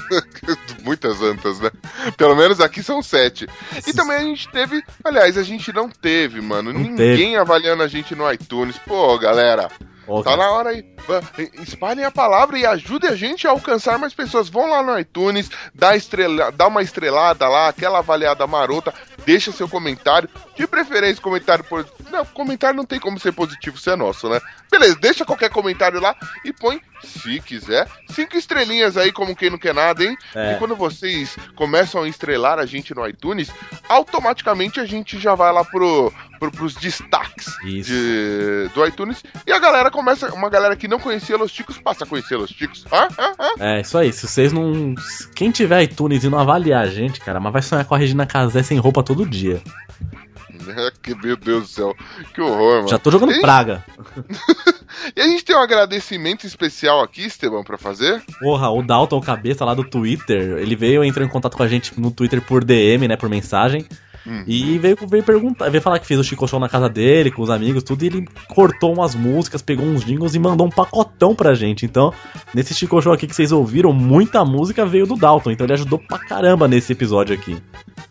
Muitas antas, né? Pelo menos aqui são sete. E também a gente teve. Aliás, a gente não teve, mano. Ninguém
teve.
avaliando a gente no iTunes. Pô, galera.
Ó,
Tá
cara.
na hora aí. Va- Espalhem a palavra e ajudem a gente a alcançar mais pessoas. Vão lá no iTunes, dá, estrela, dá uma estrelada lá, aquela avaliada marota, deixa seu comentário. De preferência, comentário positivo. Não, comentário não tem como ser positivo se é nosso, né? Beleza, deixa qualquer comentário lá e põe, se quiser, cinco estrelinhas aí, como quem não quer nada, hein?
É.
E quando vocês começam a estrelar a gente no iTunes, automaticamente a gente já vai lá pro, pro, pros destaques de- do iTunes e a galera começa, uma galera que não conhecia Los Ticos passa a conhecer Los Ticos. Ah, ah, ah.
É, isso aí. Se vocês não. se Quem tiver iTunes e não avaliar a gente, cara, mas vai sonhar com a Regina Casé sem roupa todo dia.
Que, meu Deus do céu, que horror, mano.
Já tô jogando
E-
praga.
E a gente tem um agradecimento especial aqui, Esteban, pra fazer.
Porra, o Dalton, o cabeça lá do Twitter, ele veio, entrou em contato com a gente no Twitter por DM, né, por mensagem. E veio, veio perguntar, veio falar que fez o Chico Show na casa dele, com os amigos, tudo, e ele cortou umas músicas, pegou uns jingles e mandou um pacotão pra gente. Então, nesse Chico Show aqui que vocês ouviram, muita música veio do Dalton, então ele ajudou pra caramba nesse episódio aqui.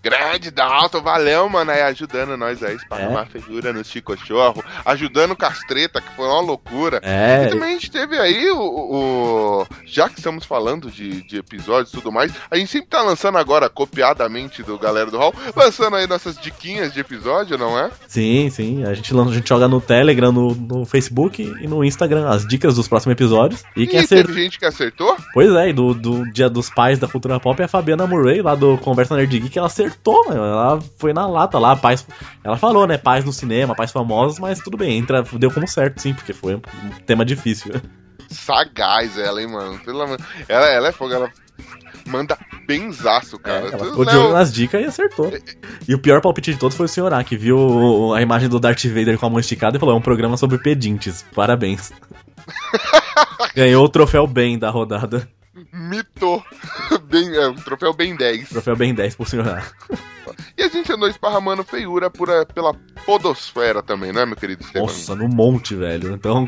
Grande Dalton, valeu, mano, aí ajudando nós aí,
É.
espalhando uma figura no Chico Chorro, ajudando o Castreta, que foi uma loucura.
É.
E também a gente teve aí o. o- o- já que estamos falando de, de episódios e tudo mais, a gente sempre tá lançando agora, copiadamente do galera do Hall, lançando aí nossas diquinhas de episódio, não é?
Sim, sim. A gente, lan- a gente joga no Telegram, no, no Facebook e no Instagram as dicas dos próximos episódios. E quem
Ih,
acertou.
teve gente que acertou?
Pois é, e do, do Dia dos Pais da Cultura Pop é a Fabiana Murray, lá do Conversa Nerd Geek, ela acertou, mano. Ela foi na lata lá, pais. Ela falou, né? Pais no cinema, pais famosos, mas tudo bem, entra, deu como certo, sim, porque foi um tema difícil.
Sagaz ela, hein, mano. Pelo amor... ela, ela é fogo, ela manda benzaço, cara.
É, Ela
Tu-
ficou de
Léo,
olho nas dicas e acertou. E o pior palpite de todos foi o senhor A, que viu a imagem do Darth Vader com a mão esticada e falou: é um programa sobre pedintes. Parabéns. Ganhou o troféu bem da rodada.
Mitou. Bem, é, um troféu bem 10.
Troféu bem 10 pro senhor A.
E a gente andou esparramando feiura por, a- pela podosfera também, né, meu querido Esteban?
Nossa, no monte, velho. Então.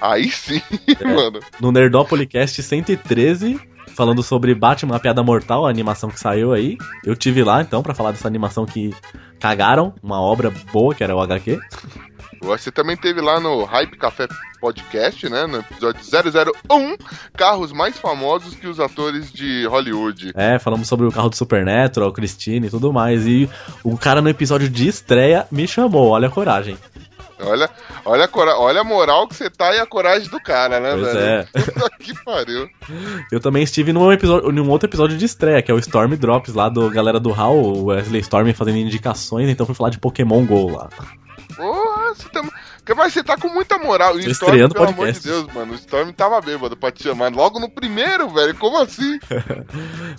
Aí sim, mano.
No Nerdopolicast 113, falando sobre Batman, a piada mortal, a animação que saiu aí. Eu tive lá, então, pra falar dessa animação que cagaram, uma obra boa, que era o HQ.
Você também teve lá no Hype Café Podcast, né, no episódio 001, carros mais famosos que os atores de Hollywood.
É, falamos sobre o carro do Supernatural, Christine e tudo mais. E o cara no episódio de estreia me chamou, olha a coragem.
Olha, olha, a, cora- olha a moral que você tá e a coragem do cara, né,
Pois
velho?
é.
Puta que pariu.
Eu também estive num, episódio, num outro episódio de estreia, que é o Storm Drops lá do galera do Hall, o Wesley Storm fazendo indicações, então fui falar de Pokémon GO lá.
Porra, você tá. Mas você tá com muita moral. E
Tô
o
estreando
pelo amor de
podcast.
Deus, mano. O Storm tava bêbado pra te chamar logo no primeiro, velho. Como assim?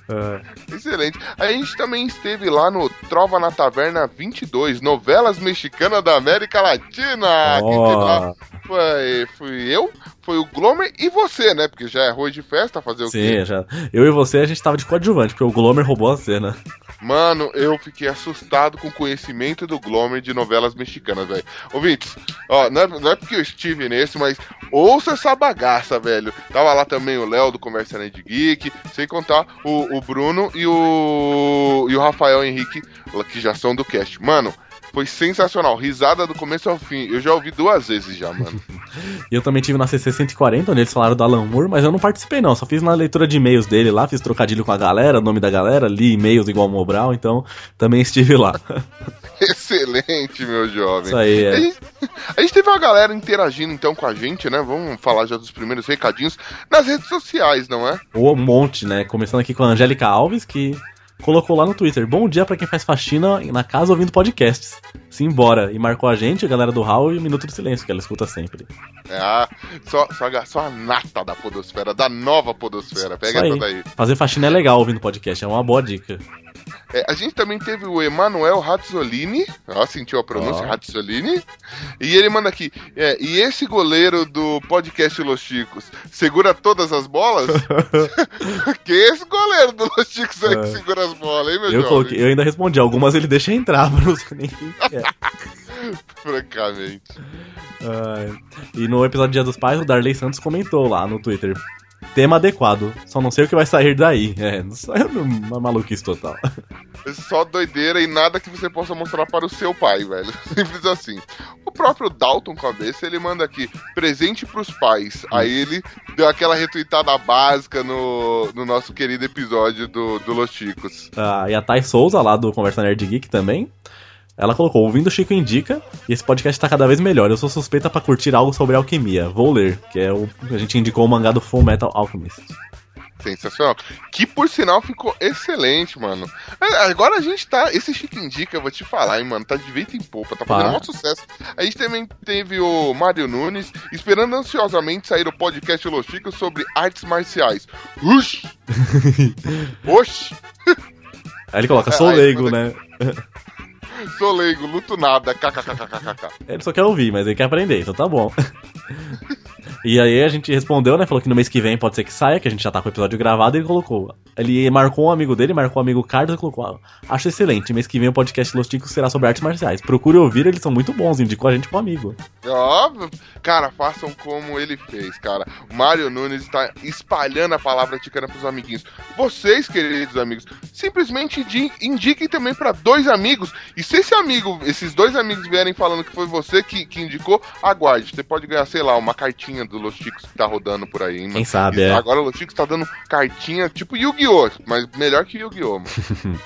É.
Excelente. A gente também esteve lá no Trova na Taverna 22, novelas mexicanas da América Latina. Quem
Ó.
teve lá foi, fui eu, foi o Glomer e você, né? Porque já é arroz de festa fazer o quê?
Sim, já. Eu e você, a gente tava de coadjuvante, porque o Glomer roubou a cena.
Mano, eu fiquei assustado com o conhecimento do Glomer de novelas mexicanas, velho. Ouvintes, ó, não é, não é porque eu estive nesse, mas ouça essa bagaça, velho. Tava lá também o Léo do Comércio Nerd Geek, sem contar o, o Bruno e o, e o Rafael Henrique, que já são do cast. Mano, foi sensacional. Risada do começo ao fim. Eu já ouvi duas vezes já, mano.
E eu também tive na CC 140, onde eles falaram do Alan Moore, mas eu não participei não, só fiz na leitura de e-mails dele lá, fiz trocadilho com a galera, nome da galera, li e-mails igual o Mobral, então também estive lá.
Excelente, meu jovem.
Isso aí, é.
A gente, a gente teve uma galera interagindo então com a gente, né? Vamos falar já dos primeiros recadinhos nas redes sociais, não é?
Ou um monte, né? Começando aqui com a Angélica Alves, que colocou lá no Twitter: Bom dia pra quem faz faxina na casa ouvindo podcasts. Simbora. E marcou a gente, a galera do Hall e o Minuto do Silêncio, que ela escuta sempre.
Ah, só, só, a- só a nata da podosfera, da nova podosfera. Pega
Isso
essa
aí.
daí.
Fazer faxina é legal ouvindo podcast, é uma boa dica.
É, a gente também teve o Emanuel Razzolini. Ó, sentiu a pronúncia?
Ó.
Razzolini. E ele manda aqui. é, e esse goleiro do podcast Los Chicos segura todas as bolas? que esse goleiro do Los Chicos aí que
É.
segura as bolas, hein, meu
Eu,
jovem?
coloquei- eu ainda respondi, algumas ele deixa entrar, mas não sei nem quem que é.
Francamente.
Ai. E no episódio Dia dos Pais, o Darley Santos comentou lá no Twitter. Tema adequado, só não sei o que vai sair daí. É, não sei, é uma maluquice total.
É Só doideira e nada que você possa mostrar para o seu pai, velho. Simples assim. O próprio Dalton Cabeça, ele manda aqui, presente pros pais. Aí ele deu aquela retweetada básica no, no nosso querido episódio do, do Los Chicos.
Ah, e a Thay Souza, lá do Conversa Nerd Geek também, Ela colocou: Ouvindo Chico Indica, e esse podcast tá cada vez melhor. Eu sou suspeita pra curtir algo sobre alquimia. Vou ler, que é o. A gente indicou o mangá do Full Metal Alchemist.
Sensacional. Que por sinal ficou excelente, mano. A- Agora a gente tá. Esse Chico Indica, eu vou te falar, hein, mano. Tá de vento em polpa, tá fazendo
Tá.
um maior sucesso. A gente também teve o Mário Nunes esperando ansiosamente sair o podcast Los Chicos sobre artes marciais. Ush! Oxi!
Aí ele coloca: Sou
É, Aí,
leigo, né?
Sou leigo, luto nada. KKKKKK.
Ele É, só quer ouvir, mas ele quer aprender, então tá bom. E aí a gente respondeu, né? Falou que no mês que vem pode ser que saia, que a gente já tá com o episódio gravado, e ele colocou. Ele marcou um amigo dele, marcou um amigo Carlos e colocou. "Ah, Acho excelente, mês que vem o podcast Los Ticos será sobre artes marciais. Procure ouvir, eles são muito bons, indicou a gente pro amigo.
Ó, cara, façam como ele fez, cara. O Mário Nunes está espalhando a palavra ticana pros amiguinhos. Vocês, queridos amigos, simplesmente indi- indiquem também para dois amigos. E se esse amigo, esses dois amigos vierem falando que foi você que, que indicou, aguarde. Você pode ganhar, sei lá, uma cartinha do Los Chicos que tá rodando por aí, hein,
Quem sabe, é.
Agora o Los Chicos tá dando cartinha tipo Yu-Gi-Oh! Mas melhor que Yu-Gi-Oh! mano.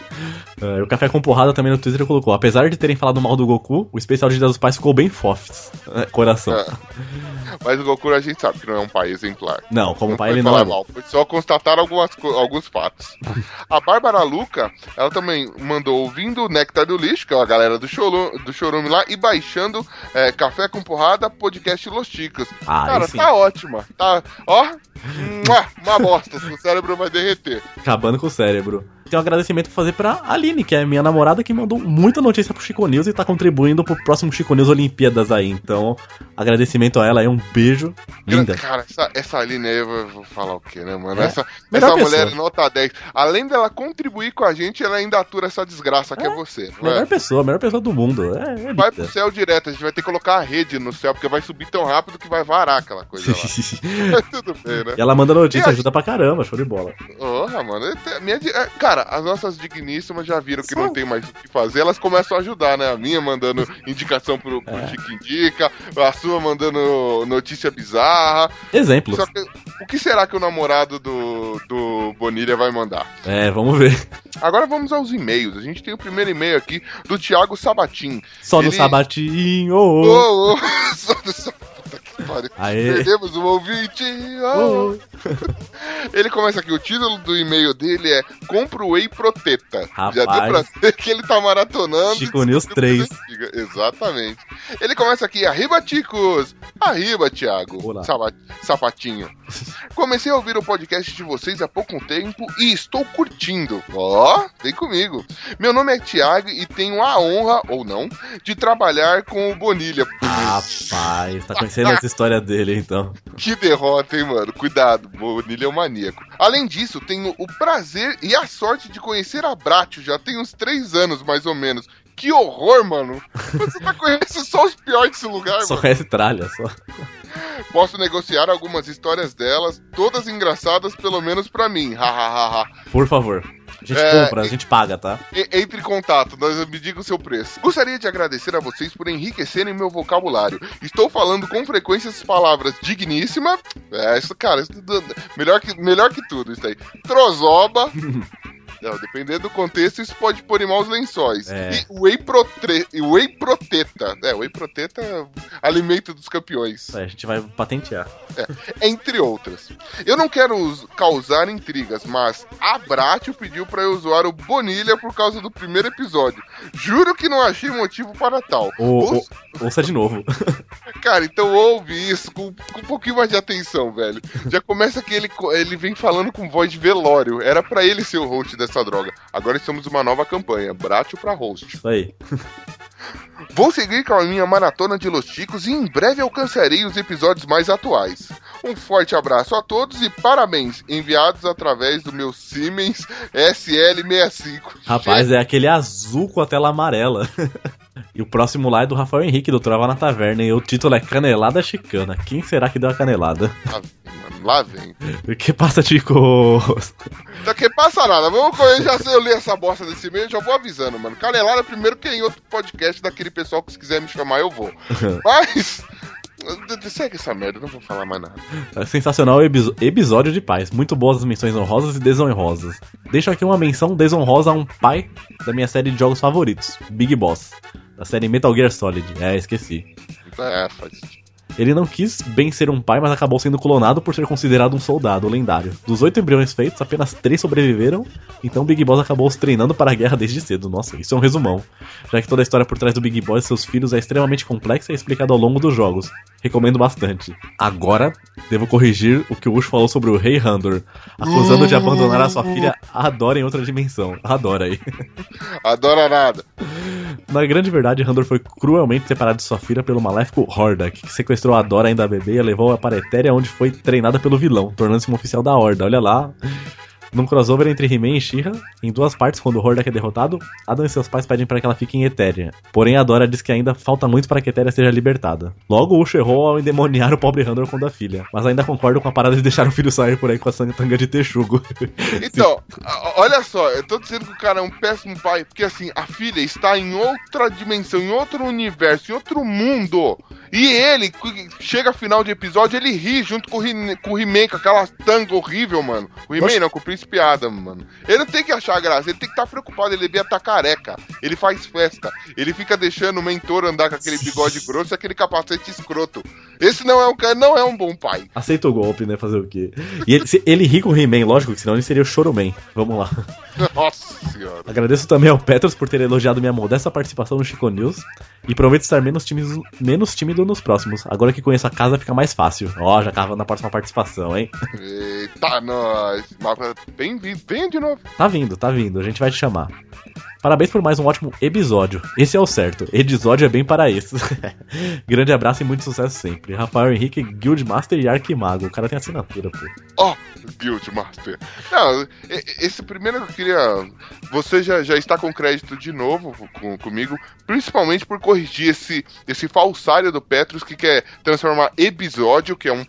É, o Café com Porrada também no Twitter colocou. Apesar de terem falado mal do Goku, o especial de Dia dos Pais ficou bem fofes. É, Coração.
Ah. É. Mas o Goku a gente sabe que não é um pai exemplar.
Não, como pai
foi
ele não
falar
é bom.
mal, foi só constatar algumas, co- alguns fatos. A Bárbara Luca, ela também mandou ouvindo o Nectar do Lixo, que é a galera do, Cholo, do Chorume lá, e baixando é, Café com Porrada, podcast Los Chicas.
Ah,
Cara,
aí sim.
tá ótima. Tá, ó, mua, uma bosta, seu cérebro vai derreter.
Acabando com o cérebro. Tem um agradecimento pra fazer pra Aline, que é minha namorada, que mandou muita notícia pro Chico News e tá contribuindo pro próximo Chico News Olimpíadas aí. Então, agradecimento a ela aí, um beijo. Linda.
Cara, essa, essa Aline aí, eu vou- vou falar o que, né, mano?
É,
Essa,
melhor
essa
pessoa.
mulher é nota 10. Além dela contribuir com a gente, ela ainda atura essa desgraça que é, você. não é?
Melhor pessoa, melhor pessoa do mundo. É, é
Vai
linda.
pro céu direto, a gente vai ter que colocar a rede no céu, porque vai subir tão rápido que vai varar aquela coisa lá. Mas tudo bem, né?
E ela manda
E
notícia,
a-
ajuda pra caramba, show de bola.
Porra, mano. eu te- minha di- ah, Cara, as nossas digníssimas já viram que não tem mais o que fazer, elas começam a ajudar, né? A minha mandando indicação pro,
É.
pro Chico Indica, a sua mandando notícia bizarra.
Exemplos.
Só que o que será que o namorado do, do Bonilha vai mandar?
É, vamos ver.
Agora vamos aos e-mails. A gente tem o primeiro e-mail aqui do Thiago Sabatim.
Só no
Ele-
sabatinho. ô, ô.
Ô, ô, só do só- puta que pariu.
Aê.
Perdemos um ouvinte. ô, ô. Ele começa aqui, o título do e-mail dele é Compro Whey Proteta. Já deu pra
Rapaz.
ver que ele tá maratonando.
Chico News 3.
Diga, Exatamente. Ele começa aqui, arriba, Ticos! Arriba, Thiago! Saba- Sapatinho. Comecei a ouvir o podcast de vocês há pouco tempo e estou curtindo. Ó, vem comigo. Meu nome é Thiago e tenho a honra, ou não, de trabalhar com o Bonilha.
Rapaz, tá conhecendo essa história dele então.
Que derrota, hein, mano? Cuidado, Bonilha é um maníaco. Além disso, tenho o prazer e a sorte de conhecer a Bratio já tem uns três anos, mais ou menos. Que horror, mano! Você tá conhecendo só os piores desse lugar,
Só
mano.
conhece tralha, só.
Posso negociar algumas histórias delas, todas engraçadas, pelo menos pra mim. Hahaha.
Por favor. A gente
É,
compra, a gente paga, tá?
E- Entre em contato, nós- me diga o seu preço. Gostaria de agradecer a vocês por enriquecerem meu vocabulário. Estou falando com frequência as palavras digníssima. É, isso, cara, isso tudo- melhor, que, melhor que tudo isso aí. Trozoba. Não, dependendo do contexto, isso pode pôr em maus lençóis.
É.
E whey, protre, e whey proteta. É, whey proteta é alimento dos campeões.
É, a gente vai patentear.
É, entre outras. Eu não quero us- causar intrigas, mas a Bratio pediu pra eu usar o Bonilha por causa do primeiro episódio. Juro que não achei motivo para tal.
Ou, ou- ouça de novo.
Cara, então ouve isso com, com um pouquinho mais de atenção, velho. Já começa que ele, co- ele vem falando com voz de velório. Era pra ele ser o host dessa droga. Agora estamos numa nova campanha, Bratio pra host.
Isso aí.
Vou seguir com a minha maratona de Los Chicos e em breve alcançarei os episódios mais atuais. Um forte abraço a todos e parabéns, enviados através do meu Siemens SL65.
Rapaz, é aquele azul com a tela amarela. E o próximo lá é do Rafael Henrique, do Trava na Taverna, e o título é Canelada Chicana. Quem será que deu a canelada?
Lá vem.
O que passa, chicos?
Então que passa nada, vamos com eu já sei, eu li essa bosta desse e-mail, já vou avisando, mano. é Canelada primeiro que em outro podcast daquele pessoal que se quiser me chamar eu vou. Mas Segue essa merda, não vou falar mais nada.
É Sensacional episo- episódio de pais. Muito boas as menções honrosas e desonrosas. Deixo aqui uma menção desonrosa a um pai da minha série de jogos favoritos, Big Boss, da série Metal Gear Solid. É, esqueci.
É, faz sentido.
Ele não quis bem ser um pai, mas acabou sendo clonado por ser considerado um soldado lendário. Dos oito embriões feitos, apenas três sobreviveram, então Big Boss acabou os treinando para a guerra desde cedo. Nossa, isso é um resumão. Já que toda a história por trás do Big Boss e seus filhos é extremamente complexa e é explicada ao longo dos jogos. Recomendo bastante. Agora, devo corrigir o que o Ush falou sobre o Rei Handor, acusando de abandonar a sua filha Adora em outra dimensão. Adora aí.
Adora nada.
Na grande verdade, Randor foi cruelmente separado de sua filha pelo maléfico Horda, que sequestrou a Dora ainda bebê e a levou para a Etéria, onde foi treinada pelo vilão, tornando-se uma oficial da Horda. Olha lá. Num crossover entre He-Man e She-Ra, em duas partes, quando o Hordak é derrotado, Adam e seus pais pedem para que ela fique em Etéria. Porém, a Dora diz que ainda falta muito para que Etéria seja libertada. Logo, Ucho errou ao endemoniar o pobre Randor quando a filha, mas ainda concordo com a parada de deixar o filho sair por aí com a santanga de texugo.
Então, o- olha só, eu tô dizendo que o cara é um péssimo pai, porque assim, a filha está em outra dimensão, em outro universo, em outro mundo. E ele, cu- chega a final de episódio, ele ri junto com o He- com o He-Man, com aquela tanga horrível, mano. O He-Man não, com o Príncipe Adam, mano. Ele não tem que achar graça, ele tem que estar preocupado, ele bebe tá careca, ele faz festa, ele fica deixando o mentor andar com aquele bigode grosso e aquele capacete escroto. Esse não é um, ca- não é um bom pai.
Aceita o golpe, né? Fazer o quê? E ele, se- ele ri com o He-Man, lógico, que senão ele seria o Choroman. Vamos lá.
Nossa senhora.
Agradeço também ao Petros por ter elogiado minha modesta participação no Chico News e prometo estar menos tímido, menos tímido nos próximos. Agora que conheço a casa, fica mais fácil. Ó, já cava na próxima participação, hein?
Eita, nós. Mas Bem-vindo, venha de novo.
Tá vindo, tá vindo, a gente vai te chamar. Parabéns por mais um ótimo episódio. Esse é o certo. Episódio é bem para isso. Grande abraço e muito sucesso sempre. Rafael Henrique, Guildmaster e Arquimago. O cara tem assinatura, pô.
Ó, Guild Master. Não, e- e- esse primeiro eu queria. Você já, já está com crédito de novo com- comigo, principalmente por corrigir esse, esse falsário do Petrus que quer transformar episódio, que é um.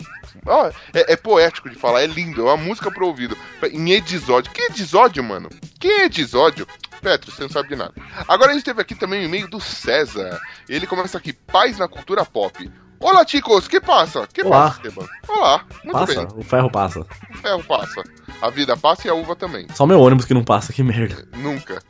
ó, é, é poético de falar, é lindo, é uma música pro ouvido. Em episódio. Que episódio, mano? Que episódio? Petrus, você não sabe de nada. Agora a gente teve aqui também o e-mail do César. Ele começa aqui: paz na cultura pop. Olá, chicos, que passa? Que
Olá.
passa, Esteban? Olá, muito
Passa,
bem.
o ferro passa.
É O ferro passa. A vida passa e a uva também.
Só meu ônibus que não passa, que merda.
Nunca.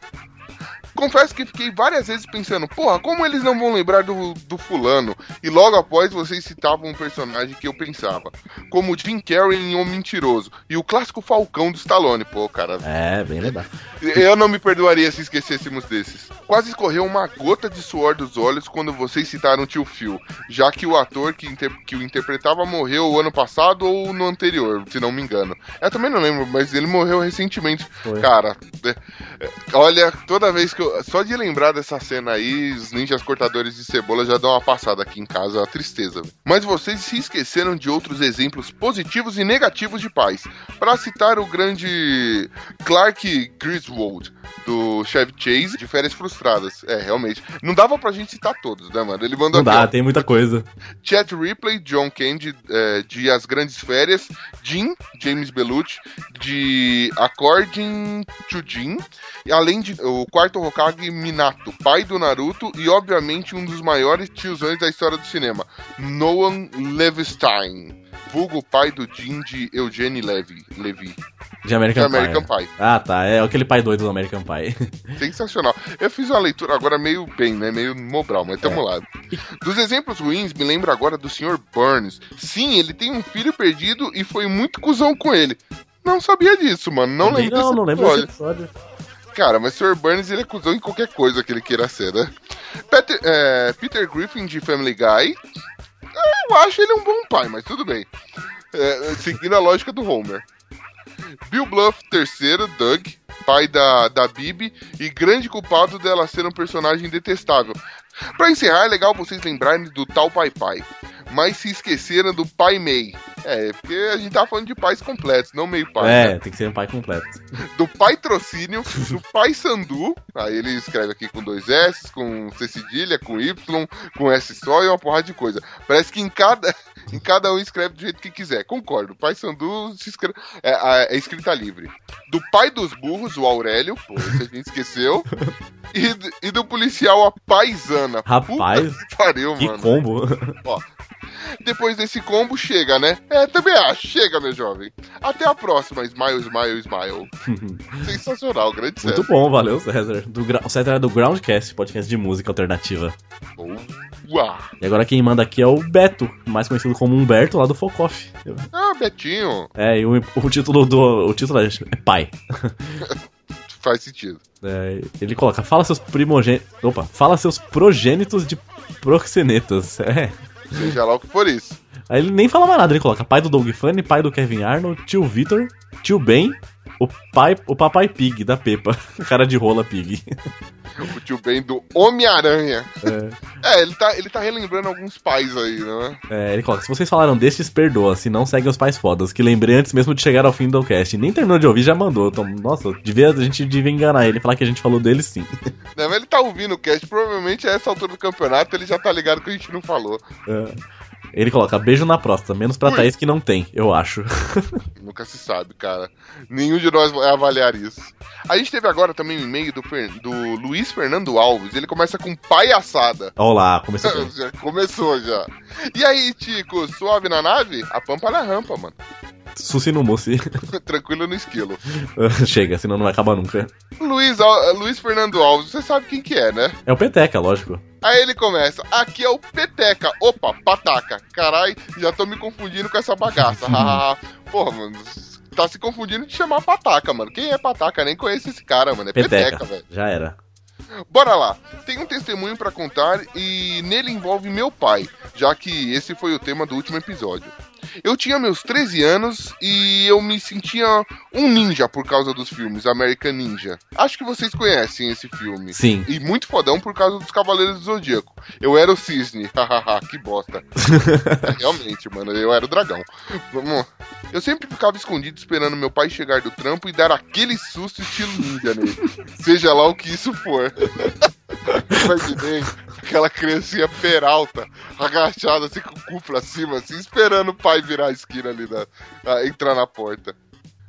Confesso que fiquei várias vezes pensando, porra, como eles não vão lembrar do, do fulano? E logo após vocês citavam um personagem que eu pensava. Como o Jim Carrey em O Mentiroso. E o clássico Falcão do Stallone. Pô, cara,
É, bem legal.
eu não me perdoaria se esquecêssemos desses. Quase escorreu uma gota de suor dos olhos quando vocês citaram Tio Phil, já que o ator que, inter- que o interpretava morreu o ano passado ou no anterior, se não me engano. Eu também não lembro, mas ele morreu recentemente. Cara, é- é- olha, toda vez que eu. Só de lembrar dessa cena aí, os ninjas cortadores de cebola já dão uma passada aqui em casa, uma tristeza. velho. Mas vocês se esqueceram de outros exemplos positivos e negativos de pais. Pra citar o grande Clark Griswold, do Chevy Chase, de Férias Frustradas. É, realmente. Não dava pra gente citar todos, né, mano? Ele mandou
Não dá,
ó.
tem muita coisa.
Chet Ripley, John Candy eh, de As Grandes Férias, Jim, James Belucci, de According to Jim, e além de o quarto Hokage Minato, pai do Naruto e obviamente um dos maiores tiozões da história do cinema, Noam Levstein, vulgo pai do Jim de Eugene Levy. Levy.
De American,
De É American Pie.
Ah, tá. É aquele pai doido do American Pie.
Sensacional. Eu fiz uma leitura agora meio bem, né? Meio mobral, mas
É.
tamo lá. Dos exemplos ruins, me lembro agora do Sr. Burns. Sim, ele tem um filho perdido e foi muito cuzão com ele. Não sabia disso, mano. Não
Também
lembro
não,
desse
não lembro
episódio.
desse episódio.
Cara, mas Sr. Burns ele é cuzão em qualquer coisa que ele queira ser, né? Peter, é, Peter Griffin de Family Guy. Eu acho ele um bom pai, mas tudo bem. É, seguindo a lógica do Homer. Bill Bluff III, Doug, pai da, da Bibi e grande culpado dela ser um personagem detestável. Pra encerrar, é legal vocês lembrarem do tal Pai Pai, mas se esqueceram do Pai Mei. É, porque a gente tá falando de pais completos, não meio pai. né?
É, tem que ser um pai completo.
do Pai Trocínio, do Pai Sandu. Aí ele escreve aqui com dois S, com C cedilha, com Y, com S só e uma porrada de coisa. Parece que em cada, em cada um escreve do jeito que quiser. Concordo. Pai Sandu se escreve, é, é escrita livre. Do Pai dos Burros, o Aurélio, pô, esse a gente esqueceu. E, do- e do policial, a Paisana. Puta
Rapaz,
que pariu,
que
mano.
combo.
Ó, Depois desse combo, chega, né? É, também acho. Chega, meu jovem. Até a próxima, Smile, Smile, Smile. Sensacional, grande César.
Muito bom, valeu, César. Do gra... O César é do Groundcast, podcast de música alternativa.
Uau.
E agora quem manda aqui é o Beto, mais conhecido como Humberto, lá do Focoff.
Ah, Betinho.
É, e o, o título do. O título é é pai.
Faz sentido.
É, ele coloca, fala seus primogênitos. Opa, fala seus progênitos de proxenetas. É.
Seja lá o que for isso.
Aí ele nem fala mais nada, ele coloca pai do Doug Funny, pai do Kevin Arnold, tio Vitor, tio Ben, o pai, o papai Pig da Peppa, cara de rola Pig.
O tio Ben do Homem-Aranha. É, ele, tá, ele tá relembrando alguns pais aí, né?
É, ele coloca, se vocês falaram destes, perdoa, se não seguem os pais fodas, que lembrei antes mesmo de chegar ao fim do cast. Nem terminou de ouvir, já mandou. Então, nossa, devia, a gente devia enganar ele e falar que a gente falou dele sim.
Não, mas ele tá ouvindo o cast, provavelmente a essa altura do campeonato ele já tá ligado que a gente não falou.
É. Ele coloca beijo na próstata, menos pra Thaís que não tem, eu acho.
Nunca se sabe, cara. Nenhum de nós vai avaliar isso. A gente teve agora também um e-mail do, Fer- do Luiz Fernando Alves. Ele começa com palhaçada.
Olá, começou. bem.
já começou já. E aí, Tico, suave na nave? A pampa na rampa, mano.
Suci no moci.
Tranquilo no esquilo.
Chega, senão não vai acabar nunca.
Luiz, Al- Luiz Fernando Alves, você sabe quem que é, né?
É o Peteca, lógico.
Aí ele começa, aqui é o Peteca. Opa, pataca. Carai, já tô me confundindo com essa bagaça. Hahaha. Porra, mano, tá se confundindo de chamar pataca, mano. Quem é pataca? Nem conheço esse cara, mano. É
Peteca,
peteca, velho.
já era.
Bora lá. Tem um testemunho pra contar e nele envolve meu pai, já que esse foi o tema do último episódio. Eu tinha meus 13 anos e eu me sentia um ninja por causa dos filmes American Ninja. Acho que vocês conhecem esse filme.
Sim.
E muito fodão por causa dos Cavaleiros do Zodíaco. Eu era o cisne. Hahaha, que bosta. Realmente, mano, eu era o dragão. Vamos. Eu sempre ficava escondido esperando meu pai chegar do trampo e dar aquele susto estilo ninja nele. Seja lá o que isso for. Imaginei aquela criancinha peralta, agachada assim com o cu pra cima, assim, esperando o pai virar a esquina ali, na, a- entrar na porta.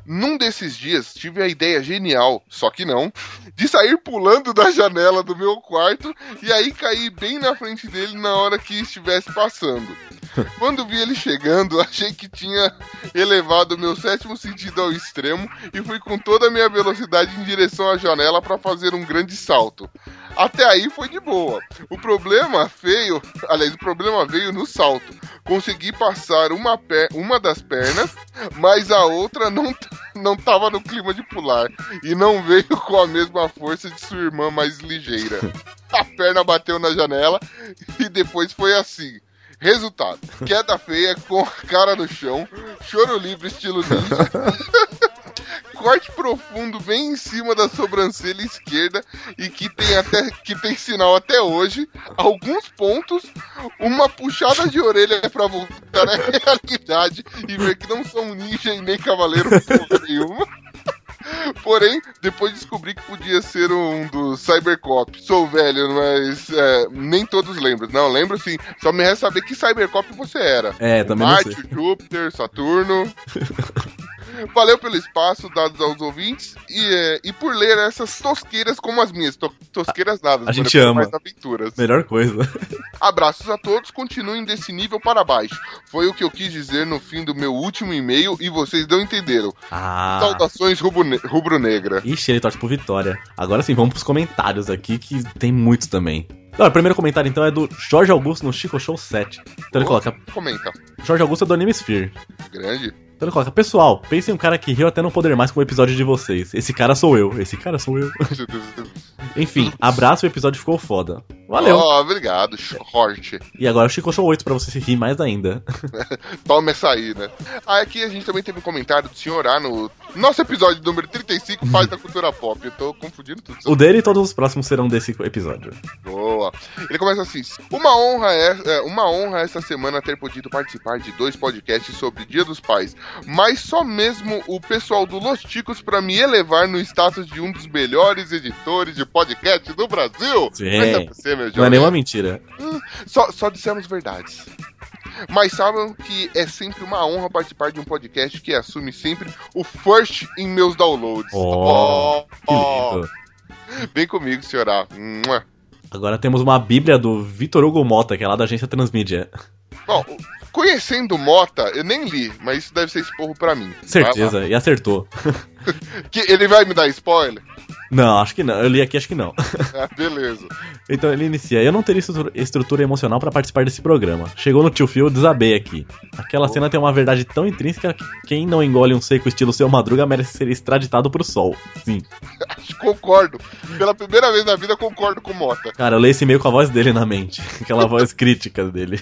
Num desses dias, tive a ideia genial, só que não, de sair pulando da janela do meu quarto e aí cair bem na frente dele na hora que estivesse passando. Quando vi ele chegando, achei que tinha elevado meu sétimo sentido ao extremo e fui com toda a minha velocidade em direção à janela para fazer um grande salto. Até aí foi de boa. O problema feio, aliás, o problema veio no salto. Consegui passar uma, per- uma das pernas, mas a outra não, t- não tava no clima de pular e não veio com a mesma força de sua irmã mais ligeira. A perna bateu na janela e depois foi assim. Resultado: queda feia com a cara no chão, choro livre estilo ninja, corte profundo bem em cima da sobrancelha esquerda e que tem até que tem sinal até hoje, alguns pontos, uma puxada de orelha pra voltar à realidade e ver que não sou um ninja e nem cavaleiro porra nenhuma. Porém, depois descobri que podia ser um do Cybercop. Sou velho, mas é, nem todos lembram. Não, lembro sim. Só me resta saber que Cybercop você era.
É, também não
Marte,
sei.
Júpiter, Saturno. Valeu pelo espaço dado aos ouvintes e, é, e por ler essas tosqueiras como as minhas. To- tosqueiras nada.
A gente
depois
ama.
Mais aventuras.
Melhor coisa.
Abraços a todos, continuem desse nível para baixo. Foi o que eu quis dizer no fim do meu último e-mail e vocês não entenderam.
Ah.
Saudações rubro-ne- rubro-negra.
Ixi, ele torce por vitória. Agora sim, vamos pros comentários aqui, que tem muitos também. Não, o primeiro comentário então é do Jorge Augusto no Chico Show 7. Então ele coloca:
Comenta.
Jorge Augusto é do Anime Sphere.
Grande.
Então ele coloca: Pessoal, pensem em um cara que riu até não poder mais com o episódio de vocês. Esse cara sou eu, esse cara sou eu. Enfim, abraço, o episódio ficou foda. Valeu.
Ó, Oh, obrigado, Jorge.
E agora o Chico Show 8 pra você se rir mais ainda.
Toma essa aí, né? Ah, aqui a gente também teve um comentário do senhor A no nosso episódio número 35, Paz da Cultura Pop. Eu tô confundindo tudo.
o dele e todos os próximos serão desse episódio.
Boa. Ele começa assim: uma honra, é, é, uma honra esta semana ter podido participar de dois podcasts sobre Dia dos Pais, mas só mesmo o pessoal do Los Ticos para me elevar no status de um dos melhores editores de podcast do Brasil. Mas é pra você, meu
não é
jovem.
nenhuma mentira.
Hum, Só, só dissemos verdades. Mas saibam que é sempre uma honra participar de um podcast que assume sempre o first em meus downloads.
Ó,
Ó,
que lindo.
ó. Vem comigo, senhora. Mua.
Agora temos uma bíblia do Vitor Hugo Mota, que é lá da agência Transmídia.
Bom, Conhecendo Mota, eu nem li, mas isso deve ser esporro pra mim. Vai
Certeza, e acertou.
lá. Que ele vai me dar spoiler?
Não, acho que não. Eu li aqui, acho que não.
Ah, beleza.
Então ele inicia. Eu não teria estru- estrutura emocional pra participar desse programa. Chegou no tio Phil, eu desabei aqui. Aquela cena tem uma verdade tão intrínseca que quem não engole um seco estilo seu madruga merece ser extraditado pro sol. Sim.
Concordo. Pela primeira vez na vida, concordo com Mota.
Cara, eu leio esse e-mail com a voz dele na mente. Aquela voz crítica dele.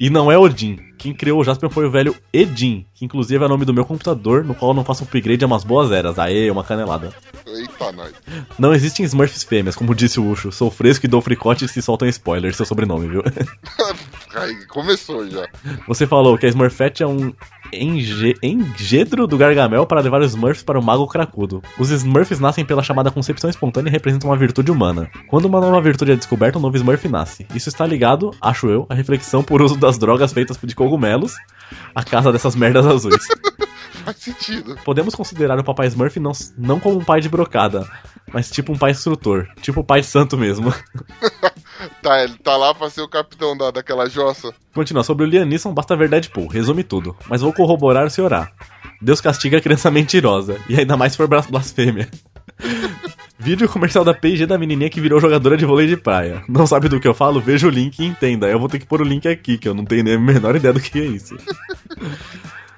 E não é Odin. Quem criou o Jasper foi o velho Edin, que inclusive é o nome do meu computador, no qual eu não faço um upgrade há umas boas eras. Aê, uma canelada.
Eita, nós.
Não existem Smurfs fêmeas, como disse o Ucho. Sou fresco e dou fricotes que soltam spoilers, seu sobrenome, viu?
Aí, começou já.
Você falou que a Smurfette é um enge- engedro do Gargamel para levar os Smurfs para o Mago Cracudo. Os Smurfs nascem pela chamada concepção espontânea e representam uma virtude humana. Quando uma nova virtude é descoberta, um novo Smurf nasce. Isso está ligado, acho eu, à reflexão por uso das drogas feitas de cogumelos, a casa dessas merdas azuis.
Faz sentido.
Podemos considerar o Papai Smurf não, não como um pai de brocada, mas tipo um pai instrutor, tipo o pai santo mesmo.
Tá, ele tá lá pra ser o capitão da, daquela jossa.
Continua, sobre o Liam Neeson, basta ver Deadpool, resume tudo. Mas vou corroborar se orar. Deus castiga a criança mentirosa, e ainda mais se for blas- blasfêmia. Vídeo comercial da P&G da menininha que virou jogadora de vôlei de praia. Não sabe do que eu falo? Veja o link e entenda. Eu vou ter que pôr o link aqui, que eu não tenho nem a menor ideia do que é isso.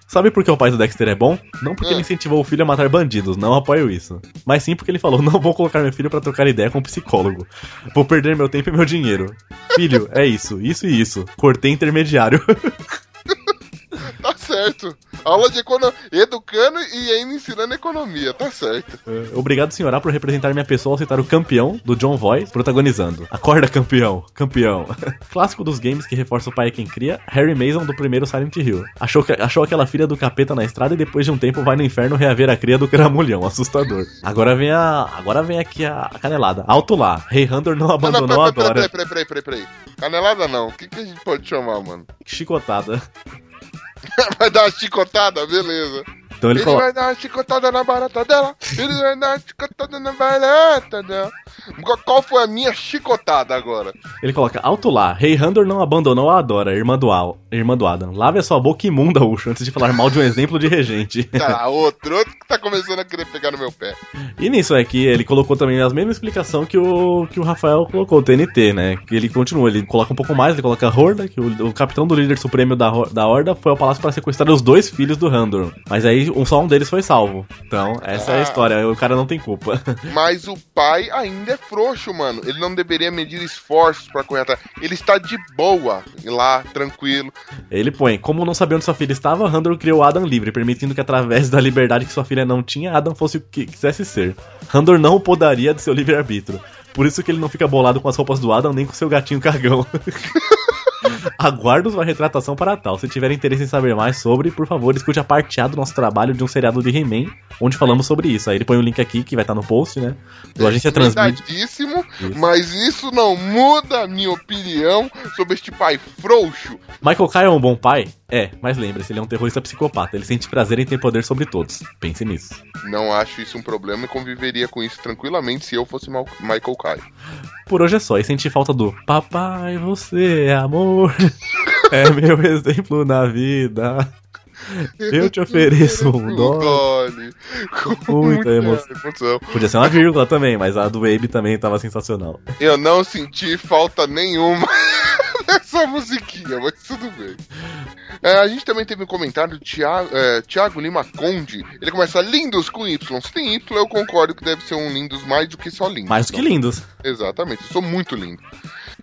Sabe por que o pai do Dexter é bom? Não porque ele incentivou o filho a matar bandidos, não apoio isso. Mas sim porque ele falou: não vou colocar meu filho pra trocar ideia com um psicólogo. Vou perder meu tempo e meu dinheiro. Filho, é isso, isso e isso. Cortei intermediário.
Tá certo. Aula de economia. Educando e ainda ensinando economia. Tá certo.
Eh, Obrigado, senhorá, por representar minha pessoa ao citar o campeão do John Voice protagonizando. Acorda, campeão, campeão. Clássico dos games que reforça o pai é quem cria, Harry Mason do primeiro Silent Hill. Achou, que- achou aquela filha do capeta na estrada e depois de um tempo vai no inferno reaver a cria do cramulhão. Assustador. Agora vem a. Agora vem aqui a, a canelada. Alto lá. Rei Hunter
Ah,
não abandonou a Dora.
Peraí, peraí, peraí, peraí, peraí. Canelada não. O que, que a gente pode chamar, mano?
Chicotada.
Vai dar uma chicotada? Beleza.
Então ele coloca-
vai dar uma chicotada na barata dela. Ele vai dar uma chicotada na barata dela. Qual- Qual foi a minha chicotada agora?
Ele coloca alto lá. Rei Handor não abandonou a Adora, irmã do, Al, irmã do Adam. Lave a sua boca imunda, Ucho, antes de falar mal de um exemplo de regente.
Tá, outro, outro que tá começando a querer pegar no meu pé.
E nisso é que ele colocou também a mesma explicação que o, que o Rafael colocou, o TNT, né? Que ele continua, ele coloca um pouco mais, ele coloca a Horda, que o, o capitão do líder supremo da, Hor- da Horda foi ao palácio para sequestrar os dois filhos do Handor. Mas aí um, só um deles foi salvo. Então, essa é a
Ah.
história, o cara não tem culpa.
Mas o pai ainda é frouxo, mano. Ele não deveria medir esforços pra correr atrás. Ele está de boa lá, tranquilo.
Ele põe, como não sabia onde sua filha estava, Handor criou Adam livre, permitindo que através da liberdade que sua filha não tinha, Adam fosse o que quisesse ser. Handor não o podaria de seu livre-arbítrio. Por isso que ele não fica bolado com as roupas do Adam nem com seu gatinho cagão. Aguardo sua retratação para tal. Se tiver interesse em saber mais sobre, por favor, escute a parte A do nosso trabalho de um seriado de He-Man, onde falamos sobre isso. Aí ele põe o link aqui, que vai estar no post, né? Do Agência
é
Transmídia.
Verdadíssimo, mas isso não muda a minha opinião sobre este pai frouxo.
Michael Kyle é um bom pai? É, mas lembre-se, ele é um terrorista psicopata. Ele sente prazer em ter poder sobre todos. Pense nisso.
Não acho isso um problema e conviveria com isso tranquilamente se eu fosse Mal- Michael Caio.
Por hoje é só, e senti falta do Papai, você é amor, é meu exemplo na vida. Eu te ofereço um dólar.
Dole.
Com muita emoção. Podia ser uma vírgula também, mas a do Abe também tava sensacional.
Eu não senti falta nenhuma dessa musiquinha, mas tudo bem. É, a gente também teve um comentário do Thiago, é, Thiago Lima Conde. Ele começa lindos com Y. Se tem Y, eu concordo que deve ser um lindos mais do que só lindos.
Mais que lindos.
Exatamente, eu sou muito lindo.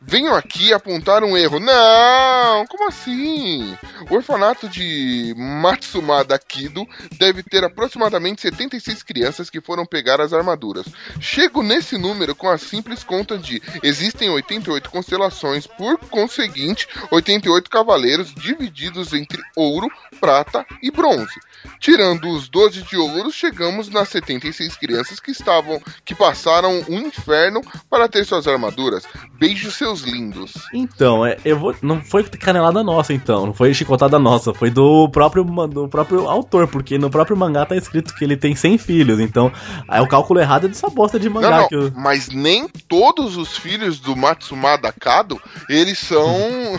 Venho aqui apontar um erro. Não! Como assim? O orfanato de Matsumada Kido deve ter aproximadamente 76 crianças que foram pegar as armaduras. Chego nesse número com a simples conta de existem 88 constelações, por conseguinte, 88 cavaleiros divididos entre ouro, prata e bronze. Tirando os 12 de ouro, chegamos nas 76 um crianças que estavam que passaram o inferno para ter suas armaduras. Beijo seus seus lindos.
Então, é, eu vou. Não foi canelada nossa, então. Não foi chicotada nossa. Foi do próprio, ma- do próprio autor, porque no próprio mangá tá escrito que ele tem 100 filhos. Então, aí o cálculo errado é dessa bosta de mangá.
não,
Que eu-
não, mas nem todos os filhos do Matsumada Kado, eles são.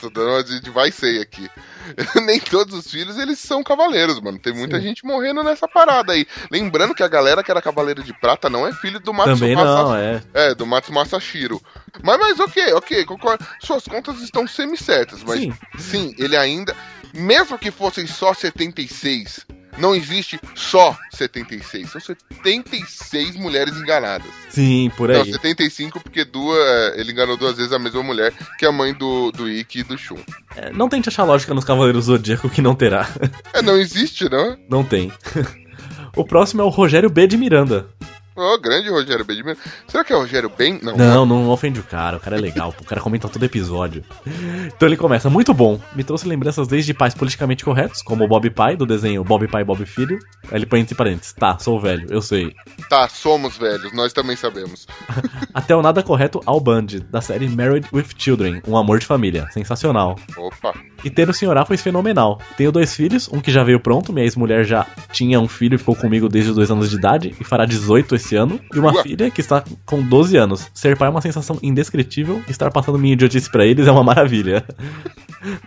Tô dando- a gente vai ser aqui. nem todos os filhos eles são cavaleiros, mano. Tem muita gente morrendo nessa parada aí. Lembrando que a galera que era cavaleiro de prata não é filho do Matsumasa.
Também não, é.
É, do Matsu Masashiro. Mas, mas ok, ok, concordo. Suas contas estão semi-certas, mas sim. ele ainda. Mesmo que fossem só 76, não existe só 76. São 76 mulheres enganadas.
Sim, por
Não,
aí.
75, porque duas, é, ele enganou duas vezes a mesma mulher, que é a mãe do, do Ikki e do Shun.
É, Não tente achar lógica nos Cavaleiros do Zodíaco que não terá.
É, não existe, não?
Não tem. O próximo é o Rogério B de Miranda.
Ô, grande Rogério Ben. de Melo. Será que é Rogério Ben? Não. né?
Não, não ofende o cara, o cara é legal, o cara comenta todo episódio. Então ele começa, muito bom. Me trouxe lembranças desde pais politicamente corretos, como o Bob Pai, do desenho Bob Pai Bob Filho. Aí ele põe entre parênteses, tá, sou velho, eu sei.
Tá, somos velhos, nós também sabemos.
Até o nada correto ao Band, da série Married with Children, um amor de família. Sensacional.
Opa.
E ter o senhorá foi fenomenal. Tenho dois filhos, um que já veio pronto, minha ex-mulher já tinha um filho e ficou comigo desde os dois anos de idade e fará 18 esse ano, e uma
Ué.
filha que está com 12 anos. Ser pai é uma sensação indescritível, estar passando minha idiotice pra eles é uma maravilha.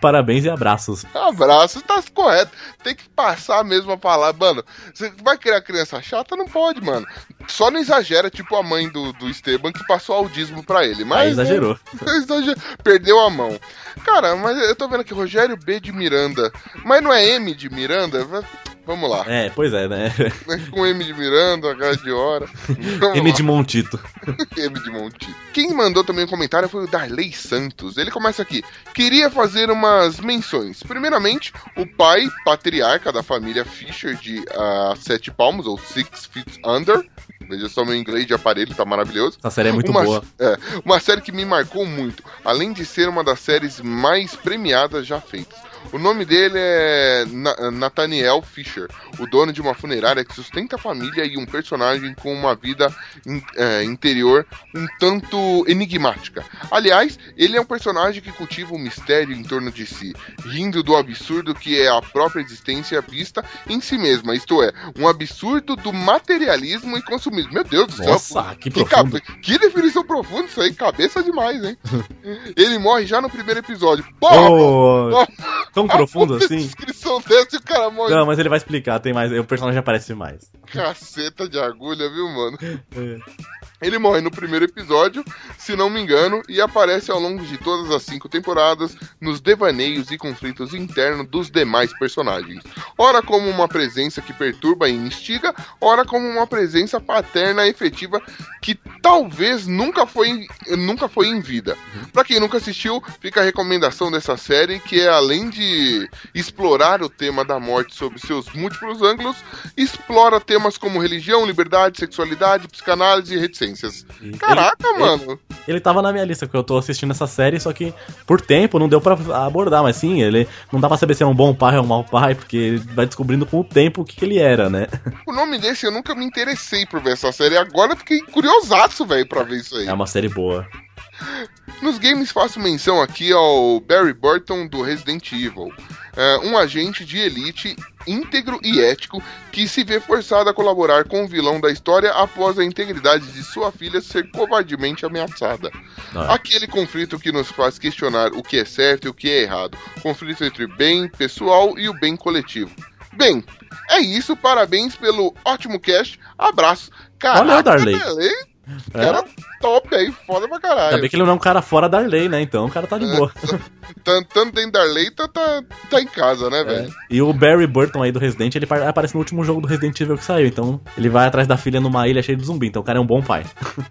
Parabéns e abraços.
Abraço, tá correto. Tem que passar mesmo a palavra. Mano, você vai criar criança chata? Não pode, mano. Só não exagera, tipo a mãe do, do Esteban que passou audismo pra ele. Mas,
Aí exagerou.
né, exager- Perdeu a mão. Cara, mas eu tô vendo aqui, Rogério B de Miranda. Mas não é M de Miranda? V- Vamos lá.
É, pois é, né?
Com M de Miranda, H de hora. Vamos
M
lá.
de Montito.
M de Monte. Quem mandou também um comentário foi o Darley Santos. Ele começa aqui. Queria fazer umas menções. Primeiramente, o pai patriarca da família Fisher de ah, Sete Palmos, ou Six Feet Under. Veja só meu inglês de aparelho, tá maravilhoso.
Essa série é muito
Uma-
boa.
é, uma série que me marcou muito, além de ser uma das séries mais premiadas já feitas. O nome dele é Na- Nathaniel Fisher, o dono de uma funerária que sustenta a família e um personagem com uma vida in- é, interior um tanto enigmática. Aliás, ele é um personagem que cultiva um mistério em torno de si, rindo do absurdo que é a própria existência vista em si mesma, isto é, um absurdo do materialismo e consumismo. Meu Deus do
Nossa,
céu!
que
cabe- que definição profunda isso aí, cabeça demais, hein? Ele morre já no primeiro episódio. Porra!
Oh, tão profundo assim?
descrição dessa e o cara morre.
Não, mas ele vai explicar, tem mais, o personagem aparece mais.
Caceta de agulha, viu, mano?
É.
Ele morre no primeiro episódio, se não me engano, e aparece ao longo de todas as cinco temporadas nos devaneios e conflitos internos dos demais personagens. Ora como uma presença que perturba e instiga, ora como uma presença paterna efetiva que talvez nunca foi, nunca foi em vida. Pra quem nunca assistiu, fica a recomendação dessa série, que é além de explorar o tema da morte sob seus múltiplos ângulos, explora temas como religião, liberdade, sexualidade, psicanálise e reticências. Caraca,
Ele-
mano!
Ele, ele tava na minha lista, porque eu tô assistindo essa série, só que por tempo não deu pra abordar, mas sim, ele não dá pra saber se é um bom pai ou um mau pai, porque ele vai descobrindo com o tempo o que, que ele era, né?
O nome desse eu nunca me interessei por ver essa série, agora eu fiquei curiosaço, velho, pra ver isso aí.
É uma série boa.
Nos games faço menção aqui ao Barry Burton do Resident Evil, é, um agente de elite íntegro e ético que se vê forçado a colaborar com o vilão da história após a integridade de sua filha ser covardemente ameaçada.
Ah.
Aquele conflito que nos faz questionar o que é certo e o que é errado, conflito entre o bem pessoal e o bem coletivo. Bem, é isso, parabéns pelo ótimo cast, abraço. Caraca,
Valeu, Darley.
Darley,
É.
Cara top aí, foda pra caralho.
Ainda bem que ele não é um cara fora da Arley, né? Então o cara tá de boa.
Tan- Tanto tem Darley, tá, tá, tá em casa, né, velho?
E o Barry Burton aí do Resident, ele par- aparece no último jogo do Resident Evil que saiu, então ele vai atrás da filha numa ilha cheia de zumbi, então o cara é um bom pai.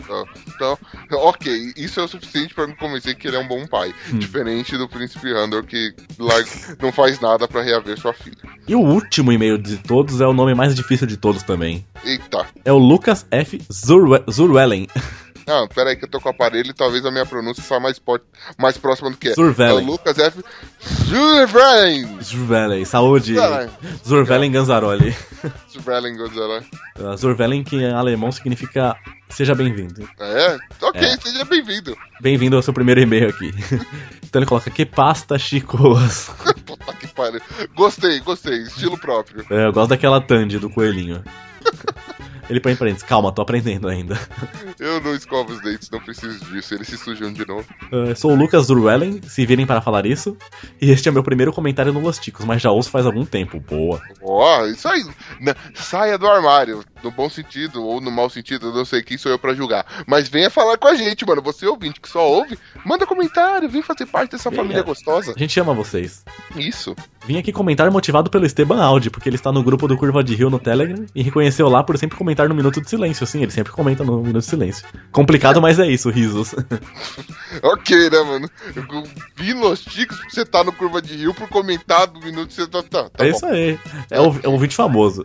Então- Então, ok, isso é o suficiente pra me convencer que ele é um bom pai. Diferente do príncipe Randall, que larga- não faz nada pra reaver sua filha.
E o último e-mail de todos é o nome mais difícil de todos também.
Eita.
É o Lucas F. Zurwe- Zurwellen.
Não, pera aí Ah, que eu tô com o aparelho e talvez a minha pronúncia saia mais, po- mais próxima do que é.
Survelen.
É o Lucas F. Survelen!
Zurvelen, saúde.
Caralho.
Zurvelen Ganzaroli. Ah,
Survelen, Gonzalo.
Uh, Zurvelen, que em alemão significa Seja bem-vindo.
É? Ok,
É.
seja bem-vindo.
Bem-vindo ao seu primeiro e-mail aqui. então ele coloca que pasta chicolas.
Puta Ah, que pariu. Gostei, gostei. Estilo próprio.
É, eu gosto daquela Tandy do coelhinho. Ele põe em parênteses, calma, tô aprendendo ainda.
Eu não escovo os dentes, não preciso disso. Eles se sujam de novo.
Ah, sou o Lucas Durwellen, se virem para falar isso. E este é meu primeiro comentário no Los Ticos, mas já ouço faz algum tempo. Boa.
Ó, isso aí. Na- saia do armário. No bom sentido ou no mau sentido, eu não sei quem sou eu pra julgar. Mas venha falar com a gente, mano. Você ouvinte que só ouve, manda comentário, vem fazer parte dessa família gostosa.
A gente ama vocês.
Isso.
Vim aqui comentar motivado pelo Esteban Aldi, porque ele está no grupo do Curva de Rio no Telegram e reconheceu lá por sempre comentar no Minuto de Silêncio. Sim, ele sempre comenta no Minuto de Silêncio. Complicado, mas é isso, risos.
Tá Ok, né, mano? Eu Vi Los Ticos, você tá no Curva de Rio, por comentar do minuto você tá. tá, tá
é
bom.
isso aí. É um, é um vídeo famoso.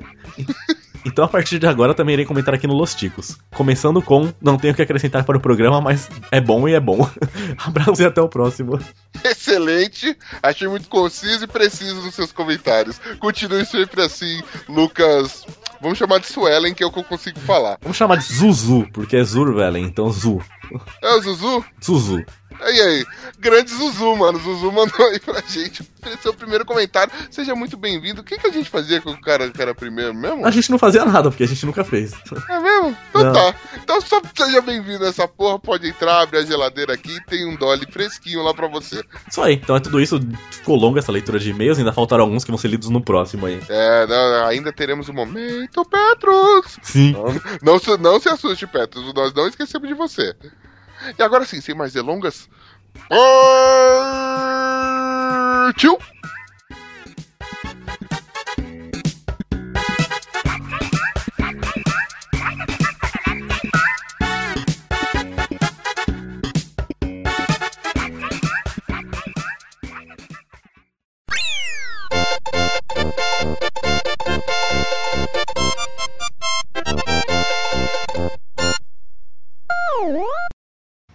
Então, a partir de agora, também irei comentar aqui no Los Ticos. Começando com, não tenho o que acrescentar para o programa, mas é bom e é bom. Abraço e até o próximo.
Excelente. Achei muito conciso e preciso nos seus comentários. Continue sempre assim, Lucas. Vamos chamar de Suelen, que é o que eu consigo falar.
Vamos chamar de Zuzu, porque é Zurvelen, então Zu.
É o Zuzu?
Zuzu.
E aí? Grande Zuzu, mano. Zuzu mandou aí pra gente seu primeiro comentário. Seja muito bem-vindo. O que, que a gente fazia com o cara que era primeiro mesmo?
A gente não fazia nada, porque a gente nunca fez.
É mesmo? Então
Não.
tá. Então só seja bem-vindo a essa porra. Pode entrar, abre a geladeira aqui. Tem um Dolly fresquinho lá pra você.
Isso aí, então é tudo isso. Ficou longa essa leitura de e-mails, ainda faltaram alguns que vão ser lidos no próximo aí.
É, não, ainda teremos um momento, Petrus.
Sim.
Não, não, se- não se assuste, Petrus. Nós não esquecemos de você. E agora sim, sem mais delongas. Partiu!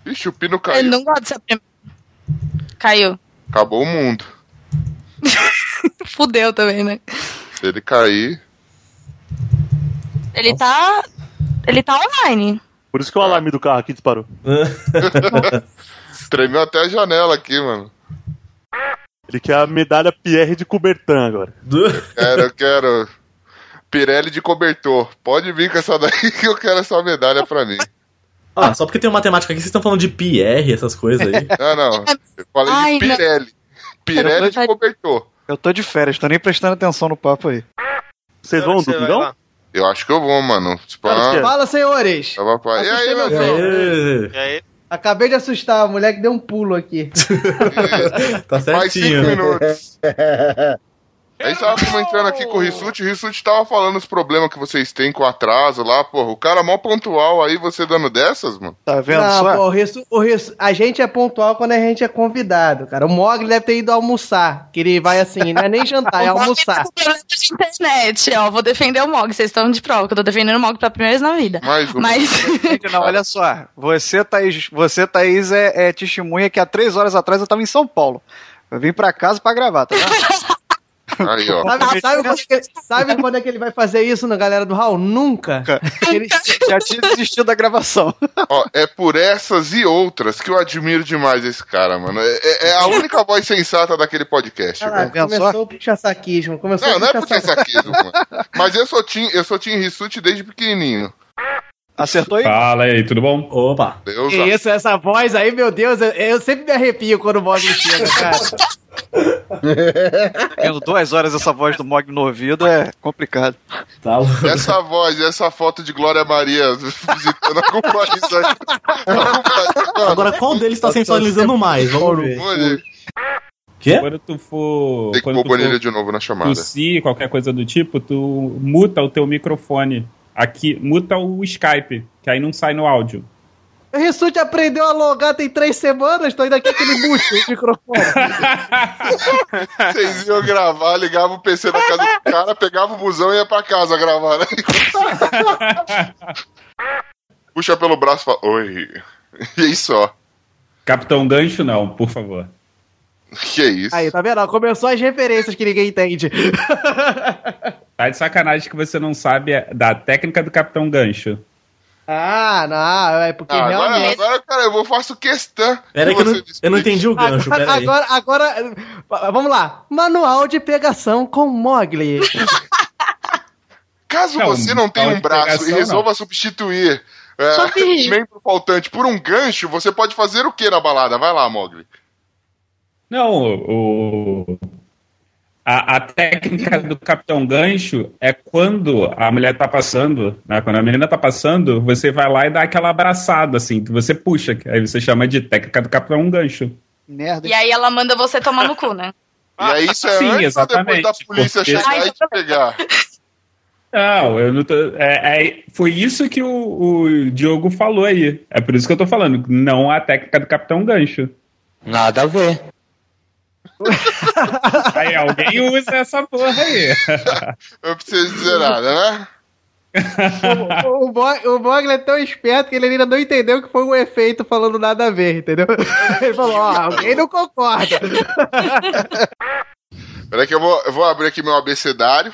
Ixi, o pino caiu.
Ele não gosta dessa primeira. Caiu.
Acabou o mundo.
Fudeu também, né?
Se ele cair.
Ele tá. Ele tá online.
Por isso que o alarme do carro aqui disparou.
Tremeu até a janela aqui, mano.
Ele quer a medalha Pierre de Coubertin agora.
Quero, eu quero. Pirelli de cobertor. Pode vir com essa daí que eu quero essa medalha pra mim.
Ah, só porque tem uma matemática aqui, vocês estão falando de PR, essas coisas aí.
Não, não. Eu falei
Ai,
de
não.
Pirelli. Pirelli de cobertor.
Eu tô de férias, tô nem prestando atenção no papo aí.
Vocês
vão, Você vai Dudão? lá? Eu acho que eu vou, mano. Tipo, ah,
Fala, senhores!
tava pra- E aí,
Assustei
meu
meu
filho?
filho.
Acabei de assustar, o moleque deu um pulo aqui.
Tá
Mais
certinho.
cinco minutos. Aí tava comentando aqui com o Rissuti, o Rissuti tava falando os problemas que vocês têm com atraso lá, porra. O cara mó pontual aí, você dando dessas, mano.
Tá
Não, pô, o Rissu- o Rissu- a gente é pontual quando a gente é convidado, cara. O Mogli deve ter ido almoçar, que ele vai assim, não é nem jantar, é almoçar.
tá
Problema de internet, ó. Vou defender o Mog. Vocês estão de prova, que eu tô defendendo o Mog pela primeira vez na vida.
Mais
um.
Mas.
Gente, não, olha só. Você, Thaís, você, Thaís é, é testemunha que há três horas atrás eu tava em São Paulo. Eu vim pra casa pra gravar, tá vendo?
Aí, ó.
Sabe, sabe quando é que, sabe quando é que ele vai fazer isso na galera do Raul? Nunca. Ele
já tinha desistido da gravação.
Ó, é por essas e outras que eu admiro demais esse cara, mano. É, é- é a única voz sensata daquele podcast,
Caraca,
velho.
começou o puxa-saquismo. Começou
Não,
o
não é
puxa-saquismo.
puxa-saquismo, mano. Mas eu sou Tim, eu sou Tim Rissuti desde pequenininho.
Acertou aí?
Fala aí, tudo bom?
Opa.
Deus,
Que isso, essa voz aí, meu Deus, eu, eu sempre me arrepio quando o Mogli chega, cara.
Tendo Tá duas horas essa voz do Mogli no ouvido é complicado.
Tá louco.
Essa voz, essa foto de Glória é Maria visitando a Cumplagem.
Agora,
é
qual deles está tá sensualizando mais? Vamos ver. Quê?
Quando tu for.
Tem que
quando
pôr o
tu
Bonilha
for
de novo na chamada.
tossir, qualquer coisa do tipo, tu muta o teu microfone. Aqui, muta o Skype, que aí não sai no áudio.
O Rissuti aprendeu a logar tem três semanas, tô indo aqui que ele mute o microfone.
Vocês iam gravar, ligava o PC na casa do cara, pegava o busão e ia pra casa gravar. né? Puxa pelo braço e fala: Oi. E aí só.
Capitão Gancho, não, por favor.
Que isso?
Aí, tá vendo? Ó, Começou as referências que ninguém entende.
Tá de sacanagem que você não sabe a- da técnica do Capitão Gancho.
Ah, não, é porque
Ah, agora,
realmente.
agora, cara, eu vou faço questão.
Peraí que eu não-
você
eu não entendi o gancho,
agora,
peraí.
agora, agora, eh, vamos lá. Manual de pegação com Mogli.
É
Caso você não tenha um braço e resolva substituir é, um membro faltante por um gancho, você pode fazer o que na balada? Vai lá, Mogli.
Não, o. o- A, a técnica do Capitão Gancho é quando a mulher tá passando, né? Quando a menina tá passando, você vai lá e dá aquela abraçada, assim, que você puxa, que aí você chama de técnica do Capitão Gancho.
Merda.
E aí ela manda você tomar no cu, né?
E aí isso é
Sim,
antes ou depois
exatamente,
da polícia
porque-
chegar e te pegar?
Não, eu não tô. é- é- foi isso que o, o Diogo falou aí. É por isso que eu tô falando. Não a técnica do Capitão Gancho.
Nada a ver.
Aí alguém usa essa porra aí.
Eu preciso dizer nada, né?
o, o, Bo- o Mogli é tão esperto que ele ainda não entendeu que foi um efeito falando nada a ver, entendeu? Ele falou, ó, alguém não concorda.
Peraí que eu vou, eu vou abrir aqui meu abecedário.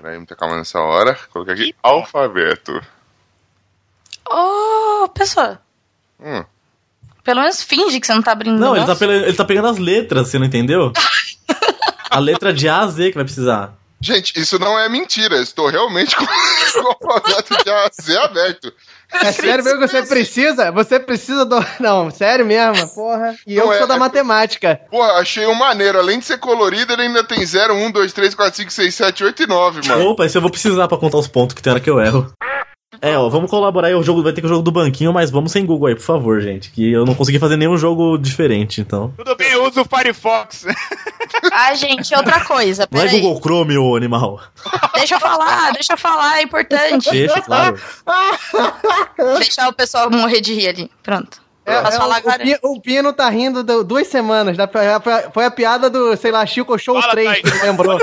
Peraí, muita calma nessa hora. Coloquei aqui alfabeto.
Ô, pessoa,
Hum.
pelo menos finge que você não tá abrindo
Não, ele
negócio.
tá, pele- ele tá pegando as letras, você não entendeu? A letra de A a Z que vai precisar.
Gente, isso não é mentira. eu Estou realmente com com o alfabeto de A a Z aberto.
É sério mesmo que você precisa? Você precisa do. Não, sério mesmo, porra. E eu
Não
que
é,
sou da
é-
matemática.
Porra, achei um maneiro. Além de ser colorido, ele ainda tem um, 0, 1, 2, 3, 4, 5, 6, 7, 8 e 9, mano.
Opa, esse eu vou precisar pra contar os pontos que tem hora que eu erro. É, ó, vamos colaborar aí. O jogo vai ter que o jogo do banquinho, mas vamos sem Google aí, por favor, gente. Que eu não consegui fazer nenhum jogo diferente, então.
Tudo bem, eu uso o Firefox.
Ai, gente, outra coisa.
Não é
Peraí.
Google Chrome, ô animal.
Deixa eu falar, deixa eu falar, é importante.
Deixa, claro.
Deixar o pessoal morrer de rir ali. Pronto.
É,
Posso
é,
falar
o- o,
agora?
Pi- o Pino tá rindo do- duas semanas. da- foi a piada do, sei lá, Chico Show 3 que ele lembrou.